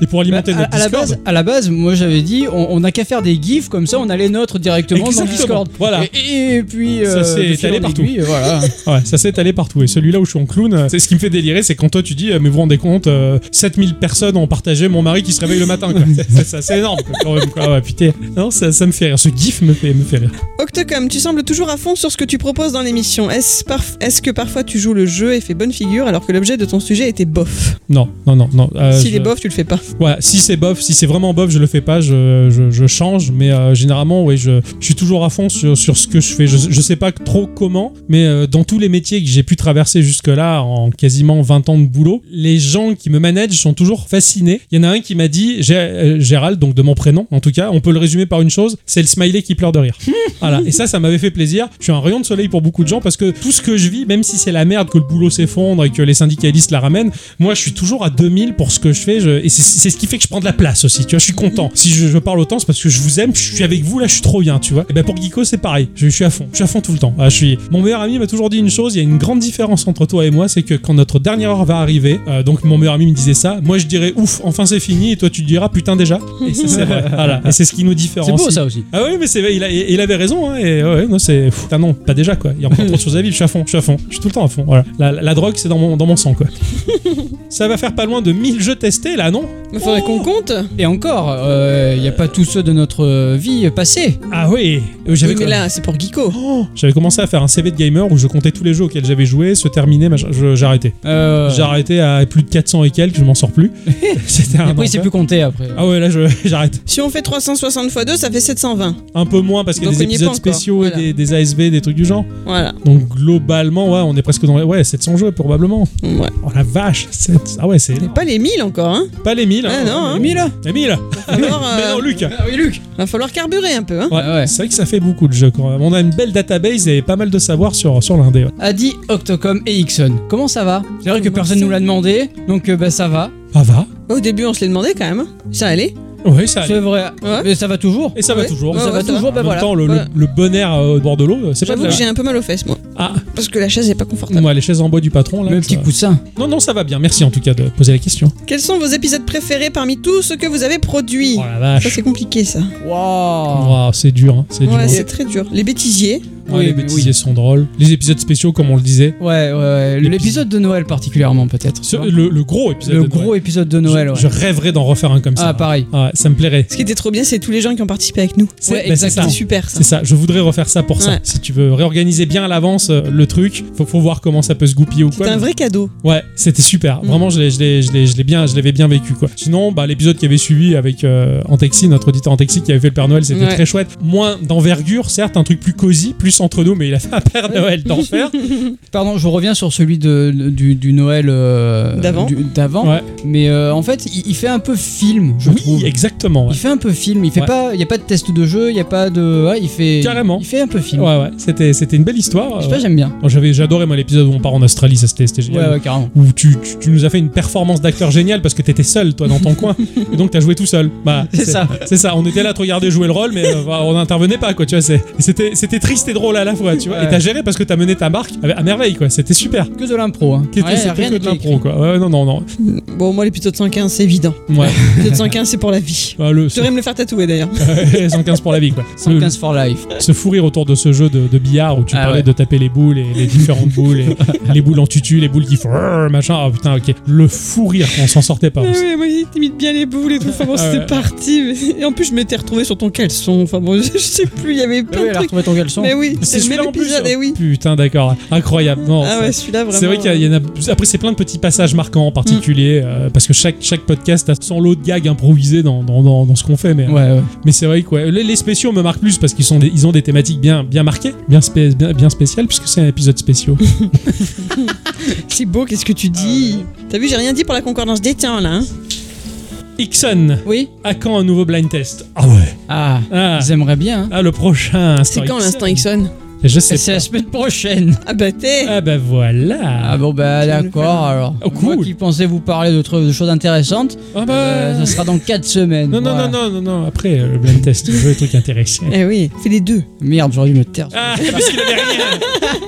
Et pour alimenter
Bah, à-
notre
à, la
Discord.
base, à la base, moi j'avais dit, on on n'a qu'à faire des gifs comme ça, on a les nôtres directement dans
Exactement,
Discord.
voilà.
Et, et puis,
ça
euh,
s'est
de fil
étalé
en
partout.
aiguille, voilà.
Ouais, ça s'est étalé partout. Et celui-là où je suis en clown, euh, c'est ce qui me fait délirer, c'est quand toi tu dis, euh, mais vous vous rendez compte, euh, 7000 personnes ont partagé mon mari qui se réveille le matin. quoi. C'est- c'est- c'est assez énorme quoi, quand même. quoi. Ouais, putain. Non, ça, ça me fait rire. Ce gif me fait, me fait rire.
Octocom, tu sembles toujours à fond sur ce que tu proposes dans l'émission. Est-ce parf- est-ce que parfois tu joues le jeu et fais bonne figure alors que l'objet de ton sujet était bof
Non, non, non, non. euh,
S'il
je-
est bof, tu le fais pas.
Ouais, si c'est bof, si c'est vraiment bof, je le fais pas, je, je, je change, mais euh, généralement, ouais, je, je suis toujours à fond sur, sur ce que je fais. Je, je sais pas trop comment, mais euh, dans tous les métiers que j'ai pu traverser jusque-là, en quasiment 20 ans de boulot, les gens qui me managent sont toujours fascinés. Il y en a un qui m'a dit, Gé- euh, Gérald, donc de mon prénom en tout cas, on peut le résumer par une chose, c'est le smiley qui pleure de rire. voilà, et ça, ça m'avait fait plaisir. Je suis un rayon de soleil pour beaucoup de gens parce que tout ce que je vis, même si c'est la merde, que le boulot s'effondre et que les syndicalistes la ramènent, moi je suis toujours à 2000 pour ce que je fais je- et c'est- c'est ce qui fait que je prends de la place aussi, tu vois, je suis content. Si je, je parle autant, c'est parce que je vous aime, je suis avec vous, là je suis trop bien, tu vois. Et ben pour Geeko, c'est pareil, je, je suis à fond, je suis à fond tout le temps. Ah, je suis... Mon meilleur ami m'a toujours dit une chose, il y a une grande différence entre toi et moi, c'est que quand notre dernière heure va arriver, euh, donc mon meilleur ami me disait ça, moi je dirais ouf, enfin c'est fini, et toi tu diras putain déjà. Et ça, c'est vrai, voilà. Et c'est ce qui nous différencie.
C'est beau, ça, aussi.
Ah oui, mais c'est vrai, il, a- il avait raison. hein, et ouais, ouais, non, c'est. pff, Putain, non, pas déjà, quoi. Il y a encore trop de choses à vivre. Je suis à fond, je suis à fond. Je suis tout le temps à fond. Voilà. La, la drogue, c'est dans mon, dans mon sang, quoi. Ça va faire pas loin de 1000 jeux testés, là, non
Mais faudrait
Oh
qu'on compte
Et encore, il n'y a pas tous ceux de notre euh, vie passée.
Ah oui,
Oui, mais là, c'est pour Geeko.
J'avais commencé à faire un CV de gamer où je comptais tous les jeux auxquels j'avais joué, se terminer, machin. Je- j'ai arrêté.
Euh,
J'ai arrêté à plus de 400 et quelques, je m'en sors plus. C'était un.
Après, il s'est
enfer.
plus compté après.
Ah ouais, là, je- j'arrête.
Si on fait 360 x 2, ça fait 720.
Un peu moins parce qu'il y a
Donc
des
on y est
épisodes
pas encore,
spéciaux
voilà.
et des, des ASV, des trucs du genre.
Voilà.
Donc globalement, ouais, on est presque dans les ouais, 700 jeux probablement.
Ouais.
Oh la vache, 700 ah ouais, c'est
Pas les 1000 encore, hein
pas les 1000.
Ah
hein.
non, hein.
les 1000 Les 1000
Alors, euh,
Ah Mais non, Luc
Ah oui, Luc
Va falloir carburer un peu, hein
Ouais,
Ah
C'est vrai que ça fait beaucoup de jeux quand même. On a une belle database et pas mal de savoir sur, sur l'indé. ouais.
A dit Octocom et Ixon. Comment ça va C'est vrai que personne nous l'a demandé, donc euh, bah, ça va.
Ça Ah, va
Au début, on se l'est demandé quand même. hein. Ça allait
Oui, ça
C'est vrai. Mais ça va toujours.
Et ça va
Ouais.
toujours.
Ouais,
ça
ouais,
va
ça va.
toujours, bah
en même
voilà.
temps, le, le-
Voilà.
le bon air euh, au bord de l'eau, c'est pas
J'avoue
de
que
la-
j'ai un peu mal aux fesses, moi.
Ah,
Parce que la chaise est pas confortable.
moi, les chaises en bois du patron, là.
Le
ça-
petit coussin.
Non, non, ça va bien. Merci en tout cas de poser la question.
Quels sont vos épisodes préférés parmi tout ce que vous avez produit
Oh la vache.
Ça, c'est compliqué, ça.
Waouh
Waouh, c'est dur, hein, c'est dur.
Ouais, c'est très dur. Les bêtisiers.
Ouais, les bêtisiers sont drôles. Les épisodes spéciaux, comme on le disait.
Ouais, ouais, ouais. L'épisode de Noël particulièrement peut-être.
Ce- le, le gros épisode.
Le
de
gros
Noël.
épisode de Noël,
Je-
ouais.
Je rêverais d'en refaire un comme ça.
Ah, pareil.
Ouais, ça me plairait.
Ce qui était trop bien, c'est tous les gens qui ont participé avec nous.
C'est-
Ouais,
bah, c'est
exact.
ça.
C'est super, ça.
C'est ça, je voudrais refaire ça pour ça.
Ouais.
Si tu veux réorganiser bien à l'avance euh, le truc, faut, faut voir comment ça peut se goupiller ou quoi.
C'est un
mais-
vrai cadeau.
Ouais, c'était super.
Mm.
Vraiment, je l'ai- je l'ai- je l'ai je l'ai bien, je l'avais bien vécu quoi. Sinon, bah, l'épisode qui avait suivi avec euh, Antexi, notre auditeur Antexi qui avait fait le Père Noël, c'était
Ouais.
très chouette. Moins d'envergure, certes, un truc plus cosy, plus entre nous, mais il a fait un Père Noël d'enfer.
Pardon, je reviens sur celui de, du, du Noël euh,
D'avant.
du- d'avant.
Ouais.
Mais euh, en fait, il, il fait un peu film, je
oui,
trouve.
exactement. ouais.
Il fait un peu film. Il fait
Ouais.
pas, il y a pas de test de jeu, il y a pas de, ouais, il fait.
Carrément.
Il fait un peu film.
Ouais, ouais, c'était, c'était une belle histoire.
Je sais pas,
Ouais.
j'aime bien.
Moi, J'avais, j'adorais moi l'épisode où on part en Australie, ça c'était, c'était génial.
Ouais, ouais, carrément.
Où tu, tu- tu nous as fait une performance d'acteur géniale parce que t'étais seul toi dans ton coin et donc t'as joué tout seul. Bah
C'est ça.
c'est ça. On était là à te regarder jouer le rôle mais euh, bah, on n'intervenait pas quoi. Tu vois, c'est- et c'était, c'était triste et drôle à la fois. Tu vois,
Ouais.
et t'as géré parce que t'as mené ta marque à, à merveille quoi. C'était super.
Que de l'impro. Hein.
C'était,
Ouais,
c'était
rien
que de
n'était
l'impro quoi. Ouais, non non non.
Bon, moi, l'épisode 115, c'est évident.
Ouais.
L'épisode 115, c'est pour la vie.
Ah, le,
Je devrais me le faire tatouer d'ailleurs.
115 pour la vie quoi.
115 for life.
se fourrir autour de ce jeu de, de billard où tu
Ah
parlais
ouais.
de taper les boules et les différentes boules, et les boules en tutu, les boules qui font rrr, machin. Ah putain, ok. Le fou rire, on s'en sortait pas.
Eh
Ah oui, moi il t'imite bien les boules et tout. Enfin bon,
Ah
c'était
ouais.
parti. mais- Et en plus, je m'étais retrouvé sur ton caleçon. Enfin bon, je sais plus, il y avait
Ah
plein
oui,
de
elle a
trucs.
retrouvé ton caleçon.
Mais oui, c'est le même
celui-là en plus,
épisode,
hein.
et oui.
Putain, d'accord, incroyable. Non,
Ah
c'est-
ouais, celui-là, vraiment, euh, Hmm.
C'est vrai qu'il y en a. Après, c'est plein de petits passages marquants en particulier, euh, parce que chaque, chaque podcast a son lot de gags improvisés dans, dans, dans, dans ce qu'on fait. Mais,
Ouais, ouais.
mais c'est vrai que ouais, les, les spéciaux me marquent plus parce qu'ils sont des- ils ont des thématiques bien, bien marquées, bien, spé- bien, bien spéciales, puisque c'est un épisode spécial.
C'est euh, beau, qu'est-ce que tu
Ah
dis T'as vu, j'ai rien dit pour la concordance des tiens là. hein.
Ixon.
Oui.
À quand un nouveau blind test Ah ouais.
Ah,
Ah.
j'aimerais bien. hein.
Ah, le prochain instant.
C'est quand
Ixon.
l'instant Ixon
Je sais
C'est
pas.
la semaine prochaine.
Ah bah t'es
Ah bah voilà.
Ah bon bah d'accord alors. Moi qui pensais vous parler de, tr- de choses intéressantes,
Ah Oh, bah-
euh, ça sera dans 4 semaines.
Non, non,
Voilà.
non, non, non, non, après euh, le blind test, je veux des trucs intéressants.
Eh oui, fais les deux.
Merde, j'aurais dû me taire.
Ah, parce qu'il avait rien.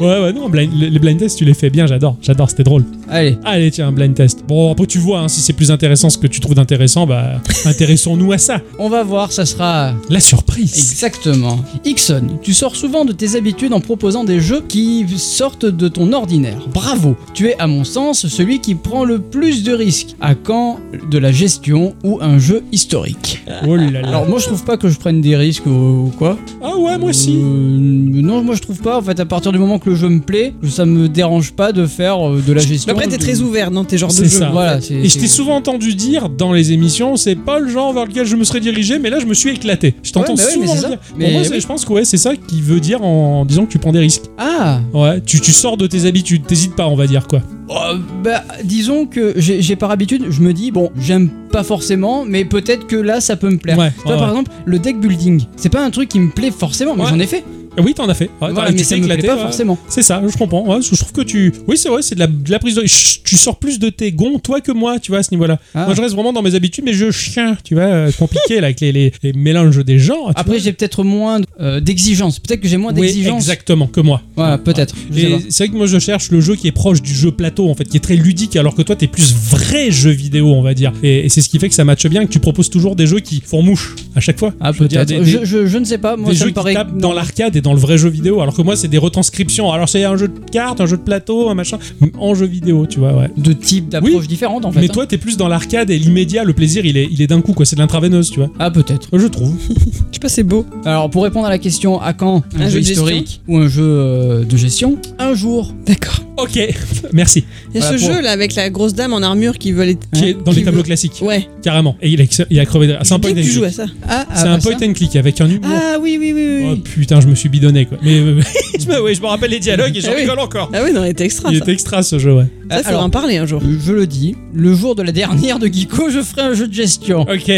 Ouais, ouais, non, blind- les les blind tests, tu les fais bien, j'adore, j'adore, c'était drôle.
Allez.
Allez, tiens, un blind test. Bon, après, tu vois, hein, si c'est plus intéressant ce que tu trouves d'intéressant, bah, intéressons-nous à ça.
On va voir, ça sera.
La surprise.
Exactement. Ixon, tu sors souvent de tes habitudes en proposant des jeux qui sortent de ton ordinaire. Bravo. Tu es, à mon sens, celui qui prend le plus de risques. À quand de la gestion ou un jeu historique
Oh là
Ah.
là.
Alors, moi, je trouve pas que je prenne des risques ou, ou quoi. Euh,
Ah ouais, moi aussi.
non, moi, je trouve pas. En fait, à partir du moment que le jeu me plaît, ça me dérange pas de faire euh, de la gestion.
Après, t'es
de-
très ouvert dans tes genres de
C'est
jeux.
ça.
Voilà, c'est-
et je
c'est-
t'ai souvent entendu dire dans les émissions, c'est pas le genre vers lequel je me serais dirigé, mais là je me suis éclaté. Je t'entends
Ouais, mais ouais,
souvent
mais c'est
le
ça.
dire. Pour
Mais
moi, c'est-
oui.
je pense que ouais, c'est ça qui veut dire en disant que tu prends des risques.
Ah
Ouais, tu, tu sors de tes habitudes, t'hésites pas, on va dire quoi.
Oh, bah, disons que j'ai j'ai par habitude, je me dis, bon, j'aime pas forcément, mais peut-être que là, ça peut me plaire.
Ouais,
Tu vois,
ouais,
par
ouais.
exemple, le deck building, c'est pas un truc qui me plaît forcément, mais
Ouais.
j'en ai fait.
Ah Oui, t'en as fait. Ouais, t'en-
Voilà,
tu
mais
t'es
ça me plaît pas forcément.
C'est ça, je comprends. Ouais, je trouve que tu. Oui, c'est vrai, c'est de la, de la prise de. Chut, tu sors plus de tes gonds, toi, que moi, tu vois, à ce niveau-là.
Ah.
Moi, je reste vraiment dans mes habitudes, mais je chien, tu vois, euh, compliqué, là, avec les, les- les mélanges des genres. tu
Après, j'ai peut-être moins euh, d'exigence. Peut-être que j'ai moins
Oui,
d'exigence.
exactement, que moi.
Voilà, peut-être. Je sais
Et
pas.
c'est vrai que moi je cherche le jeu qui est proche du jeu plateau en fait, qui est très ludique, alors que toi t'es plus vrai jeu vidéo on va dire. Et, et c'est ce qui fait que ça matche bien, que tu proposes toujours des jeux qui font mouche à chaque fois.
Ah
Je veux dire,
peut-être.
des- des-
Je, je- je ne sais pas. Moi,
des
ça
jeux
me paraît.
qui tapent dans l'arcade et dans le vrai jeu vidéo, alors que moi c'est des retranscriptions. Alors c'est un jeu de cartes, un jeu de plateau, un machin, en jeu vidéo, tu vois, ouais.
De type d'approche différente en fait.
Mais
hein.
toi t'es plus dans l'arcade et l'immédiat, le plaisir il est, il est d'un coup quoi, c'est de l'intraveineuse, tu vois. Euh,
Ah peut-être.
Je trouve.
Je sais pas, c'est beau.
Alors pour répondre à la question à quand un,
Un
jeu,
jeu de
historique ou un jeu euh, de gestion, un jour.
D'accord.
Ok, merci.
Il y a
Voilà
ce
pour-
jeu là avec la grosse dame en armure qui veut les.
Qui est dans les tableaux classiques.
Ouais.
Carrément. Et il a, il a crevé de rire. C'est un point
Dès que
and
tu
click.
joues à ça. Ah,
C'est
bah,
un point and click avec un humour.
Ah oui, oui, oui, oui.
Oh putain, je me suis bidonné quoi. Mais euh, je, me, ouais, je me rappelle les dialogues et j'en
Ah oui.
rigole encore.
Ah oui, non, il était extra.
Il
ça.
est extra ce jeu, ouais.
Ça, faudra
Alors,
en parler un jour.
Je le dis, le jour de la dernière de Geeko, je ferai un jeu de gestion.
Ok.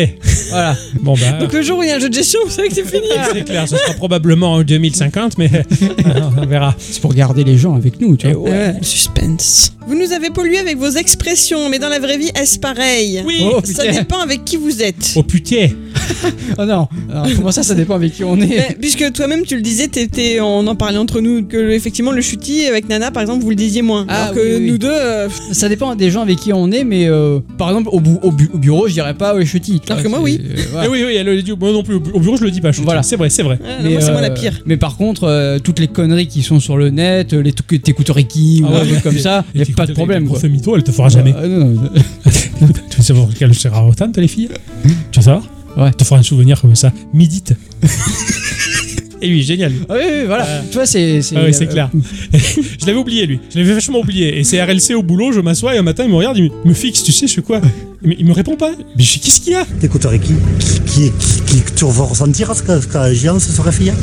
Voilà.
Bon bah.
Donc le jour où il y a un jeu de gestion, vous savez que c'est fini.
Ah, C'est clair, ce sera probablement en 2050, mais euh, on verra.
C'est pour garder les gens avec nous, tu vois.
Ouais, le suspense. Vous nous avez pollué avec vos expressions, mais dans la vraie vie, est-ce pareil
Oui. Oh,
Ça
putain.
dépend avec qui vous êtes.
Oh putain
Oh non, Alors, comment ça, ça dépend avec qui on
Ben,
est
puisque toi-même tu le disais, t'étais, on en parlait entre nous que effectivement le chuti avec Nana par exemple vous le disiez moins.
Ah,
alors que
oui, oui.
nous deux, euh,
Ça dépend des gens avec qui on est, mais euh, par exemple, au, bou- au bu- au bureau, je dirais pas, ouais, chutis.
Alors que moi, oui.
euh,
Eh oui, oui, elle le dit. Moi non plus, au bu- au bureau je le dis pas. je suis-
Voilà.
C'est vrai, c'est vrai.
euh, moi c'est moi la pire.
Mais par contre, euh, toutes les conneries qui sont sur le net, euh, les trucs t'écoutes Reiki ou
Ah ouais,
un truc comme ça, y a pas de problème. quoi.
Prof mytho, elle te fera jamais.
Ah, non, non.
tu veux savoir quel sera autant les filles Tu veux savoir
Ouais.
Elle te fera un souvenir comme ça. Midite. Et lui, génial.
Ah oui, oui, voilà. Tu vois, c'est.
Ah ouais, c'est clair. je l'avais oublié, lui. Je l'avais vachement oublié. Et c'est RLC au boulot, je m'assois et un matin, il me regarde, il me- me fixe, tu sais, je suis quoi Mais il me répond pas. Mais je dis, qu'est-ce qu'il y a
T'écoutes Ricky, qui, qui, qui, qui, tu vas ressentir ce que, ce que Jean se serait fait. hein.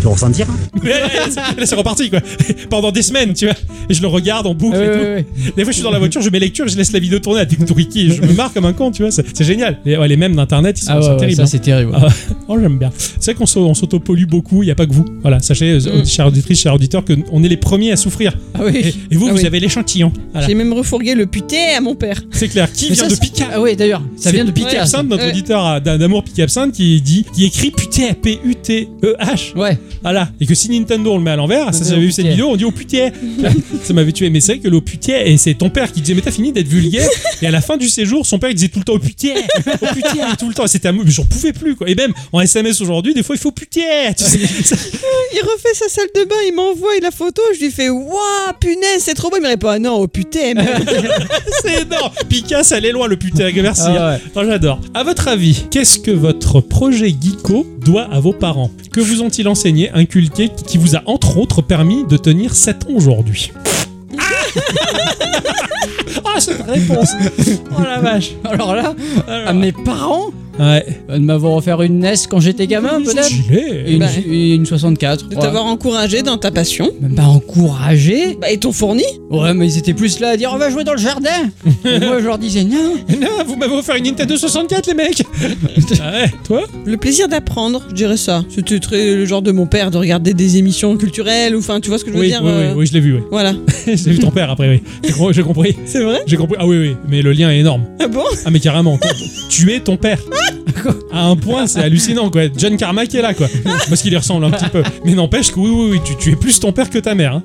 Tu vas ressentir. hein.
Mais Là, là, c'est- là, c'est reparti, quoi. Pendant des semaines, tu vois. Et je le regarde en boucle et tout. Des fois, je suis dans la voiture, je mets lecture, je laisse la vidéo tourner à TikTok Ricky. Je me marre comme un con, tu vois. C'est c'est génial. Et ouais, les mêmes d'Internet, ils sont,
Ah ouais,
sont
ouais,
terribles.
ça, c'est terrible.
Ah, oh, j'aime bien. C'est vrai qu'on s'au- on s'autopollue beaucoup, il n'y a pas que vous. Voilà, sachez, euh, chers auditrices, chers auditeurs, qu'on est les premiers à souffrir.
Ah Mm. oui.
Et, et vous,
Ah
vous
oui.
avez l'échantillon. Voilà.
J'ai même refourgué le putain à mon père.
C'est clair. Qui
Mais
vient
ça,
de
c'est-
Picard
Ah oui, d'ailleurs, ça vient de
Pic
Picard. ça.
Absinthe, notre
Ouais.
auditeur à- d'un- d'amour Pic Absinthe, qui dit, qui écrit putain, P-U-T-E-H.
Ouais.
E Voilà. Et que si Nintendo on le met à l'envers, ça,
dit
si
au
j'avais vu cette
putain.
vidéo, on dit oh putain. ça m'avait tué. Mais c'est vrai que le putain, et c'est ton père qui disait, mais t'as fini d'être vulgaire. et à la fin du séjour, son père, il disait tout le temps oh putain, oh putain, tout le temps. Et C'était un mot, mais j'en pouvais plus, quoi. Et même en SMS aujourd'hui, des fois, il faut putain. Tu sais, ça-
Il refait sa salle de bain, il m'envoie la photo, je lui fais Waouh, punaise, c'est trop beau. Il me répond Ah non, oh putain. merde.
c'est énorme. Picasso, elle est loin, le putain. Merci.
Ah
hein. Non, J'adore. À votre avis, qu'est-ce que votre projet Geeko doit à vos parents Que vous ont-ils enseigné, inculqué, qui vous a entre autres permis de tenir 7 ans aujourd'hui Ah, cette réponse Oh la vache Ah,
Alors là,
Alors-
à mes parents
Ah, Ouais.
euh, de m'avoir offert une NES quand j'étais gamin, peut-être
Stylé.
et une,
Bah.
et une 64.
De
ouais.
t'avoir encouragé dans ta passion.
Même pas encouragé
Bah, ils t'ont fourni.
Ouais, mais ils étaient plus là à dire on va jouer dans le jardin Et Moi je leur disais non
Non, vous m'avez offert une Nintendo 64, les mecs Ah ouais, toi
Le plaisir d'apprendre, je dirais ça. C'était très le genre de mon père de regarder des émissions culturelles ou enfin, tu vois ce que je veux
oui,
dire
oui, oui,
euh,
oui, je l'ai vu, oui.
Voilà.
J'ai vu ton père après, oui. J'ai com- J'ai compris.
C'est vrai
J'ai compris. Ah oui, oui, mais le lien est énorme.
Ah bon
Ah mais carrément, ton- tu es ton père.
quoi.
À un point, c'est hallucinant, quoi. John Carmack est là, quoi. Parce qu'il y ressemble un petit peu. Mais n'empêche que oui, oui, oui, tu, tu es plus ton père que ta mère. hein.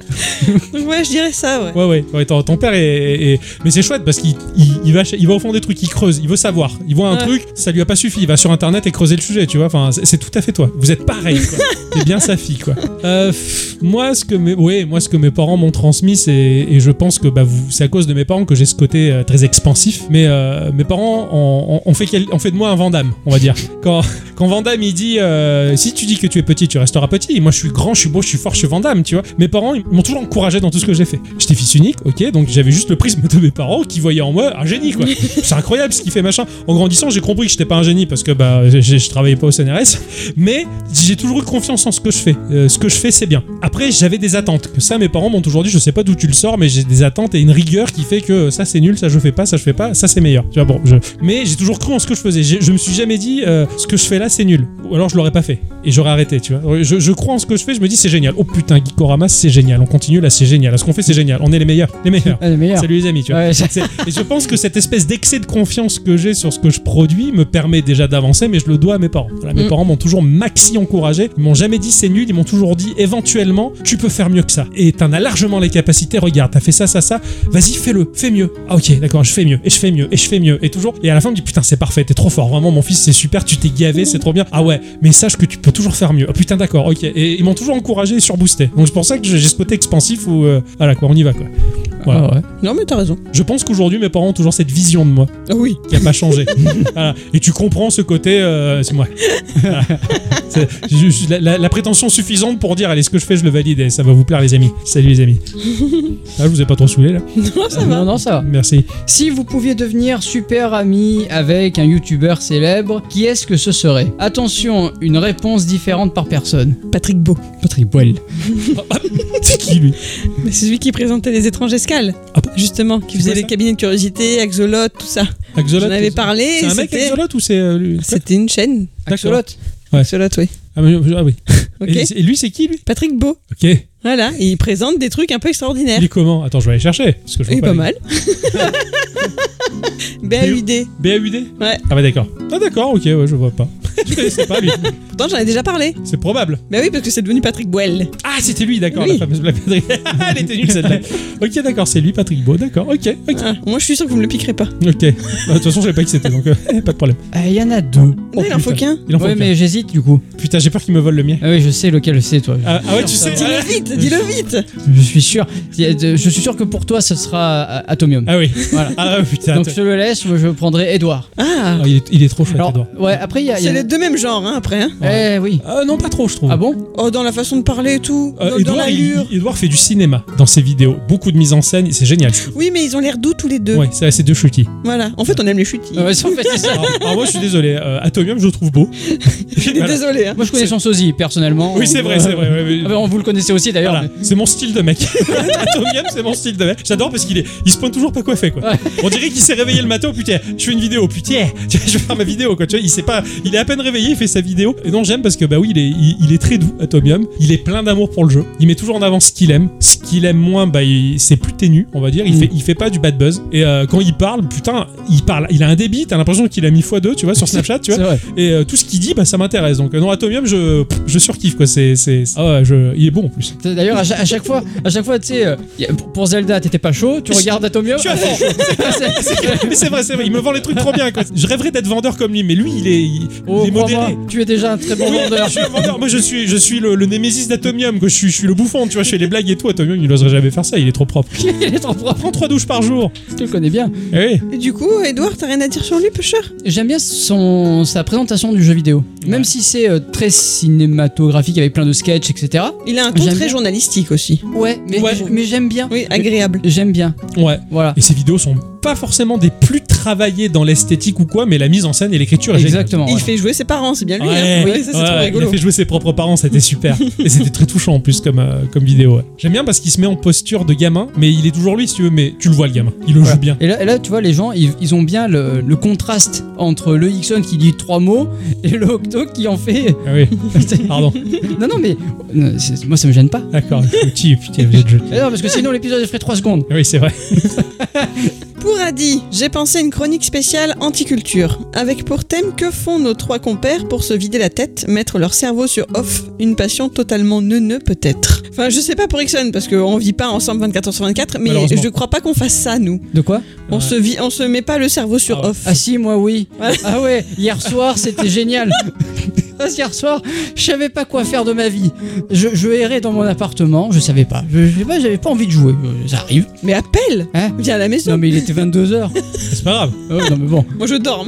Donc, ouais, je dirais ça, ouais.
Ouais, ouais, ouais, ton, ton père est, est- est- Mais c'est chouette parce qu'il il, il va, ch- il va au fond des trucs, il creuse, il veut savoir. Il voit un
Ouais.
truc, ça lui a pas suffi, il va sur internet et creuser le sujet, tu vois. Enfin, c'est c'est tout à fait toi. Vous êtes pareil, quoi. T'es bien sa fille, quoi. Euh, pff, moi, ce que mes, ouais, moi, ce que mes parents m'ont transmis, c'est. Et je pense que bah, vous- c'est à cause de mes parents que j'ai ce côté euh, très expansif. Mais euh, mes parents ont, ont- ont fait quel- ont fait de moi un Vandame, on va dire. Quand, quand Vandame, il dit euh, Si tu dis que tu es petit, tu resteras petit. Moi, je suis grand, je suis beau, je suis fort, je suis Vandame, tu vois. Mes parents, ils m'ont toujours encouragé dans tout ce que j'ai fait. J'étais fils unique, ok, donc j'avais juste le prisme de mes parents qui voyaient en moi un génie, quoi. C'est incroyable ce qu'il fait, machin. En grandissant, j'ai compris que j'étais pas un génie parce que bah, j'ai- j'ai- je travaillais pas au CNRS, mais j'ai toujours eu confiance en ce que je fais. Euh, ce que je fais, c'est bien. Après, j'avais des attentes. Que ça, mes parents m'ont toujours dit, je sais pas d'où tu le sors, mais j'ai des attentes et une rigueur qui fait que ça, c'est nul, ça, je fais pas, ça, je fais pas, ça, c'est meilleur. Tu vois, bon, je- Mais j'ai toujours cru en ce que je faisais. J'ai- Je me suis jamais dit, euh, ce que je fais là, c'est nul. Ou alors, je l'aurais pas fait. Et j'aurais arrêté, tu vois. Je, je crois en ce que je fais, je me dis, c'est génial. Oh putain, Geekorama, c'est génial. On continue là, c'est génial. Là, Ce qu'on fait, c'est génial. On est les meilleurs. Les meilleurs.
Ah,
Salut les amis, tu vois. C'est- et je pense que cette espèce d'excès de confiance que j'ai sur ce que je produis me permet déjà d'avancer, mais je le dois à mes parents. Voilà, mes
Mm.
parents m'ont toujours maxi encouragé. Ils m'ont jamais dit c'est nul. Ils m'ont toujours dit éventuellement tu peux faire mieux que ça. Et t'en as largement les capacités. Regarde, t'as fait ça, ça, ça. Vas-y, fais-le, fais mieux. Ah ok, d'accord, je fais mieux et je fais mieux et je fais mieux et toujours. Et à la fin, on me dit putain c'est parfait, t'es trop fort. Vraiment, mon fils, c'est super. Tu t'es gavé, c'est trop bien. Ah ouais, mais sache que tu peux toujours faire mieux. Ah putain d'accord, ok. Et ils m'ont toujours encouragé et surboosté. Donc c'est pour ça que j'ai ce côté expansif où euh, voilà quoi, on y va quoi. Voilà.
Ah,
Non, mais t'as raison.
Je pense qu'aujourd'hui, mes parents ont toujours cette vision de moi.
Ah oui.
Qui a pas changé. Voilà. Et tu comprends ce côté. euh, c'est moi. Voilà. C'est- je- je- la, la- la prétention suffisante pour dire allez, ce que je fais, je le valide et ça va vous plaire, les amis. Salut, les amis. Ah, je vous ai pas trop saoulé là.
Non, Ah, ça
va. Non, non, ça va.
Merci.
Si vous pouviez devenir super ami avec un youtubeur célèbre, qui est-ce que ce serait Attention, une réponse différente par personne.
Patrick Beau.
Patrick Boel.
Ah, C'est qui lui Ah, bah,
Mais c'est celui qui présentait les étranges escales. Justement, qui faisait les cabinets de curiosité, Axolot, tout ça.
Axolot,
J'en avais parlé.
C'est un mec
c'était-
Axolot ou c'est. euh, lui-
C'était une chaîne.
D'accord.
Axolot.
Ouais.
oui.
Ah, mais- ah oui.
Ok.
Et, et lui, c'est qui lui
Patrick Beau.
Ok.
Voilà, et il présente des trucs un peu extraordinaires.
Il est comment Attends, je vais aller chercher. Parce que je vois
Il est
pas
pas
les-
mal. BAUD.
BAUD
Ouais.
Ah, bah d'accord. Ah, d'accord, ok, ouais, je vois pas. je sais pas lui.
Pourtant, j'en ai déjà parlé.
C'est probable.
Bah oui, parce que c'est devenu Patrick Boel.
Ah, c'était lui, d'accord,
Oui.
la fameuse blague Patrick. Elle était nulle celle-là. ok, d'accord, c'est lui, Patrick Beau, d'accord, ok, ok.
Ah, moi, je suis sûr que vous me le piquerez pas.
Ok. Bah, De toute façon, je savais pas qui c'était, donc euh, pas de problème.
Il y en a deux.
Oh,
Non, Ah, il en faut qu'un.
Il en faut
ouais,
qu'un.
mais j'hésite du coup.
Putain, j'ai peur qu'il me vole le mien.
Ah oui, je sais lequel c'est, toi.
Ah, ah ouais, tu sais.
Dis-le vite, dis-le vite.
Je suis sûr. Je suis sûr que pour toi, ce sera euh, Atomium.
Ah oui.
Voilà.
Ah ouais, putain.
Donc
attends.
je le laisse, moi, je prendrai Edouard.
Ah,
Ah,
il, est, il est trop chouette, Edouard.
Ouais, après, il y a. il y a-
c'est les deux mêmes genres, hein, après. Hein.
Eh oui.
Ah non, pas trop, je trouve.
Ah bon
Oh, dans la façon de parler et tout.
Euh,
dans, dans
Edouard, il-
l'allure.
Edouard fait du cinéma dans ses vidéos. Beaucoup de mise en scène, c'est génial.
Oui, mais ils ont l'air doux tous les deux.
Ouais, c'est c'est deux chutis.
Voilà. En fait, on aime les chutis.
Ah Ouais, c'est- en fait, c'est ça.
Alors, alors moi, je suis désolé. euh, Atomium, je le trouve beau. Voilà.
Désolé. hein.
Moi, je connais son sosie, personnellement.
Oui, c'est vrai, c'est vrai. ouais, mais-
Ah bah, on vous le connaissez aussi d'ailleurs.
Voilà, c'est mon style de mec. Atomium, c'est mon style de mec. J'adore parce qu'il est, il se pointe toujours pas coiffé quoi.
Ouais.
On dirait qu'il s'est réveillé le matin. oh, putain, je fais une vidéo. Putain, je vais faire ma vidéo quoi. Tu vois, il sait pas, il est à peine réveillé, il fait sa vidéo. Et non, j'aime parce que bah oui, il est, il, il est très doux. Atomium, il est plein d'amour pour le jeu. Il met toujours en avant ce qu'il aime. Ce qu'il aime moins, bah il- c'est plus ténu, on va dire.
Mm.
Il fait, il fait pas du bad buzz. Et euh, quand il parle, putain, il parle. Il a un débit. T'as l'impression qu'il a mis x2 tu vois, sur Snapchat, tu vois.
C'est vrai.
Et euh, tout ce qu'il dit, bah ça m'intéresse. Donc euh, non, Atomium, je, pff, je surkiffe quoi. C'est, c'est, ah ouais, je, il est bon en plus.
C'est- D'ailleurs, à, cha- à chaque fois, à chaque fois, tu sais, euh, y a- pour Zelda, t'étais pas chaud, tu
Je-
regardes Atomium.
je suis à fond.
C'est- c'est-
mais c'est vrai, c'est vrai, il me vend les trucs trop bien. Quoi. Je rêverais d'être vendeur comme lui, mais lui, il est, il,
Oh,
il est
crois-moi,
modéré.
tu es déjà un très bon
Oui,
vendeur.
je suis un vendeur. Moi, je suis, je suis le, le némésis d'Atomium. quoi. Je suis, je suis le bouffon. Tu vois, je fais les blagues et tout. Atomium, il oserait jamais faire ça. Il est trop propre.
Il est trop propre.
Prends trois douches par jour.
Je te le connais bien.
Eh oui.
Et du coup, Edouard, t'as rien à dire sur lui, Pusher
J'aime bien son, sa présentation du jeu vidéo. Même si c'est euh, très cinématographique avec plein de sketchs, etc.
Il a un ton
J'aime
très
bien.
journalistique aussi.
Ouais, mais,
Ouais.
mais j'aime bien.
Oui, agréable.
J'aime bien.
Ouais.
Voilà.
Et ses vidéos sont pas forcément des plus travaillées dans l'esthétique ou quoi, mais la mise en scène et l'écriture est géniale.
Exactement.
Et
ouais.
Il fait jouer ses parents, c'est bien lui.
Ouais,
hein. Oui, ça c'est
ouais,
trop
il a
rigolo.
fait jouer ses propres parents, c'était super. et c'était très touchant en plus comme, euh, comme vidéo. ouais. J'aime bien parce qu'il se met en posture de gamin, mais il est toujours lui si tu veux, mais tu le vois le gamin. Il le joue bien.
Et là, et là, tu vois, les gens, ils, ils ont bien le, le contraste entre le Hickson qui dit trois mots et le Octo qui en fait.
Ah oui, pardon.
Non, non, mais euh, c'est- moi, ça me gêne pas.
D'accord, je suis petit, putain, vous êtes gentil. Ah
Eh Non, parce que sinon l'épisode il ferait 3 secondes.
Oui, c'est vrai.
Pour Adi, j'ai pensé à une chronique spéciale anticulture, avec pour thème que font nos trois compères pour se vider la tête, mettre leur cerveau sur off, une passion totalement neuneux peut-être. Enfin, je sais pas pour Ixon, parce qu'on vit pas ensemble 24 h sur 24, mais
Malheureusement.
je crois pas qu'on fasse ça, nous.
De quoi
On se vit, on se met pas le cerveau sur off.
Ah si, moi oui. Ah ouais, hier soir c'était génial. Parce qu'hier soir, je savais pas quoi faire de ma vie. Je, je errais dans mon appartement, je savais pas. Je, je sais pas, j'avais pas envie de jouer. Euh, Ça arrive.
Mais appelle Viens à la maison
Non mais il était 22h.
C'est pas grave.
non mais bon.
Moi je dors.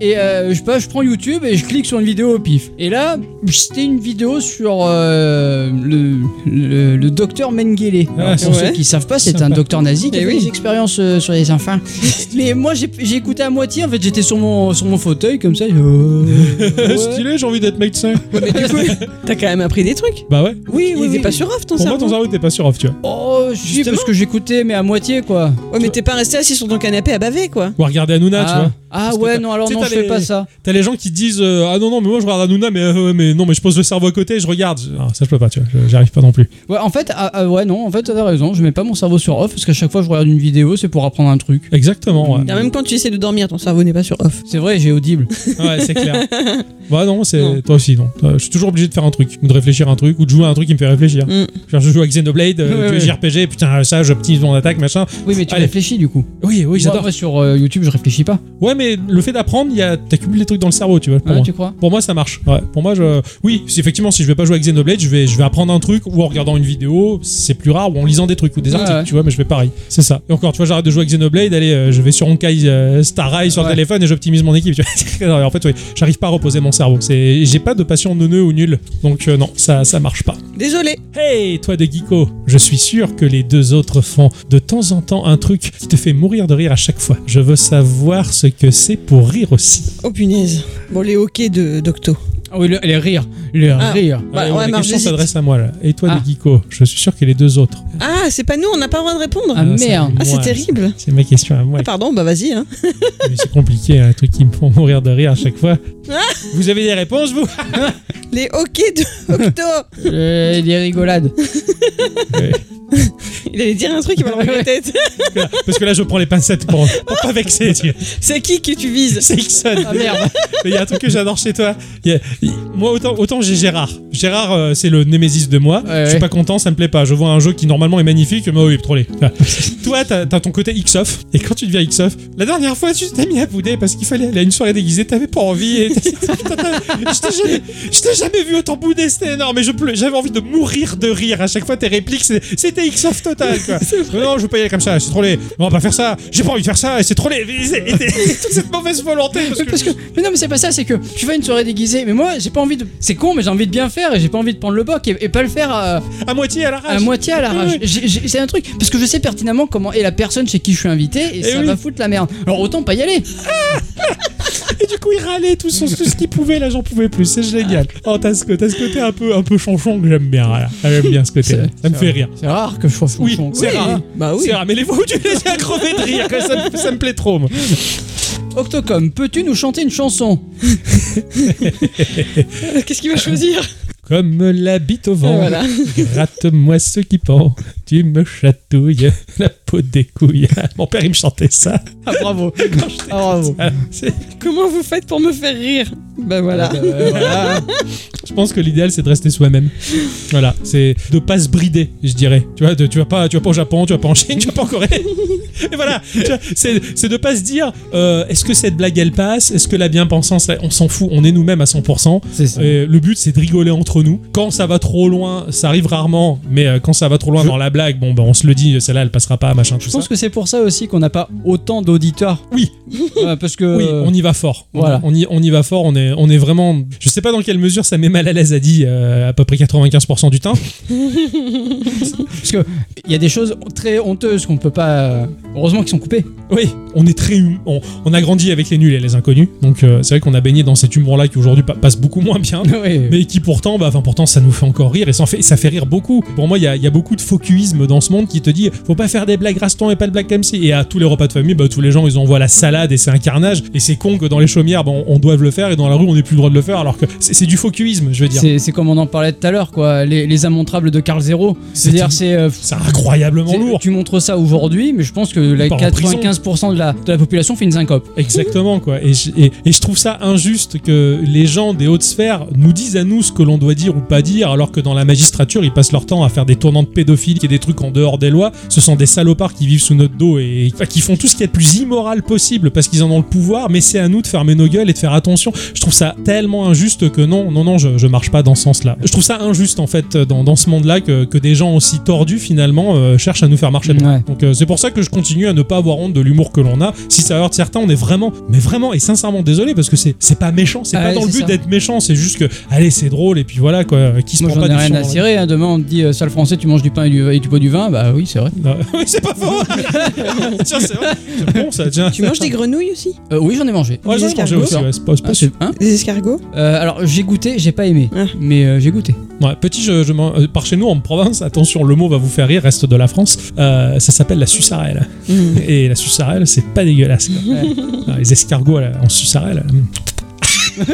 et euh, je sais pas, je prends YouTube et je clique sur une vidéo au pif. Et là, c'était une vidéo sur euh, le, le, le docteur Mengele. Alors, pour
ouais.
ceux qui savent pas, c'est un
Ah, Sympa.
docteur nazi qui a
Eh
fait
oui.
des expériences euh, sur les enfants. mais moi j'ai j'ai écouté à moitié, en fait j'étais sur mon, sur mon fauteuil comme ça.
Stylé, j'ai envie d'être médecin.
T'as quand même appris des trucs.
Bah ouais.
Oui, oui,
oui.
t'es pas sur off ton
Pour moi,
cerveau.
ton cerveau, t'es pas sur off, tu vois.
Oh, si, parce que j'écoutais, mais à moitié quoi.
Ouais, mais t'es pas resté assis sur ton canapé à baver quoi.
Ou à regarder Hanouna,
Ah.
tu vois.
Ah
Parce que
ouais,
t'as-
non, alors
tu sais,
non,
t'as
je fais
les-
pas ça.
T'as les gens qui disent euh, Ah non, non, mais moi je regarde Hanouna, mais, euh, mais non, mais je pose le cerveau à côté et je regarde. Ah, ça, je peux pas, tu vois. je- J'arrive pas non plus.
Ouais, en fait, ah, ah, ouais, non, en fait, t'avais raison. Je mets pas mon cerveau sur off parce qu'à chaque fois que je regarde une vidéo, c'est pour apprendre un truc.
Exactement, ouais.
Et Même quand tu essaies de dormir, ton cerveau n'est pas sur off.
C'est vrai, j'ai audible.
Ouais, c'est clair. Bah non, c'est toi aussi, non. Toi, Je suis toujours obligé de faire un truc, ou de réfléchir à un truc, ou de jouer à un truc qui me fait réfléchir.
Mm.
Genre, je joue à Xenoblade, euh,
Ouais,
tu es JRPG, putain, ça, j'optimise mon attaque, machin.
Oui, mais tu
Allez.
réfléchis du coup.
Oui, oui, j'adore. Ah
Moi, moi, sur euh, YouTube, je réfléchis pas.
Ouais, mais le fait d'apprendre, il y a- t'accumules les trucs dans le cerveau, tu vois. Pour
Ah,
moi.
tu crois
Pour moi, ça marche. Ouais. Pour moi, je. Oui, si- effectivement, si je vais pas jouer à Xenoblade, je vais, je vais apprendre un truc, ou en regardant une vidéo, c'est plus rare, ou en lisant des trucs, ou des
Ouais,
articles,
ouais.
tu vois, mais je fais pareil. C'est ça. Et encore, tu vois, j'arrête de jouer à Xenoblade, allez, euh, je vais sur Honkai euh, Star Rail sur
Ouais.
le téléphone et j'optimise mon équipe, tu vois. Non, en fait, oui, j'arrive pas à reposer mon cerveau. C'est, j'ai pas de passion neuneux ou nul. Donc, euh, non, ça, ça marche pas.
Désolé.
Hey, toi de Geeko, je suis sûr que les deux autres font de temps en temps un truc qui te fait mourir de rire à chaque fois. Je veux savoir ce que c'est pour rire aussi.
Oh punaise. Bon, les hockey de Docto.
Ah oui, le- les rires. Les
Ah,
rires.
bah,
Allez,
ouais,
Euh, la
Marc,
question
j'hésite.
s'adresse à moi là. Et toi de Geeko, je suis sûr que les deux autres.
Ah, c'est pas nous, on n'a pas le droit de répondre.
Ah, merde.
Ah, c'est
Ouais.
terrible.
C'est ma question à moi.
Ah, pardon, bah vas-y. Hein.
Mais c'est compliqué, hein, un truc qui me font mourir de rire à chaque fois. Vous avez des réponses, vous
Les hockey de Octo.
Euh, les rigolades.
Il allait dire un truc, il va le regretter.
Parce que là, je prends les pincettes pour, pour pas vexer. tu vois.
C'est qui que tu vises
C'est Ixon.
Ah merde.
Mais il y a un truc que j'adore chez toi. Il y a- il- moi, autant, autant j'ai Gérard. Gérard, euh, c'est le némésis de moi.
Ouais,
je suis
ouais.
pas content, ça me plaît pas. Je vois un jeu qui normalement est magnifique, mais oh, il est trollé. Ah. toi, t'as t'as ton côté X-Off. Et quand tu deviens X-Off, la dernière fois, tu t'es mis à bouder parce qu'il fallait aller à une soirée déguisée, t'avais pas envie. Et Putain, t'as- je t'ai jamais, je t'ai jamais vu autant bouder, c'était énorme. Et je pleu- j'avais envie de mourir de rire. À chaque fois, tes répliques, c'est- c'était X-Off total. Quoi. non, je veux pas y aller comme ça, c'est trollé. On va pas faire ça. J'ai pas envie de faire ça, et c'est trollé. Et c'est- et t'es- Toute cette mauvaise volonté. Parce
Mais
que-
parce que, mais non, mais c'est pas ça, c'est que tu vas à une soirée déguisée, mais moi j'ai pas envie de. C'est con, mais j'ai envie de bien faire et j'ai pas envie de prendre le boc et, et pas le faire à,
à moitié à l'arrache.
À moitié à
Ah
l'arrache. J'ai- j'ai- C'est un truc, parce que je sais pertinemment comment est la personne chez qui je suis invité et,
Eh
ça
oui.
va foutre la merde. Alors autant pas y aller.
Et du coup, il râlait tout, son, tout ce qu'il pouvait, là, j'en pouvais plus, c'est génial. Oh, t'as ce, t'as ce côté un peu, un peu chanchon que j'aime bien, voilà. Ah, J'aime bien ce côté-là.
C'est-
Ça me
c'est
fait
vrai.
rire.
C'est rare que je sois
Oui,
franchon.
c'est rare.
Bah oui.
C'est rare, mais les fois où tu les as crevés de rire, quoi, ça, me- ça me plaît trop. moi.
Octocom, peux-tu nous chanter une chanson
Qu'est-ce qu'il va choisir
Comme la bite au vent,
Voilà.
gratte-moi ce qui pend, tu me chatouilles la peau des couilles. Mon père, il me chantait ça.
Ah bravo. Ah, bravo.
Ah, c'est-
Comment vous faites pour me faire rire Bah voilà.
Euh, voilà.
Je pense que l'idéal c'est de rester soi-même. Voilà, c'est de pas se brider, je dirais. Tu vois, de- tu vas pas, tu vas pas au Japon, tu vas pas en Chine, tu vas pas en Corée. Et voilà, tu vois, c'est c'est de pas se dire, euh, est-ce que cette blague elle passe Est-ce que la bien-pensance, elle- on s'en fout, on est nous-mêmes à 100%.
C'est ça.
Et le but c'est de rigoler entre nous. Quand ça va trop loin, ça arrive rarement, mais euh, quand ça va trop loin dans la blague, bon bah on se le dit, celle-là elle passera pas, machin, tout
Je
ça.
pense que c'est pour ça aussi qu'on n'a pas autant d'auditeurs.
Oui.
Ouais, parce que.
Oui, Euh, on y va fort.
Voilà.
On y, on y va fort. On est, on est vraiment. Je sais pas dans quelle mesure ça met mal à l'aise à dit euh, à peu près 95% du temps.
Parce que il y a des choses très honteuses qu'on peut pas. euh, Heureusement qu'ils sont coupés.
Oui, on est très hum- on, on a grandi avec les nuls et les inconnus, donc euh, c'est vrai qu'on a baigné dans cet humour-là qui aujourd'hui pa- passe beaucoup moins bien,
Oui.
mais qui pourtant, bah, enfin pourtant, ça nous fait encore rire et ça en fait, ça fait rire beaucoup. Pour moi, il y a, il y a beaucoup de focusisme dans ce monde qui te dit faut pas faire des blagues rastons et pas de blagues comme ci. Et à tous les repas de famille, bah, tous les gens ils envoient la salade et c'est un carnage. Et c'est con que dans les chaumières, bah, on, on doive le faire et dans la rue on n'ait plus le droit de le faire, alors que c'est c'est du focusisme. je veux dire.
C'est, c'est comme on en parlait tout à l'heure, quoi. Les, les immontrables de Carl Zero. C'est-à-dire, c'est. euh,
C'est incroyablement
c'est-
lourd.
Tu montres ça aujourd'hui, mais je pense que la
part en prison.
95% de la, de la population fait une syncope.
Exactement, quoi. Et je, et- et je trouve ça injuste que les gens des hautes sphères nous disent à nous ce que l'on doit dire ou pas dire, alors que dans la magistrature, ils passent leur temps à faire des tournants de pédophilie et des trucs en dehors des lois. Ce sont des salopards qui vivent sous notre dos et enfin, qui font tout ce qui est le plus immoral possible parce qu'ils en ont le pouvoir, mais c'est à nous de fermer nos gueules et de faire attention. Je trouve ça tellement injuste que non, non, non, je, je marche pas dans ce sens-là. Je trouve ça injuste, en fait, euh, dans, dans ce monde-là, que, que des gens aussi tordus, finalement, euh, cherchent à nous faire marcher dedans. Donc euh, c'est pour ça que je continue à ne pas avoir honte de l'humour que l'on a. Si ça heurte certains, on est vraiment, mais vraiment et sincèrement désolé parce que c'est c'est pas méchant, c'est
Ah
pas
ouais,
dans le
c'est
but
ça.
d'être méchant, c'est juste que, allez, c'est drôle et puis voilà, quoi, euh, qui se
Moi,
prend
j'en
pas
ai
des sous
rien à
dans la-
cirer. hein. Demain, on te dit, euh, sale français, tu manges du pain et du, et tu bois du vin. Bah oui, c'est vrai.
Oui, c'est pas faux Tiens, c'est vrai. C'est bon ça, tiens.
Tu manges des grenouilles aussi
Euh, oui, j'en ai mangé.
Ouais, j'en ai mangé aussi, ouais,
c'est pas,
ah, c'est- hein
Des escargots
Euh, Alors, j'ai goûté, j'ai pas aimé, mais euh, j'ai goûté.
Ouais, petit jeu, je m'en- euh, par chez nous en province, attention, le mot va vous faire rire, reste de la France, euh, ça s'appelle la suçarelle.
Mm.
Et la suçarelle, c'est pas dégueulasse. quoi. Ah, Les escargots là, en suçarelle. hum.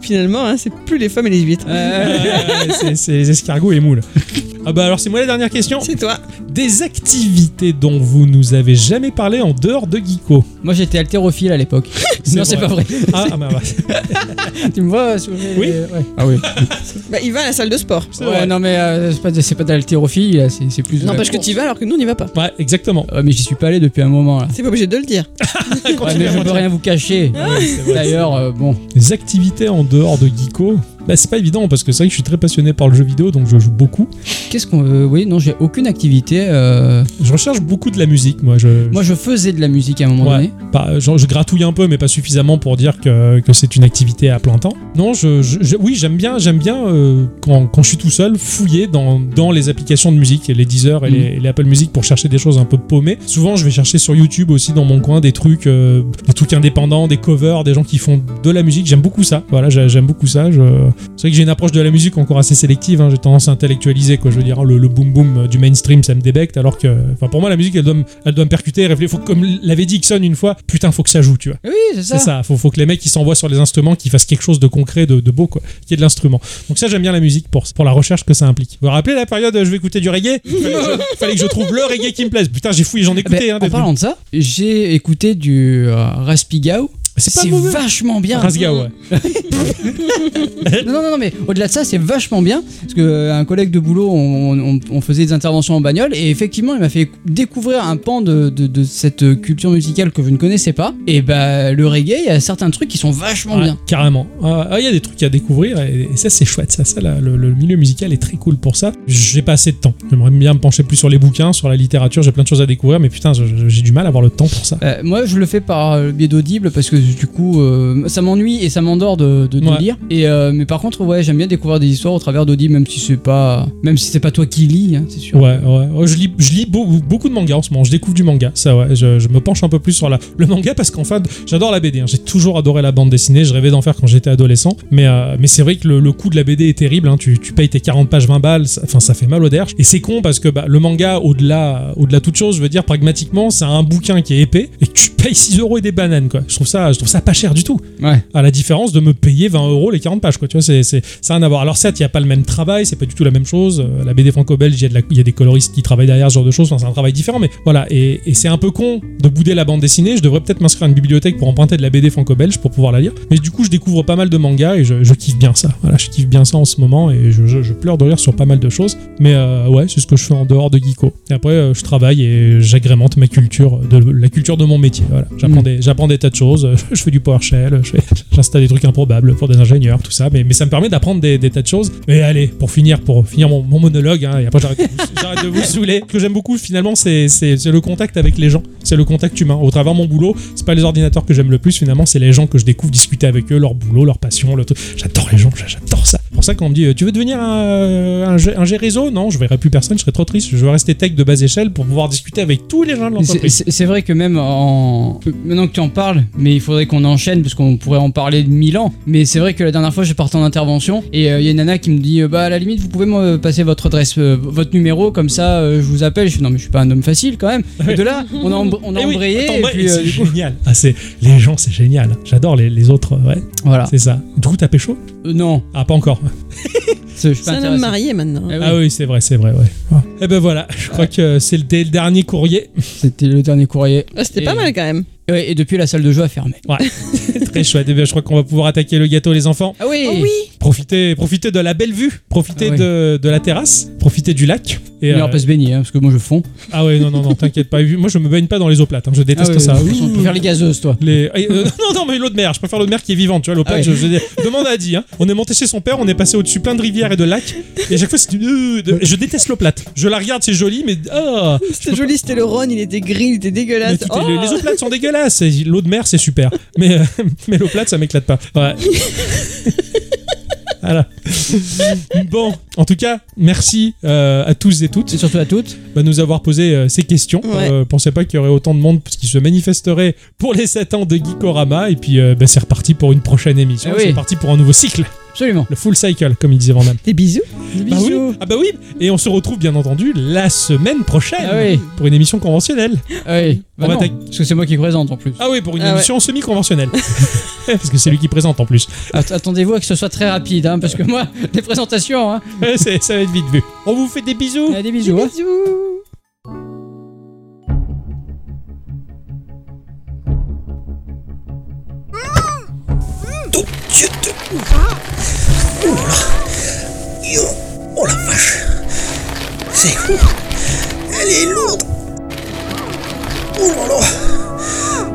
Finalement, hein, c'est plus les femmes et les huîtres.
Euh,
Ouais, c'est- c'est les escargots et les moules. Ah bah alors c'est moi la dernière question.
C'est toi.
Des activités dont vous nous avez jamais parlé en dehors de Geeko.
Moi, j'étais haltérophile à l'époque. non, c'est pas vrai.
Ah, ah, bah, bah.
tu me vois soulever
Oui.
les- ouais. Ah oui.
Bah, il va à la salle de sport.
Ouais, non, mais euh, c'est pas, de- c'est pas de l'haltérophilie, là, c'est c'est plus.
Non, parce que tu y vas alors que nous, on n'y va pas.
Ouais, exactement.
Ouais, mais j'y suis pas allé depuis un moment, là.
C'est pas obligé de le dire.
Oh,
Ouais, mais je peux rien vous cacher. D'ailleurs, euh, bon.
Des activités en dehors de Geeko. Bah c'est pas évident parce que c'est vrai que je suis très passionné par le jeu vidéo donc je joue beaucoup.
Qu'est-ce qu'on veut Oui, non, j'ai aucune activité. euh,
Je recherche beaucoup de la musique moi. Je,
Moi, je faisais de la musique à un moment
Ouais.
donné.
Pas- genre, je gratouille un peu, mais pas suffisamment pour dire que, que c'est une activité à plein temps. Non, je, je- je- oui, j'aime bien, j'aime bien euh, quand, quand je suis tout seul, fouiller dans, dans les applications de musique, les Deezer et, les,
Mhm.
et les Apple Music pour chercher des choses un peu paumées. Souvent, je vais chercher sur YouTube aussi dans mon coin des trucs, euh, des trucs indépendants, des covers, des gens qui font de la musique. J'aime beaucoup ça. Voilà, j'a- j'aime beaucoup ça. Je... C'est vrai que j'ai une approche de la musique encore assez sélective. hein. J'ai tendance à intellectualiser, quoi. Je veux dire, hein, le, le boom boom du mainstream, ça me débecte. Alors que, euh, enfin, pour moi, la musique, elle doit, me- elle doit me percuter, réfléchir. Faut que- comme l'avait dit Ixon une fois, putain, faut que ça joue, tu vois.
Oui, c'est ça.
C'est ça, faut, faut que les mecs qui s'envoient sur les instruments, qui fassent quelque chose de concret, de, de beau, quoi, qui est de l'instrument. Donc ça, j'aime bien la musique pour, pour la recherche que ça implique. Vous vous rappelez la période, euh, je vais écouter du reggae Il fallait, que je- fallait que je trouve le reggae qui me plaise. Putain, j'ai fouillé, j'en ai écouté.
Ben,
hein,
en
des-
parlant de ça, j'ai écouté du euh, Raspigao.
C'est pas mauvais.
vachement bien.
Rasgao, ouais.
non, non, non, mais au-delà de ça, c'est vachement bien. Parce que euh, un collègue de boulot, on, on- on faisait des interventions en bagnole. Et effectivement, il m'a fait découvrir un pan de, de- de cette culture musicale que je ne connaissais pas. Et bah, le reggae, il y a certains trucs qui sont vachement
Ouais,
bien.
Carrément. Ah, ah, il y a des trucs à découvrir et, et ça, c'est chouette. Ça, ça là, le, le milieu musical est très cool pour ça. J'ai pas assez de temps. J'aimerais bien me pencher plus sur les bouquins, sur la littérature. J'ai plein de choses à découvrir, mais putain, je- je- j'ai du mal à avoir le temps pour ça.
Euh, moi, je le fais par euh, le biais d'audible parce que du coup, euh, ça m'ennuie et ça m'endort de, de, de
Ouais.
lire. Et euh, mais par contre, ouais, j'aime bien découvrir des histoires au travers d'audible, même si c'est pas, même si c'est pas toi qui lis, hein, c'est sûr.
Ouais, ouais. Ouais, Je lis, je lis beau- beaucoup de mangas en ce moment. Je découvre du manga. Ça, ouais. Je, je me penche un peu plus sur la, le manga parce qu'en fait, j'adore la BD. hein. J'ai toujours adoré la bande dessinée. Je rêvais d'en faire quand j'étais adolescent. Mais, euh, mais c'est vrai que le, le coût de la BD est terrible. hein. Tu, tu payes tes 40 pages 20 balles. Ça- Enfin, ça fait mal au derche. Et c'est con parce que bah, le manga, au-delà au delà de toute chose, je veux dire, pragmatiquement, c'est un bouquin qui est épais et que tu payes 6 euros et des bananes. Quoi. Je, trouve ça, je trouve ça pas cher du tout.
Ouais.
À la différence de me payer 20 euros les 40 pages, quoi. Tu vois, c'est, c'est, ça a rien à voir. Alors, certes, il n'y a pas le même travail, c'est pas du tout la même chose. Euh, La BD franco-belge, il y, a de la- il y a des coloristes qui travaillent derrière ce genre de choses. Enfin, c'est un travail différent, mais voilà. Et, et c'est un peu con de bouder la bande dessinée. Je devrais peut-être m'inscrire à une bibliothèque pour emprunter de la BD franco-belge pour pouvoir la lire. Mais du coup, je découvre pas mal de mangas et je, je kiffe bien ça. Voilà, je kiffe bien ça en ce moment et je, je- je pleure de rire sur pas mal de choses. Mais euh, ouais, c'est ce que je fais en dehors de Geeko. Et après, euh, je travaille et j'agrémente ma culture, de, la culture de mon métier. Voilà, j'apprends
Mm.
des, j'apprends des tas de choses. Je fais du PowerShell, je fais- j'installe des trucs improbables pour des ingénieurs, tout ça. Mais, mais ça me permet d'apprendre des, des tas de choses. Et allez, pour finir, pour finir mon, mon monologue, hein, et après j'arrête de vous- j'arrête de vous saouler. Ce que j'aime beaucoup finalement, c'est c'est- c'est le contact avec les gens, c'est le contact humain. Au travers de mon boulot, c'est pas les ordinateurs que j'aime le plus finalement, c'est les gens que je découvre, discuter avec eux, leur boulot, leur passion, le truc. J'adore les gens, j'adore ça. pour ça qu'on me dit euh, Tu veux devenir un, euh, un, G- un G réseau Non, je verrai plus personne, je serai trop triste. Je veux rester tech de basse échelle pour pouvoir discuter avec tous les gens de
C'est-
l'entreprise.
C'est c'est vrai que même en. Maintenant que tu en parles, mais il faudrait qu'on enchaîne parce qu'on pourrait en parler de mille ans. Mais c'est vrai que la dernière fois, je partais en intervention et euh, il y a une nana qui me dit euh, Bah, à la limite, vous pouvez me passer votre adresse, euh, votre numéro, comme ça euh, je vous appelle. Je fais Non, mais je suis pas un homme facile quand même. Et de là, on a, embr- on a
Eh oui,
embrayé.
attends,
et
bah,
puis, euh,
c'est
du coup-
génial. Ah, c'est- les gens, c'est génial. J'adore les, les autres. euh, Ouais.
Voilà.
C'est ça. Du coup, t'as pécho
Euh, Non.
Ah, pas encore.
C'est
C'est un homme marié maintenant.
Ah oui, c'est vrai, c'est vrai, ouais. Et ben voilà, je crois que c'est le, dé- le dernier courrier.
C'était le dernier courrier.
Ah, C'était pas
Et-
mal quand même.
Ouais, et depuis, la salle de jeu a fermé.
Ouais, très chouette. Et bien, je crois qu'on va pouvoir attaquer le gâteau, les enfants.
Ah oui,
Profitez, profitez de la belle vue, profitez
Ah oui.
de, de la terrasse, profitez du lac. euh,
Et on va pas se baigner hein, parce que moi je fonds.
Ah ouais, non, non, non, t'inquiète pas. Moi, je me baigne pas dans les eaux plates. hein, je déteste
Ah ouais,
ça.
de toute façon, on préfère les gazeuses, toi.
Les- eh, euh, non, non, mais l'eau de mer. Je préfère l'eau de mer qui est vivante. Tu vois, l'eau plate,
Ah ouais.
je, je- je- demande à Adi. hein. On est monté chez son père, on est passé au-dessus plein de rivières et de lacs. Et à chaque fois, c'est une- euh, de- je déteste l'eau plate. Je la regarde, c'est joli, mais ah,
C'était joli, c'était le Rhône, il était gris, il était
Mais
dégueulasse.
tout est-
Oh
les, les eaux plates sont dégueulasses. Et L'eau de mer, c'est super. Mais, euh, mais l'eau plate, ça m'éclate pas. Ouais. voilà. Bon, en tout cas, merci euh, à tous et toutes. Et
surtout à toutes.
De nous avoir posé euh, ces questions.
Ouais.
Euh, pensez pas qu'il y aurait autant de monde qui se manifesterait pour les 7 ans de Geekorama. Et puis, euh, bah, c'est reparti pour une prochaine émission.
Eh oui.
C'est parti pour un nouveau cycle.
Absolument.
Le full cycle, comme il disait Van Damme.
Des bisous.
Bah oui. Ah bah oui. Et on se retrouve, bien entendu, la semaine prochaine
Ah oui.
pour une émission conventionnelle.
Ah oui, bah
On va
non,
attaquer-
parce que c'est moi qui présente en plus.
Ah oui, pour une
Ah ouais.
émission semi-conventionnelle. parce que c'est lui qui présente en plus.
Att- Attendez-vous à que ce soit très rapide, hein, parce que moi, les présentations, hein.
Ouais, c'est- ça va être vite vu. On vous fait des bisous.
des bisous. hein.
Ton Dieu de... Oh là Yo. Oh la vache C'est lourd Elle est lourde Oh là là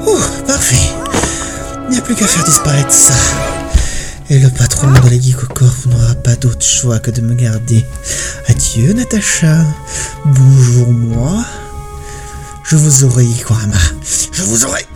Oh, parfait Il n'y a plus qu'à faire disparaître ça. Et le patron de la Geekocorp n'aura pas d'autre choix que de me garder. Adieu Natacha. Bonjour moi. Je vous aurai, Ikorama. Je vous aurai.